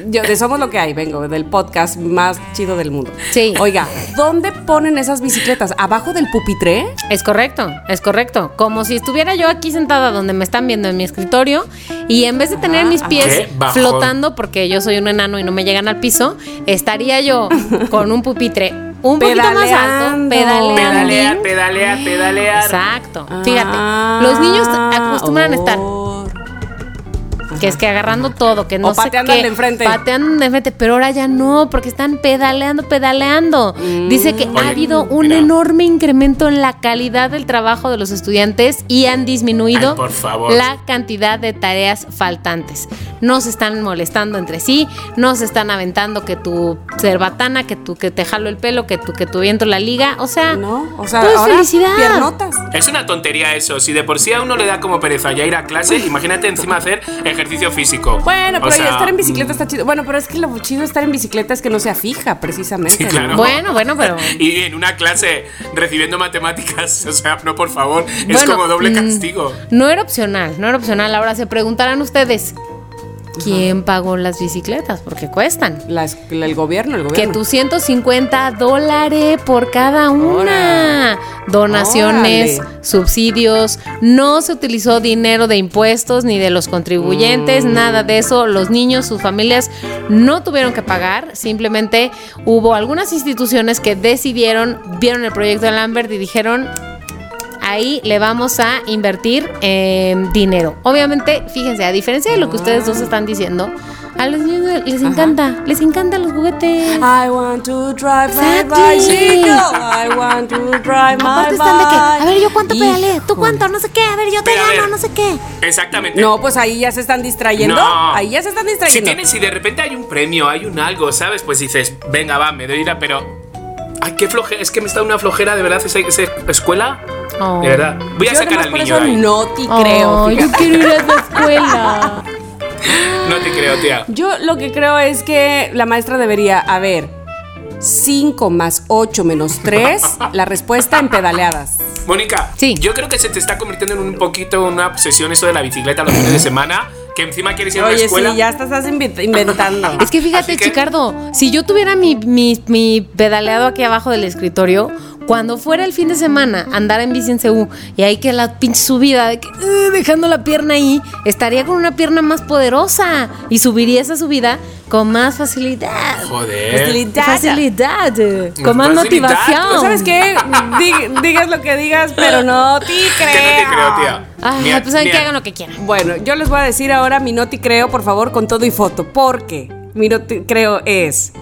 Yo de Somos lo que hay, vengo, del podcast más chido del mundo. Sí. Oiga, ¿dónde ponen esas bicicletas? ¿Abajo del pupitre? Es correcto, es correcto. Como si estuviera yo aquí sentada donde me están viendo en mi escritorio y en vez de tener mis pies Qué bajón. flotando porque yo soy un enano y no me llegan al piso, estaría yo con un pupitre un poquito más alto, Pedaleando. pedaleando. Pedalear, pedalear, pedalear. Exacto. Ah. Fíjate, los niños acostumbran Oh. a estar que es que agarrando todo, que no O sé pateando al qué, de enfrente. Pateando de enfrente, pero ahora ya no, porque están pedaleando, pedaleando. Mm. Dice que Oye, ha habido un mira. enorme incremento en la calidad del trabajo de los estudiantes y han disminuido Ay, por favor. la cantidad de tareas faltantes. No se están molestando entre sí, no se están aventando que tu cerbatana, que tu que te jalo el pelo, que tu que tu viento la liga, o sea, No, o sea, todo es ahora Ah, felicidad. piernotas. Es una tontería eso. Si de por sí a uno le da como pereza ya ir a clase, imagínate encima hacer ejercicio físico. Bueno, O pero sea, mm. estar en bicicleta está chido. Bueno, pero es que lo chido de estar en bicicleta es que no sea fija, precisamente. Sí, ¿no? claro. Bueno, bueno, pero Y en una clase recibiendo matemáticas, o sea, no por favor, es Bueno, como doble mm, castigo. No era opcional, no era opcional. Ahora se preguntarán ustedes, ¿quién pagó las bicicletas? Porque cuestan. Las- el gobierno, el Que gobierno. tus 150 dólares por cada una. Donaciones, Órale. subsidios. No se utilizó dinero de impuestos ni de los contribuyentes, Mm. nada de eso. Los niños, sus familias no tuvieron que pagar. Simplemente hubo algunas instituciones que decidieron, vieron el proyecto de Lambert y dijeron, ahí le vamos a invertir eh, dinero. Obviamente, fíjense, a diferencia de lo que ustedes Ah. dos están diciendo, a los niños les encanta, les encantan los juguetes. I want to drive my Exacto. bicycle. I want to drive my Aparte bike. están de que, a ver, yo cuánto Híjole. pedalé, tú cuánto, no sé qué, a ver, yo te Pero a gano, ver. no sé qué. Exactamente. No, pues ahí ya se están distrayendo. No. Ahí ya se están si distrayendo. tienes, si de repente hay un premio, hay un algo, ¿sabes? Pues dices, venga, va, me doy ira, pero. Ay, qué flojera. Es que me está una flojera de verdad esa, esa escuela. Oh. De verdad. Voy a Yo sacar nomás al por niño eso ahí. no te creo. Ay, fíjate. yo quiero ir a la escuela. No te creo, tía. Yo lo que creo es que la maestra debería, a ver, 5 más 8 menos 3, la respuesta en pedaleadas. Mónica, Sí. yo creo que se te está convirtiendo en un poquito una obsesión eso de la bicicleta los fines de semana, que encima quieres ir a la Oye, escuela. sí, ya estás invent- inventando. Es que fíjate, Así que- Chicardo, si yo tuviera mi, mi- mi pedaleado aquí abajo del escritorio, Cuando fuera el fin de semana andar en bici en CU y ahí que la pinche subida de que, "Ugh", dejando la pierna ahí, estaría con una pierna más poderosa y subiría esa subida con más facilidad. Joder. Facilidad. eh, Con más Facilidad. motivación. ¿Sabes qué? Di- digas lo que digas, pero no te Que no te creo, creo. tía. Ay, Ni a- pues saben ni que a- hagan lo que quieran. Bueno, yo les voy a decir ahora mi no te creo, por favor, con todo y foto. Porque mi no te creo es.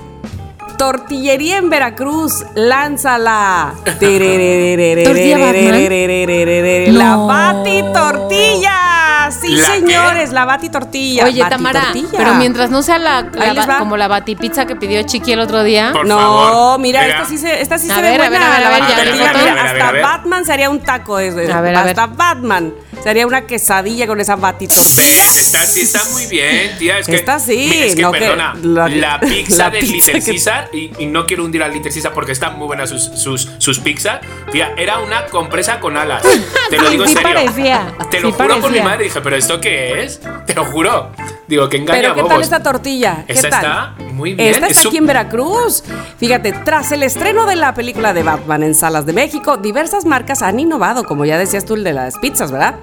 Tortillería en Veracruz, lánzala. ¿Tortilla Batman? La No. Bati Tortilla. Sí, ¿La qué? señores, la Bati Tortilla. Oye, Bati Tamara, Tortilla. pero mientras no sea la, la Ahí les ba- va. como la batipizza que pidió Chiqui el otro día. Por no, favor. mira, Mira. esta sí se, esta sí A se ver, ve a ver, buena. a ver, la a ver, Bati ya, Tortilla. ya, ya, Mira, ya, ya, hasta ya, ya. Batman sería un taco. eso. A ver, a ver. Hasta Batman sería una quesadilla con esa Bati ¿Ves? Está, sí, está muy bien, tía. Es que, Está sí, Mira, es que no que- perdona. la- la, pizza la del pizza Little que- Caesar, y, y no quiero hundir al Little Caesar porque están muy buenas sus, sus, sus pizzas. Tía, era una compresa con alas. Te lo Sí, digo en sí serio. parecía, Te lo sí juro por mi parecía. madre. Dije, ¿pero esto qué es? Te lo juro. Digo, que engaña Pero ¿qué tal bobos. esta tortilla? ¿Qué Esta tal? está muy bien. Esta Es está su- aquí en Veracruz. Fíjate, tras el estreno de la película de Batman en salas de México, diversas marcas han innovado, como ya decías tú, el de las pizzas, ¿verdad?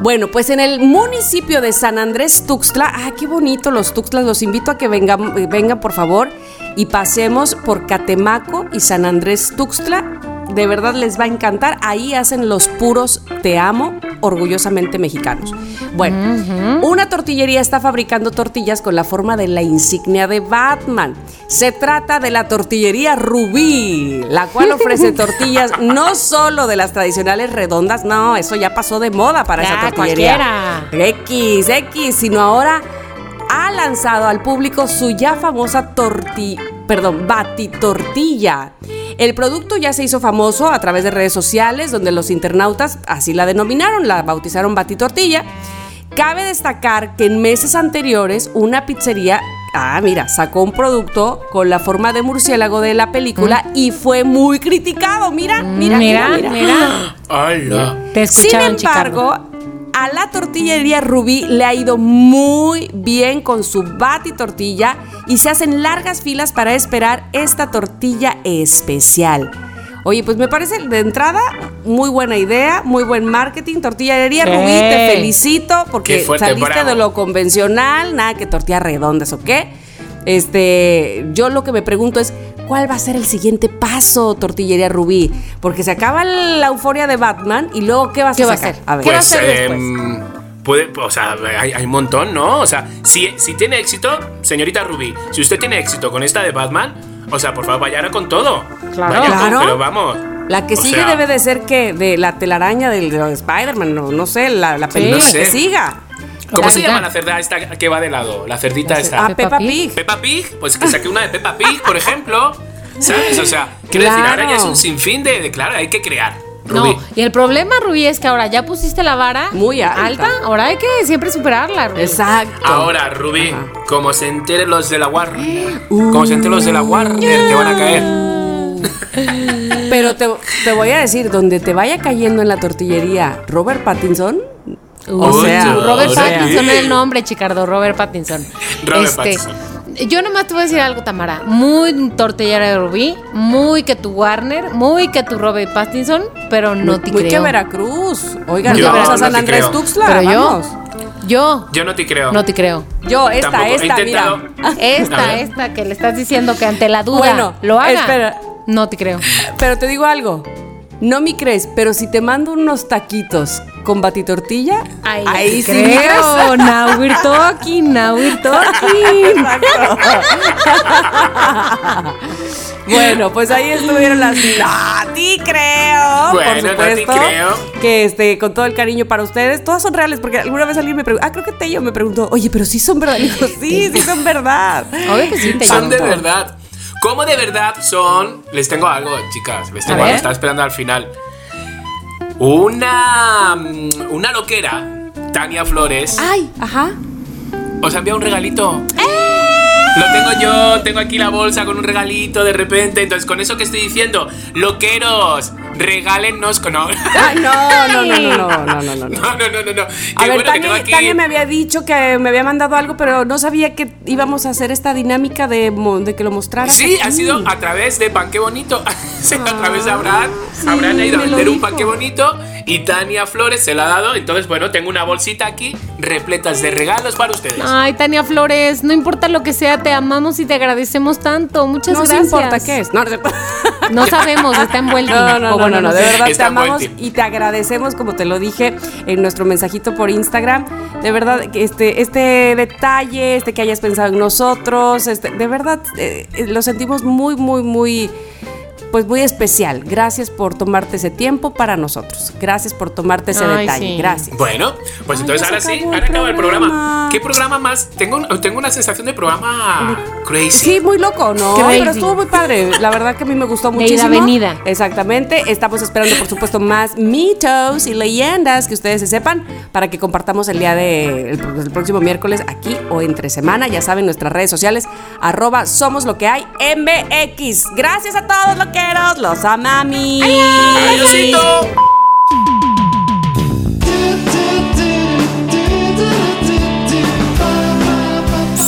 Bueno, pues en el municipio de San Andrés Tuxtla, ah, qué bonito los Tuxtlas, los invito a que vengan, eh, vengan por favor y pasemos por Catemaco y San Andrés Tuxtla. De verdad les va a encantar. Ahí hacen los puros te amo, orgullosamente mexicanos. Bueno, una tortillería está fabricando tortillas con la forma de la insignia de Batman. Se trata de la tortillería Rubí, la cual ofrece tortillas no solo de las tradicionales redondas, no, eso ya pasó de moda para Ya, esa tortillería. cualquiera. X, X, sino ahora ha lanzado al público su ya famosa torti, perdón, batitortilla. El producto ya se hizo famoso a través de redes sociales, donde los internautas así la denominaron, la bautizaron batitortilla. Cabe destacar que en meses anteriores una pizzería, ah, mira, sacó un producto con la forma de murciélago de la película y fue muy criticado. Mira, mira, mira, mira. ¡Hala! Te Sin escucharon, embargo, a la tortillería Rubí le ha ido muy bien con su bati tortilla y se hacen largas filas para esperar esta tortilla especial. Oye, pues me parece de entrada muy buena idea, muy buen marketing. Tortillería Sí. Rubí, te felicito porque Qué fuerte, saliste bravo. de lo convencional, nada que tortillas redondas o qué. Este, yo lo que me pregunto es, ¿cuál va a ser el siguiente paso, Tortillería Rubí? Porque se acaba la euforia de Batman y luego, ¿qué vas ¿Qué a va a sacar? ser? A ver. ¿Qué va a Pues, hacer después? em, puede, o sea, hay, hay un montón, ¿no? O sea, si, si tiene éxito, señorita Ruby, si usted tiene éxito con esta de Batman, o sea, por favor, vayan con todo. Claro. Vaya con- Claro. pero vamos. La que o sigue sea, debe de ser que de la telaraña del de Spider-Man, no, no sé, la, la película no sé. que siga. ¿Cómo La se vida. llama la cerda esta que va de lado? La cerdita esta. A Peppa Peppa Pig. Peppa Pig, pues que saque una de Peppa Pig, por ejemplo. ¿Sabes? O sea, quiero decir, Claro. ahora ya es un sinfín de, de- claro, hay que crear. Ruby. No, y el problema, Rubí, es que ahora ya pusiste la vara Muy alta. Ahora hay que siempre superarla, Rubí. Exacto. Ahora, Rubí, como se enteren los de la Warner, como se enteren los de la Uh. Warner, te van a caer. Pero te, te voy a decir, donde te vaya cayendo en la tortillería Robert Pattinson, o Uy, sea, no, Robert o sea, Pattinson sí. era el nombre, Chicardo, Robert Pattinson. Este, Robert Pattinson. Yo nomás te voy a decir algo, Tamara. Muy tortillera de Rubí, muy que tu Warner, muy que tu Robert Pattinson, pero no te muy que creo. Veracruz. Oigan, nos Yo vamos no a San te Andrés creo. Tuxtla, pero yo, vamos. yo Yo no te creo. no te creo. Yo, esta, Tampoco. He esta, mira. intentado- A Esta, ver. esta que le estás diciendo que ante la duda Bueno, lo haga. espera. No te creo. Pero te digo algo. No me crees, pero si te mando unos taquitos con batitortilla, Ahí, ahí sí sí me crees. creo. Now we're talking, now we're talking. Bueno, pues ahí estuvieron las No ti creo. Bueno, por no te supuesto, creo. Que este, con todo el cariño para ustedes, todas son reales, porque alguna vez alguien me preguntó, ah, creo que Tello me preguntó, oye, pero sí son verdad. Y digo, sí, sí son verdad. Obvio que sí te Son de llamo. verdad. ¿Cómo de verdad son? Les tengo algo, chicas. Les tengo A algo. ver. Estaba esperando al final. Una. mm, Una Ah. loquera, Tania Flores, Ay, ajá. ¡Eh! os ha enviado un regalito. Lo tengo yo, tengo aquí la bolsa con un regalito de repente. Entonces, con eso que estoy diciendo, loqueros, regálennos con ahora. Ah, no, no, no, no, no, no, no, no. No, no, no, no, no. A Que ver, bueno, que tengo Tania, aquí- Tania me había dicho que me había mandado algo, pero no sabía que íbamos a hacer esta dinámica de, mo- de que lo mostrara. Sí, ha sido a través de Panque Bonito. Sí, a través de Abraham. sí, Abraham ha ido a me lo vender un dijo. Panque Bonito y Tania Flores se la ha dado. Entonces, bueno, tengo una bolsita aquí repletas de regalos para ustedes. Ay, Tania Flores, no importa lo que sea, te amamos y te agradecemos tanto. Muchas No se gracias. importa qué es. No, no, No sabemos, está envuelto. no, O no, bueno, no, no, no de sé. verdad te Está amamos fuerte. y te agradecemos, como te lo dije en nuestro mensajito por Instagram. De verdad, que este, este detalle, este que hayas pensado en nosotros, este, de verdad eh, eh, lo sentimos muy, muy, muy, pues muy especial. Gracias por tomarte ese tiempo para nosotros. Gracias por tomarte ese Ay, detalle. sí. Gracias. Bueno, pues entonces ya ahora se sí, acabó ahora el acaba el programa. programa. ¿Qué programa más? Tengo, tengo una sensación de programa crazy. Sí, muy loco, ¿no? Crazy. Pero estuvo muy padre. La verdad que a mí me gustó De ida muchísimo. venida. Exactamente. Estamos esperando, por supuesto, más mitos y leyendas que ustedes se sepan para que compartamos el día de el, pr- el próximo miércoles aquí o entre semana. Ya saben, nuestras redes sociales, arroba somos lo que hay MX. Gracias a todos loqueros. Los amami. ¡Adiósito!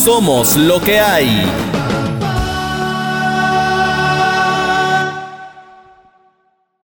Somos lo que hay.